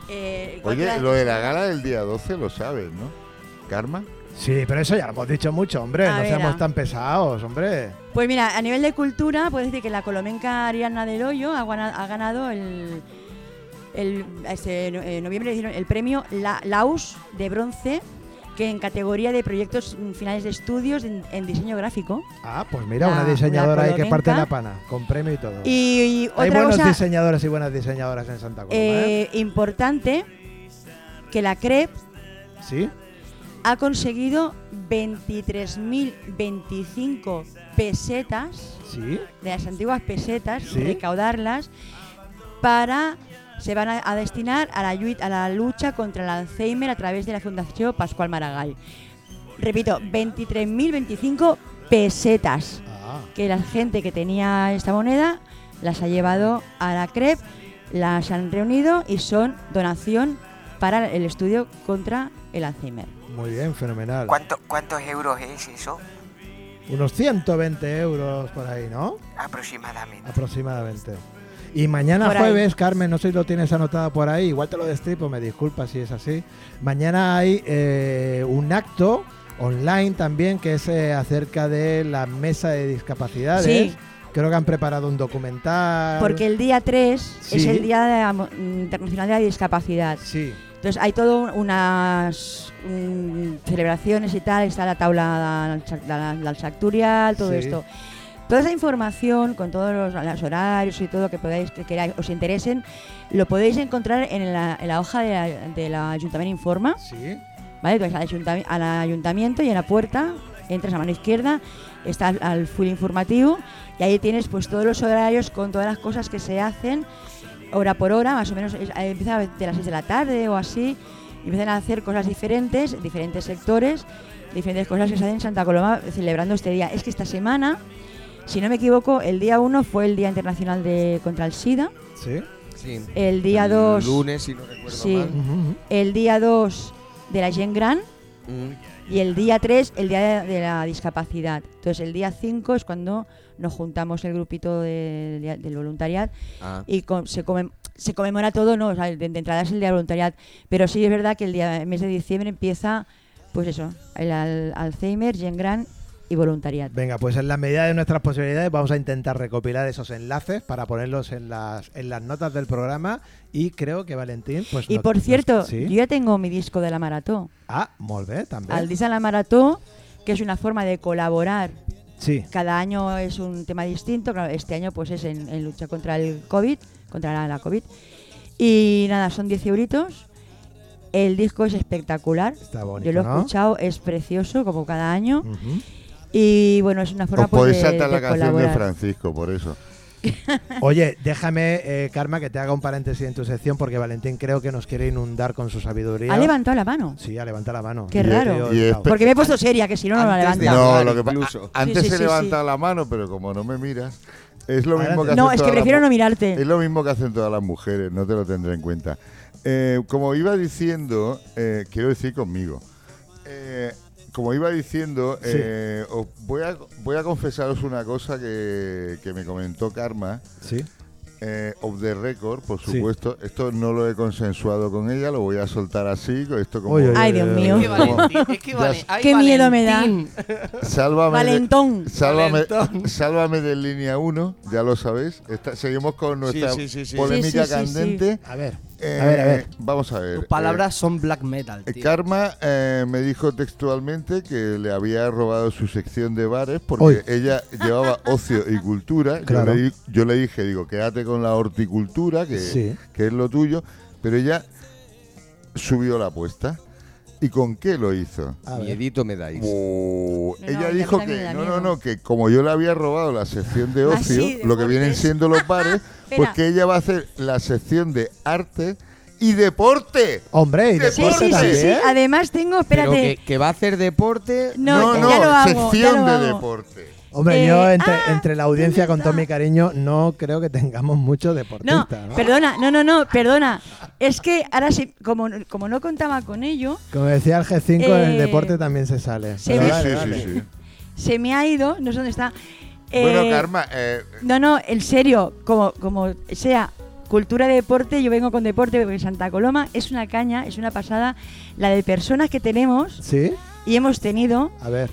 Speaker 7: eh,
Speaker 5: Oye,
Speaker 7: cultura-
Speaker 5: lo de la gala del día 12 lo sabes, ¿no? ¿Karma?
Speaker 2: Sí, pero eso ya lo hemos dicho mucho, hombre.
Speaker 7: A
Speaker 2: no
Speaker 7: ver,
Speaker 2: seamos
Speaker 7: a-
Speaker 2: tan pesados, hombre.
Speaker 7: Pues mira, a nivel de cultura, puedo decir que la colomenca Ariana del Hoyo ha guana- ha ganado el, el- ese no- eh, noviembre le dieron el premio La- Laus de bronce, que en categoría de proyectos mm, finales de estudios en, en diseñadora gráfico.
Speaker 2: Ah, pues mira,
Speaker 7: La-
Speaker 2: una
Speaker 7: la
Speaker 2: diseñadora ahí que
Speaker 7: colomenca.
Speaker 2: parte la pana, con premio y todo.
Speaker 7: Y, y
Speaker 2: Hay
Speaker 7: otra
Speaker 2: buenos
Speaker 7: cosa
Speaker 2: diseñadores y buenas diseñadoras en Santa Coloma, ¿eh?
Speaker 7: eh, importante, que la CREP
Speaker 2: ¿Sí?
Speaker 7: ha conseguido 23.025 pesetas
Speaker 2: ¿Sí?
Speaker 7: de las antiguas pesetas,
Speaker 2: Sí.
Speaker 7: recaudarlas, para se van a, a destinar a la, llu- a la lucha contra el Alzheimer a través de la Fundación Pascual Maragall. Repito, 23.025 pesetas
Speaker 2: Ah,
Speaker 7: que la gente que tenía esta moneda las ha llevado a la CREP, las han reunido y son donación para el estudio contra el Alzheimer.
Speaker 2: Muy bien, fenomenal.
Speaker 10: ¿Cuánto- ¿Cuántos euros es eso?
Speaker 2: Unos 120 euros por ahí, ¿no?
Speaker 10: Aproximadamente.
Speaker 2: Aproximadamente. Y mañana
Speaker 10: Por ahí.
Speaker 2: jueves, Carmen, no sé si lo tienes anotado por ahí, igual te lo destripo, me disculpa si es así. Mañana hay eh, un acto online también que es eh, acerca de la mesa de discapacidades.
Speaker 7: Sí.
Speaker 2: Creo que han preparado un documental.
Speaker 7: Porque el día 3 es
Speaker 2: Sí.
Speaker 7: el Día de la Mo- Internacional de la Discapacidad.
Speaker 2: Sí.
Speaker 7: Entonces hay todo un- unas mm, celebraciones y tal, está la taula del sac- la- del Sacturial, todo
Speaker 12: Sí.
Speaker 7: esto. Toda esa información con todos los, los horarios y todo lo que podáis que queráis, os interesen, lo podéis encontrar en la, en la hoja de la, de la Ayuntamiento Informa.
Speaker 2: Sí.
Speaker 7: ¿Vale? Tú vas al, ayuntami- al ayuntamiento y en la puerta entras a mano izquierda, está al, al full informativo y ahí tienes pues todos los horarios con todas las cosas que se hacen hora por hora, más o menos es- eh, empieza de las 6 de la tarde o así, y empiezan a hacer cosas diferentes, diferentes sectores, diferentes cosas que se hacen en Santa Coloma celebrando este día. Es que esta semana, si no me equivoco, el día 1 fue el Día Internacional de contra el SIDA.
Speaker 2: Sí.
Speaker 4: Sí.
Speaker 7: El día 2.
Speaker 4: Lunes, si no recuerdo
Speaker 7: sí.
Speaker 4: mal.
Speaker 7: El día 2 de la Gen Gran.
Speaker 4: Mm.
Speaker 7: Y el día 3, el día de, de la discapacidad. Entonces, el día 5 es cuando nos juntamos el grupito de- de- del voluntariado
Speaker 12: Ah.
Speaker 7: y con- se, comem- se conmemora todo, ¿no? O sea, de, de entrada es el día del voluntariado. Pero sí es verdad que el, día, el mes de diciembre empieza, pues eso, el al- Alzheimer, Gen Gran y voluntariado.
Speaker 2: Venga, pues en la medida de nuestras posibilidades vamos a intentar recopilar esos enlaces para ponerlos en las, en las notas del programa y creo que Valentín pues
Speaker 7: Y
Speaker 2: no-
Speaker 7: por
Speaker 2: nos-
Speaker 7: cierto,
Speaker 2: ¿sí?
Speaker 7: yo ya tengo mi disco de la maratón.
Speaker 2: Ah, molt bé, també.
Speaker 7: Al disco de la maratón, que es una forma de colaborar
Speaker 2: Sí.
Speaker 7: Cada año es un tema distinto. Claro, este año pues es en, en lucha contra el COVID, contra la, la COVID. Y nada, son 10 euritos. El disco es espectacular.
Speaker 2: Está bonito,
Speaker 7: Yo lo he
Speaker 2: ¿no?
Speaker 7: escuchado, es precioso, como cada año. Y bueno, es una forma
Speaker 5: Mm. Os podéis
Speaker 7: pues, de,
Speaker 5: saltar la
Speaker 7: de
Speaker 5: canción de
Speaker 7: colaborar.
Speaker 5: Francisco, por eso.
Speaker 2: Oye, déjame, eh, Karma, que te haga un paréntesis en tu sección porque Valentín creo que nos quiere inundar con su sabiduría.
Speaker 7: Ha levantado la mano.
Speaker 2: Sí, ha levantado la mano.
Speaker 7: Qué
Speaker 2: Yo-
Speaker 7: raro.
Speaker 2: yo- yo-
Speaker 7: Porque me he puesto seria, que si no, no la
Speaker 5: Antes de
Speaker 7: levanta.
Speaker 5: hablar, No, lo que pa- incluso. a- antes
Speaker 7: Sí, sí,
Speaker 5: se
Speaker 7: sí,
Speaker 5: levanta
Speaker 7: sí.
Speaker 5: la mano, pero como no me miras, es lo mismo
Speaker 7: Adelante.
Speaker 5: que
Speaker 7: No,
Speaker 5: hacen
Speaker 7: es que
Speaker 5: todas las
Speaker 7: prefiero
Speaker 5: mu-
Speaker 7: no mirarte.
Speaker 5: Es lo mismo que hacen todas las mujeres, no te lo tendré en cuenta. Eh, como iba diciendo, eh, quiero decir conmigo. eh, como iba diciendo,
Speaker 11: Sí.
Speaker 5: eh, os voy, a, voy a confesaros una cosa que, que me comentó Karma.
Speaker 2: Sí.
Speaker 5: eh, off the record, por supuesto. Esto no lo he consensuado con ella, lo voy a soltar así. Esto como,
Speaker 7: Oye, oye, Ay, Dios oye, mío. oye.
Speaker 5: Como-
Speaker 7: Qué miedo me da.
Speaker 5: Sálvame
Speaker 7: Valentón.
Speaker 5: De, sálvame, sálvame de línea 1, ya lo sabéis. Está- seguimos con nuestra
Speaker 4: sí, sí, sí.
Speaker 5: polémica
Speaker 4: Sí, sí, sí, sí.
Speaker 5: candente.
Speaker 4: A ver,
Speaker 5: Eh,
Speaker 4: a ver, a ver.
Speaker 5: Vamos a ver.
Speaker 3: Tus palabras son black metal,
Speaker 5: Eh,
Speaker 3: tío.
Speaker 5: Karma eh, me dijo textualmente que le había robado su sección de bares porque
Speaker 2: Uy.
Speaker 5: ella llevaba ocio y cultura. Yo
Speaker 2: Claro.
Speaker 5: le di- Yo, le, dije, digo, quédate con la horticultura, que,
Speaker 2: Sí.
Speaker 5: que es lo tuyo, pero ella subió la apuesta. ¿Y con qué lo hizo?
Speaker 4: Miedito me dais.
Speaker 5: Oh,
Speaker 4: No, no,
Speaker 5: ella
Speaker 4: a mí
Speaker 5: dijo
Speaker 4: también
Speaker 5: que
Speaker 4: me da
Speaker 5: no, no,
Speaker 4: miedo.
Speaker 5: no, que como yo le había robado la sección de
Speaker 4: Así,
Speaker 5: ocio,
Speaker 4: de
Speaker 5: lo que vienen siendo los bares, pues
Speaker 4: Espera.
Speaker 5: que ella va a hacer la sección de arte y deporte.
Speaker 2: Hombre, y
Speaker 7: Sí, sí, sí, sí. Además tengo,
Speaker 4: Pero
Speaker 7: espérate.
Speaker 4: que, que va a hacer deporte.
Speaker 5: No,
Speaker 7: No, ya
Speaker 5: no,
Speaker 7: lo hago, ya
Speaker 5: sección
Speaker 7: lo
Speaker 5: de
Speaker 7: hago.
Speaker 5: deporte.
Speaker 2: Hombre,
Speaker 7: Eh,
Speaker 2: yo entre, entre la audiencia, con todo mi cariño, no creo que tengamos muchos
Speaker 7: No,
Speaker 2: deportistas. ¿no?
Speaker 7: perdona, no, no, no, perdona. Es que ahora sí, como, como no contaba con ello,
Speaker 2: Como decía el G5, en el
Speaker 7: Eh,
Speaker 2: deporte también se sale.
Speaker 7: se
Speaker 2: Pero
Speaker 7: ve-
Speaker 2: dale,
Speaker 7: Sí, sí,
Speaker 2: dale.
Speaker 5: sí.
Speaker 7: se me ha ido, no sé dónde está.
Speaker 5: Bueno,
Speaker 7: Eh,
Speaker 5: Karma, eh,
Speaker 7: No, no, en serio, como, como sea cultura de deporte, yo vengo con deporte porque Santa Coloma es una caña, es una pasada, la de personas que tenemos
Speaker 2: ¿Sí?
Speaker 7: y hemos tenido
Speaker 2: A ver.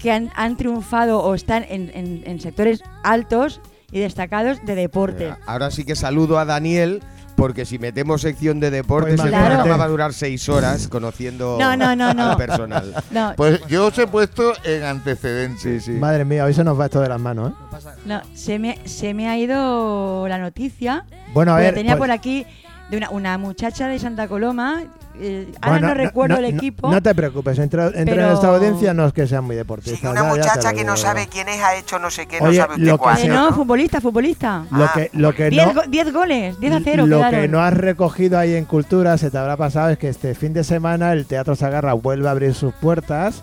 Speaker 7: que han, han triunfado o están en, en- en sectores altos y destacados de deporte.
Speaker 4: Eh, Ahora sí que saludo a Daniel, porque si metemos sección de deportes,
Speaker 7: Pues
Speaker 4: el
Speaker 7: imagínate.
Speaker 4: programa va a durar seis horas conociendo
Speaker 7: No, no, no,
Speaker 4: al
Speaker 7: no.
Speaker 4: personal.
Speaker 7: No,
Speaker 5: pues yo os he puesto en antecedentes.
Speaker 2: Madre mía, hoy se nos va esto de las manos, ¿eh?
Speaker 7: no, se me, se me ha ido la noticia.
Speaker 2: Bueno, a
Speaker 7: porque
Speaker 2: ver,
Speaker 7: Tenía
Speaker 2: pues-
Speaker 7: por aquí de una, una muchacha de Santa Coloma, eh, ahora
Speaker 2: Bueno,
Speaker 7: no, recuerdo el
Speaker 2: no-
Speaker 7: equipo.
Speaker 2: No, te preocupes, entre, entre
Speaker 7: pero-
Speaker 2: nuestra audiencia no es que sean muy deportistas. ya-
Speaker 10: Una
Speaker 2: ya te
Speaker 10: muchacha
Speaker 2: lo
Speaker 10: que no
Speaker 2: digo.
Speaker 10: sabe quién es ha hecho no sé qué,
Speaker 2: Oye,
Speaker 10: no sabe
Speaker 2: lo
Speaker 10: usted
Speaker 2: que
Speaker 10: cuál.
Speaker 2: se-
Speaker 7: Eh, no, futbolista, futbolista.
Speaker 10: Ah,
Speaker 2: Lo que, lo que
Speaker 7: 10
Speaker 2: no,
Speaker 7: goles, 10 a 0
Speaker 2: lo
Speaker 7: quedaron.
Speaker 2: que no has recogido ahí en cultura, se te habrá pasado, es que este fin de semana el Teatro Sagarra vuelve a abrir sus puertas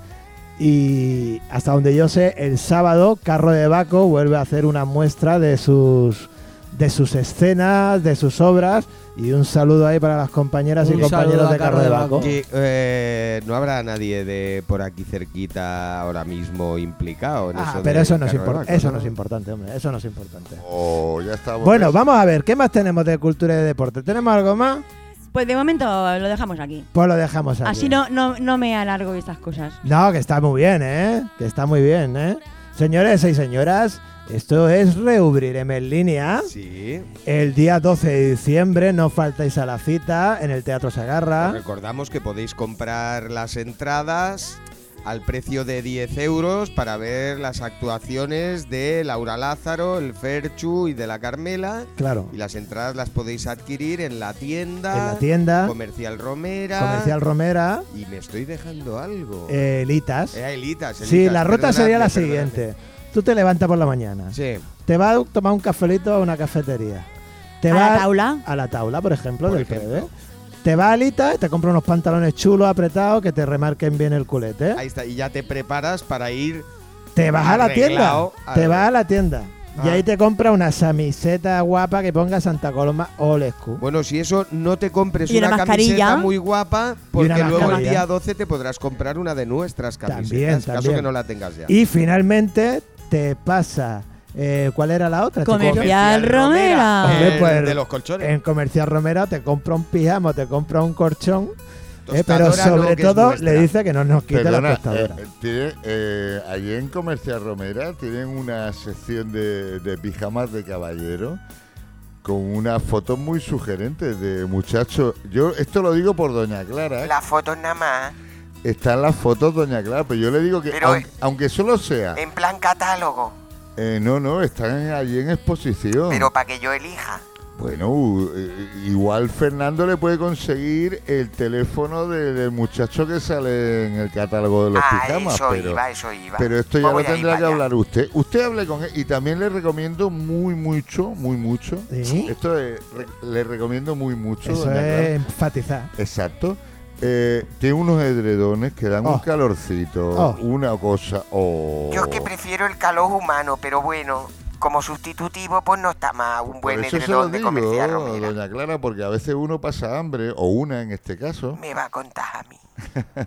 Speaker 2: y hasta donde yo sé, el sábado Carro de Baco vuelve a hacer una muestra de sus de sus escenas, de sus obras y un saludo ahí para las compañeras y
Speaker 3: Un saludo
Speaker 2: compañeros
Speaker 3: a
Speaker 2: de Carro de Baco.
Speaker 4: Que, eh, no habrá nadie de por aquí cerquita ahora mismo implicado en
Speaker 2: Ah,
Speaker 4: eso
Speaker 2: pero
Speaker 4: de
Speaker 2: eso no, es
Speaker 4: Carro de
Speaker 2: impor-
Speaker 4: Baco,
Speaker 2: eso no es importante, hombre, eso no es importante.
Speaker 5: Oh, ya estamos.
Speaker 2: Bueno, vamos a ver, ¿qué más tenemos de cultura y de deporte? ¿Tenemos algo más?
Speaker 7: Pues de momento lo dejamos aquí.
Speaker 2: Pues lo dejamos aquí.
Speaker 7: Así no, no, no me alargo de estas cosas.
Speaker 2: No, que está muy bien, ¿eh? Que está muy bien, ¿eh? Señores y señoras, esto es Reubrireme en línea.
Speaker 4: Sí.
Speaker 2: El día 12 de diciembre, no faltáis a la cita en el Teatro
Speaker 4: Os
Speaker 2: Sagarra.
Speaker 4: Recordamos que podéis comprar las entradas al precio de 10 euros para ver las actuaciones de Laura Lázaro, el Ferchu y de la Carmela.
Speaker 2: Claro.
Speaker 4: Y las entradas las podéis adquirir en la tienda.
Speaker 2: En la tienda.
Speaker 4: Comercial Romera.
Speaker 2: Comercial Romera,
Speaker 4: Y me estoy dejando algo.
Speaker 2: eh, Elitas.
Speaker 4: Eh, Elitas,
Speaker 2: Sí,
Speaker 4: Elitas,
Speaker 2: la ruta
Speaker 4: perdonadme,
Speaker 2: sería la
Speaker 4: perdonadme.
Speaker 2: siguiente. Tú te levantas por la mañana.
Speaker 4: Sí.
Speaker 2: Te vas a tomar un cafelito a una cafetería. Te
Speaker 7: ¿A la
Speaker 2: vas
Speaker 7: taula?
Speaker 2: A la taula, por ejemplo, del preve. Te vas a Alitas y te compras unos pantalones chulos, apretados, que te remarquen bien el culete.
Speaker 4: Ahí está. Y ya te preparas para ir.
Speaker 2: Te vas a la tienda.
Speaker 4: arreglado a-
Speaker 2: Te vas a la tienda. Y
Speaker 4: Ah.
Speaker 2: ahí te compra una camiseta guapa que ponga Santa Coloma Old School.
Speaker 4: Bueno, si eso no te compres
Speaker 2: Y una
Speaker 4: una,
Speaker 2: mascarilla.
Speaker 4: camiseta muy guapa, porque
Speaker 2: una
Speaker 4: luego el
Speaker 2: mascarilla.
Speaker 4: día 12 te podrás comprar una de nuestras camisetas,
Speaker 2: También,
Speaker 4: caso
Speaker 2: también.
Speaker 4: que no la tengas ya.
Speaker 2: Y finalmente te pasa. eh, ¿Cuál era la otra? chico?
Speaker 7: Comercial Romera.
Speaker 2: Hombre,
Speaker 4: El
Speaker 2: pues,
Speaker 4: eh, de los colchones.
Speaker 2: En Comercial Romera te compra un pijama, te compra un colchón. eh,
Speaker 4: Tostadora
Speaker 2: pero
Speaker 4: no,
Speaker 2: sobre
Speaker 4: que es
Speaker 2: todo
Speaker 4: nuestra.
Speaker 2: le dice que no nos quite la
Speaker 5: Perdona,
Speaker 2: tostadora.
Speaker 5: eh, tiene, eh, allí en Comercial Romera tienen una sección de, de pijamas de caballero con unas fotos muy sugerentes de muchachos. Yo esto lo digo por Doña Clara. ¿eh?
Speaker 10: Las fotos nada más.
Speaker 5: Están las fotos, Doña Clara, pero yo le digo que
Speaker 10: Pero,
Speaker 5: aun-
Speaker 10: eh,
Speaker 5: aunque solo sea...
Speaker 10: En plan catálogo.
Speaker 5: eh, no, no, están allí en
Speaker 2: Ah.
Speaker 5: exposición.
Speaker 10: Pero para que yo elija.
Speaker 5: Bueno, u- eh, igual Fernando le puede conseguir el teléfono de- del muchacho que sale en el catálogo de los
Speaker 10: Ah,
Speaker 5: pijamas.
Speaker 10: eso
Speaker 5: pero,
Speaker 10: iba, eso iba.
Speaker 5: pero esto ya lo
Speaker 10: Pues voy a ir
Speaker 5: tendrá
Speaker 10: para
Speaker 5: que
Speaker 10: allá.
Speaker 5: hablar usted. Usted hable con él y también le recomiendo muy mucho, muy mucho. Esto es- re- le recomiendo muy mucho.
Speaker 2: Eso
Speaker 5: doña Clara.
Speaker 2: es enfatizar.
Speaker 5: Exacto. Eh, tiene unos edredones que dan un
Speaker 2: Oh.
Speaker 5: calorcito,
Speaker 2: Oh.
Speaker 5: una cosa. o
Speaker 10: Yo es que prefiero el calor humano, pero bueno, como sustitutivo, pues no está más un buen
Speaker 5: Por eso se lo
Speaker 10: edredón de
Speaker 5: digo,
Speaker 10: comercial.
Speaker 5: doña Clara, porque a veces uno pasa hambre, o una en este caso.
Speaker 10: Me va a contar a mí.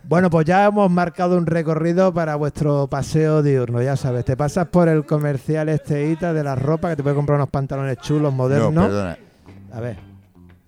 Speaker 2: Bueno, pues ya hemos marcado un recorrido para vuestro paseo diurno, ya sabes. Te pasas por el comercial este Ita, de la ropa, que te puede comprar unos pantalones chulos, modernos.
Speaker 5: No, perdona.
Speaker 2: A ver.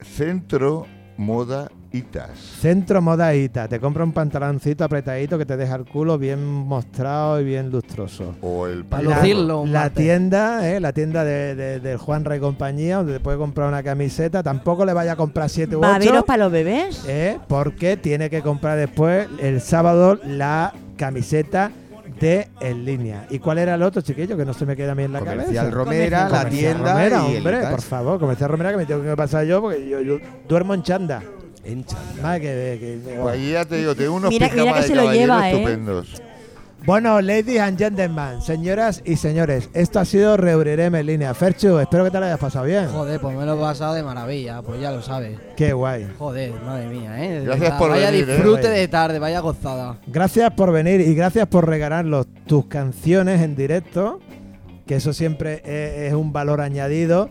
Speaker 5: Centro Moda Itas.
Speaker 2: Centro Moda Ita. Te compra un pantaloncito apretadito que te deja el culo bien mostrado y bien lustroso.
Speaker 5: O el
Speaker 2: La-
Speaker 5: palo.
Speaker 2: la, tienda, eh, la tienda de, de- del Juan Rey Compañía, donde te puede comprar una camiseta. Tampoco le vaya a comprar siete u
Speaker 7: ¿Baberos
Speaker 2: ocho.
Speaker 7: para los bebés?
Speaker 2: ¿eh? porque tiene que comprar después el sábado la camiseta de en línea. ¿Y cuál era el otro, chiquillo? Que no se me queda bien en la
Speaker 4: Comercial
Speaker 2: cabeza.
Speaker 4: Romera, la
Speaker 2: Comercial
Speaker 4: tienda
Speaker 2: Romera,
Speaker 4: y el
Speaker 2: hombre,
Speaker 4: Itas.
Speaker 2: por favor, comercial Romera que me tengo que pasar yo porque yo, yo duermo en chanda. En chanda.
Speaker 5: Pues allí ya te digo, tengo unos
Speaker 2: Mira- mira
Speaker 5: pijamas
Speaker 2: que
Speaker 5: de
Speaker 2: se lo
Speaker 5: caballero
Speaker 2: lleva, ¿eh?
Speaker 5: estupendos.
Speaker 2: Bueno, ladies and gentlemen, señoras y señores, esto ha sido Reubrireme en línea. Ferchu, espero que te lo hayas pasado bien.
Speaker 3: Joder, pues me lo he pasado de maravilla, pues ya lo sabes.
Speaker 2: Qué guay.
Speaker 3: Joder, madre mía, ¿eh? De
Speaker 2: Gracias
Speaker 3: verdad,
Speaker 2: por
Speaker 3: Vaya
Speaker 2: venir, ¿eh?
Speaker 3: disfrute de tarde, vaya gozada.
Speaker 2: Gracias por venir y gracias por regalarnos tus canciones en directo, que eso siempre e-, es, es un valor añadido.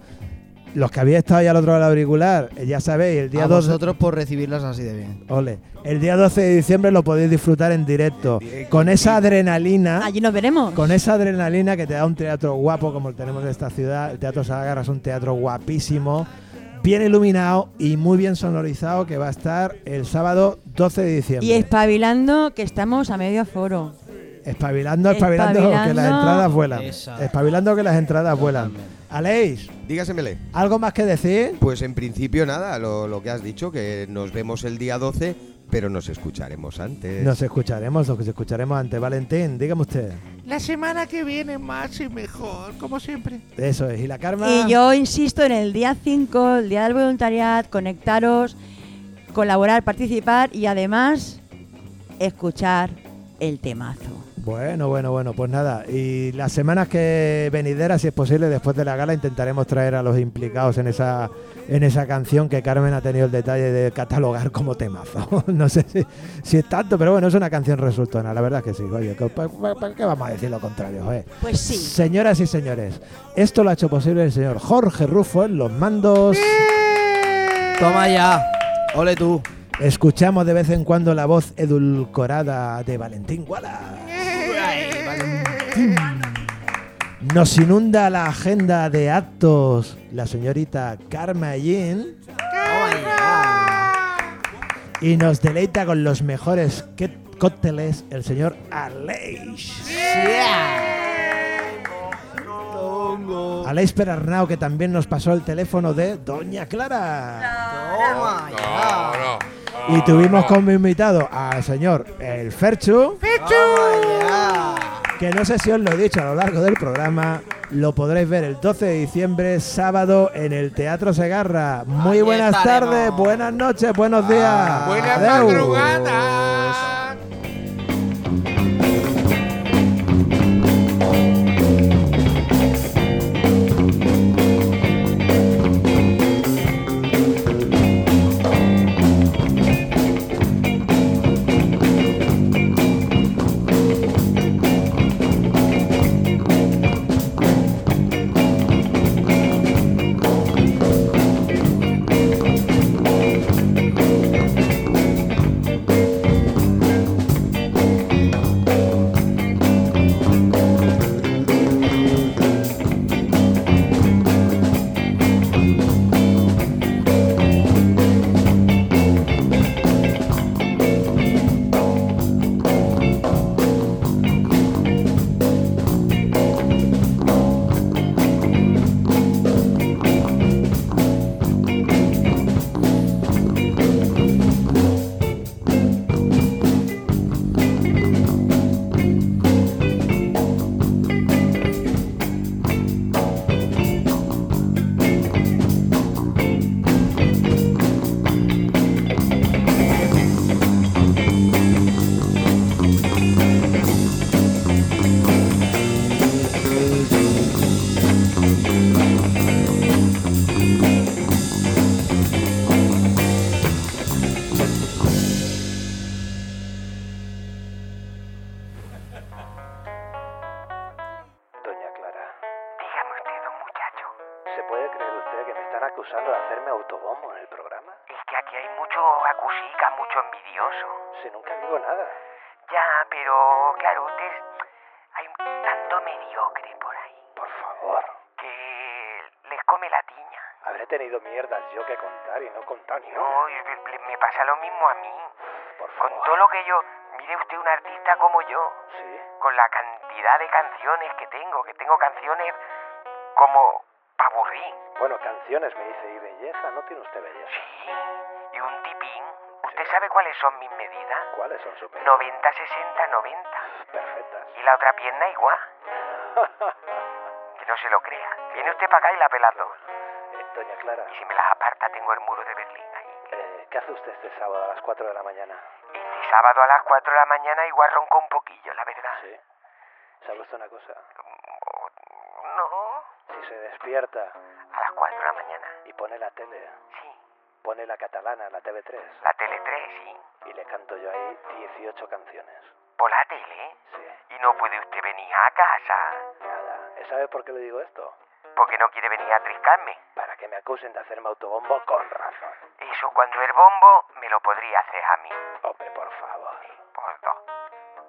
Speaker 2: Los que habéis estado ya al otro lado del auricular, eh, ya sabéis, el día
Speaker 3: a
Speaker 2: 12,
Speaker 3: vosotros por recibirlas así de bien.
Speaker 2: ole, el día 12 de diciembre lo podéis disfrutar en directo. Con esa adrenalina.
Speaker 7: Allí nos veremos.
Speaker 2: Con esa adrenalina que te da un teatro guapo como el tenemos en esta ciudad. El Teatro Sagarra es un teatro guapísimo, bien iluminado y muy bien sonorizado que va a estar el sábado 12 de diciembre.
Speaker 7: Y espabilando que estamos a medio aforo.
Speaker 2: Espabilando, espabilando, que las
Speaker 7: Espabilando.
Speaker 2: entradas vuelan.
Speaker 7: Esa.
Speaker 2: Espabilando que las entradas vuelan. Aleix,
Speaker 4: Dígasemele.
Speaker 2: ¿algo más que decir?
Speaker 4: Pues en principio nada, lo, lo que has dicho, que nos vemos el día 12, pero nos escucharemos antes.
Speaker 2: Nos escucharemos, nos escucharemos ante Valentín, dígame usted.
Speaker 12: La semana que viene más y mejor, como siempre.
Speaker 2: Eso es, y la Karma.
Speaker 7: Y yo insisto en el día 5, el día del voluntariado, conectaros, colaborar, participar y además escuchar el temazo.
Speaker 2: Bueno, bueno, bueno, pues nada. Y las semanas que venideras, si es posible, después de la gala, intentaremos traer a los implicados en esa, en esa canción que Carmen ha tenido el detalle de catalogar como temazo. no sé si, si es tanto, pero bueno, es una canción resultona, la verdad que sí. Oye, ¿qué, pa- pa- pa- qué vamos a decir lo contrario? eh?
Speaker 7: Pues sí.
Speaker 2: Señoras y señores, esto lo ha hecho posible el señor Jorge Rufo en los mandos.
Speaker 3: Toma ya. Ole tú.
Speaker 2: Escuchamos de vez en cuando la voz edulcorada de Valentín Wallace. Nos inunda la agenda de actos la señorita Karma Jean. Y nos deleita con los mejores que- cócteles el señor Aleix. Aleix Perarnau, que también nos pasó el teléfono de Doña Clara. Y tuvimos como invitado al señor el Ferchu. Que no sé si os lo he dicho a lo largo del programa. Lo podréis ver el 12 de diciembre, sábado, en el Teatro Segarra. Muy buenas tardes, buenas noches, buenos días.
Speaker 12: buenas
Speaker 2: Adeu.
Speaker 13: Doña Clara. Dígame usted, don muchacho. ¿Se puede creer usted que me están acusando de hacerme autobombo en el programa? Es
Speaker 10: que aquí hay mucho acusica, mucho envidioso.
Speaker 13: Si nunca digo nada.
Speaker 10: Ya, pero claro, ustedes. Hay tanto mediocre por ahí.
Speaker 13: Por favor.
Speaker 10: Que les come la tiña.
Speaker 13: Habré tenido mierdas yo que contar y no contar ni una.
Speaker 10: No, y me- me pasa lo mismo a mí.
Speaker 13: Por
Speaker 10: Con
Speaker 13: favor.
Speaker 10: todo lo que yo. Mire usted un artista como yo.
Speaker 13: Sí.
Speaker 10: Con la cantidad de canciones que tengo, que tengo canciones como pa' aburrir.
Speaker 13: Bueno, canciones me dice, y belleza, ¿no tiene usted belleza?
Speaker 10: Sí. Y un tipín. ¿Usted sabe cuáles son mis medidas?
Speaker 13: ¿Cuáles son sus
Speaker 10: 90, 60, 90.
Speaker 13: Perfectas.
Speaker 10: Y la otra pierna igual. Que no se lo crea. Viene usted para acá y la pelas dos.
Speaker 13: Doña Clara,
Speaker 10: Y si me las aparta, tengo el muro de Berlín ahí.
Speaker 13: eh, ¿qué hace usted este sábado a las 4 de la mañana?
Speaker 10: Y sábado a las 4 de la mañana igual ronco un poquillo, la verdad.
Speaker 13: Sí. ¿Sabe usted una cosa?
Speaker 10: No.
Speaker 13: Si se despierta
Speaker 10: a las 4 de la mañana
Speaker 13: y pone la tele, ¿eh?
Speaker 10: Sí.
Speaker 13: pone la catalana, la TV3,
Speaker 10: La tele 3, sí.
Speaker 13: y le canto yo ahí 18 canciones.
Speaker 10: Por la tele.
Speaker 13: Sí.
Speaker 10: Y no puede usted venir a casa.
Speaker 13: Nada. Eh, ¿Sabe por qué le digo esto?
Speaker 10: Porque no quiere venir a triscarme.
Speaker 13: Para que me acusen de hacerme autobombo con razón.
Speaker 10: Eso cuando el bombo me lo podría hacer a mí.
Speaker 13: Hombre, por favor.
Speaker 10: Por dos.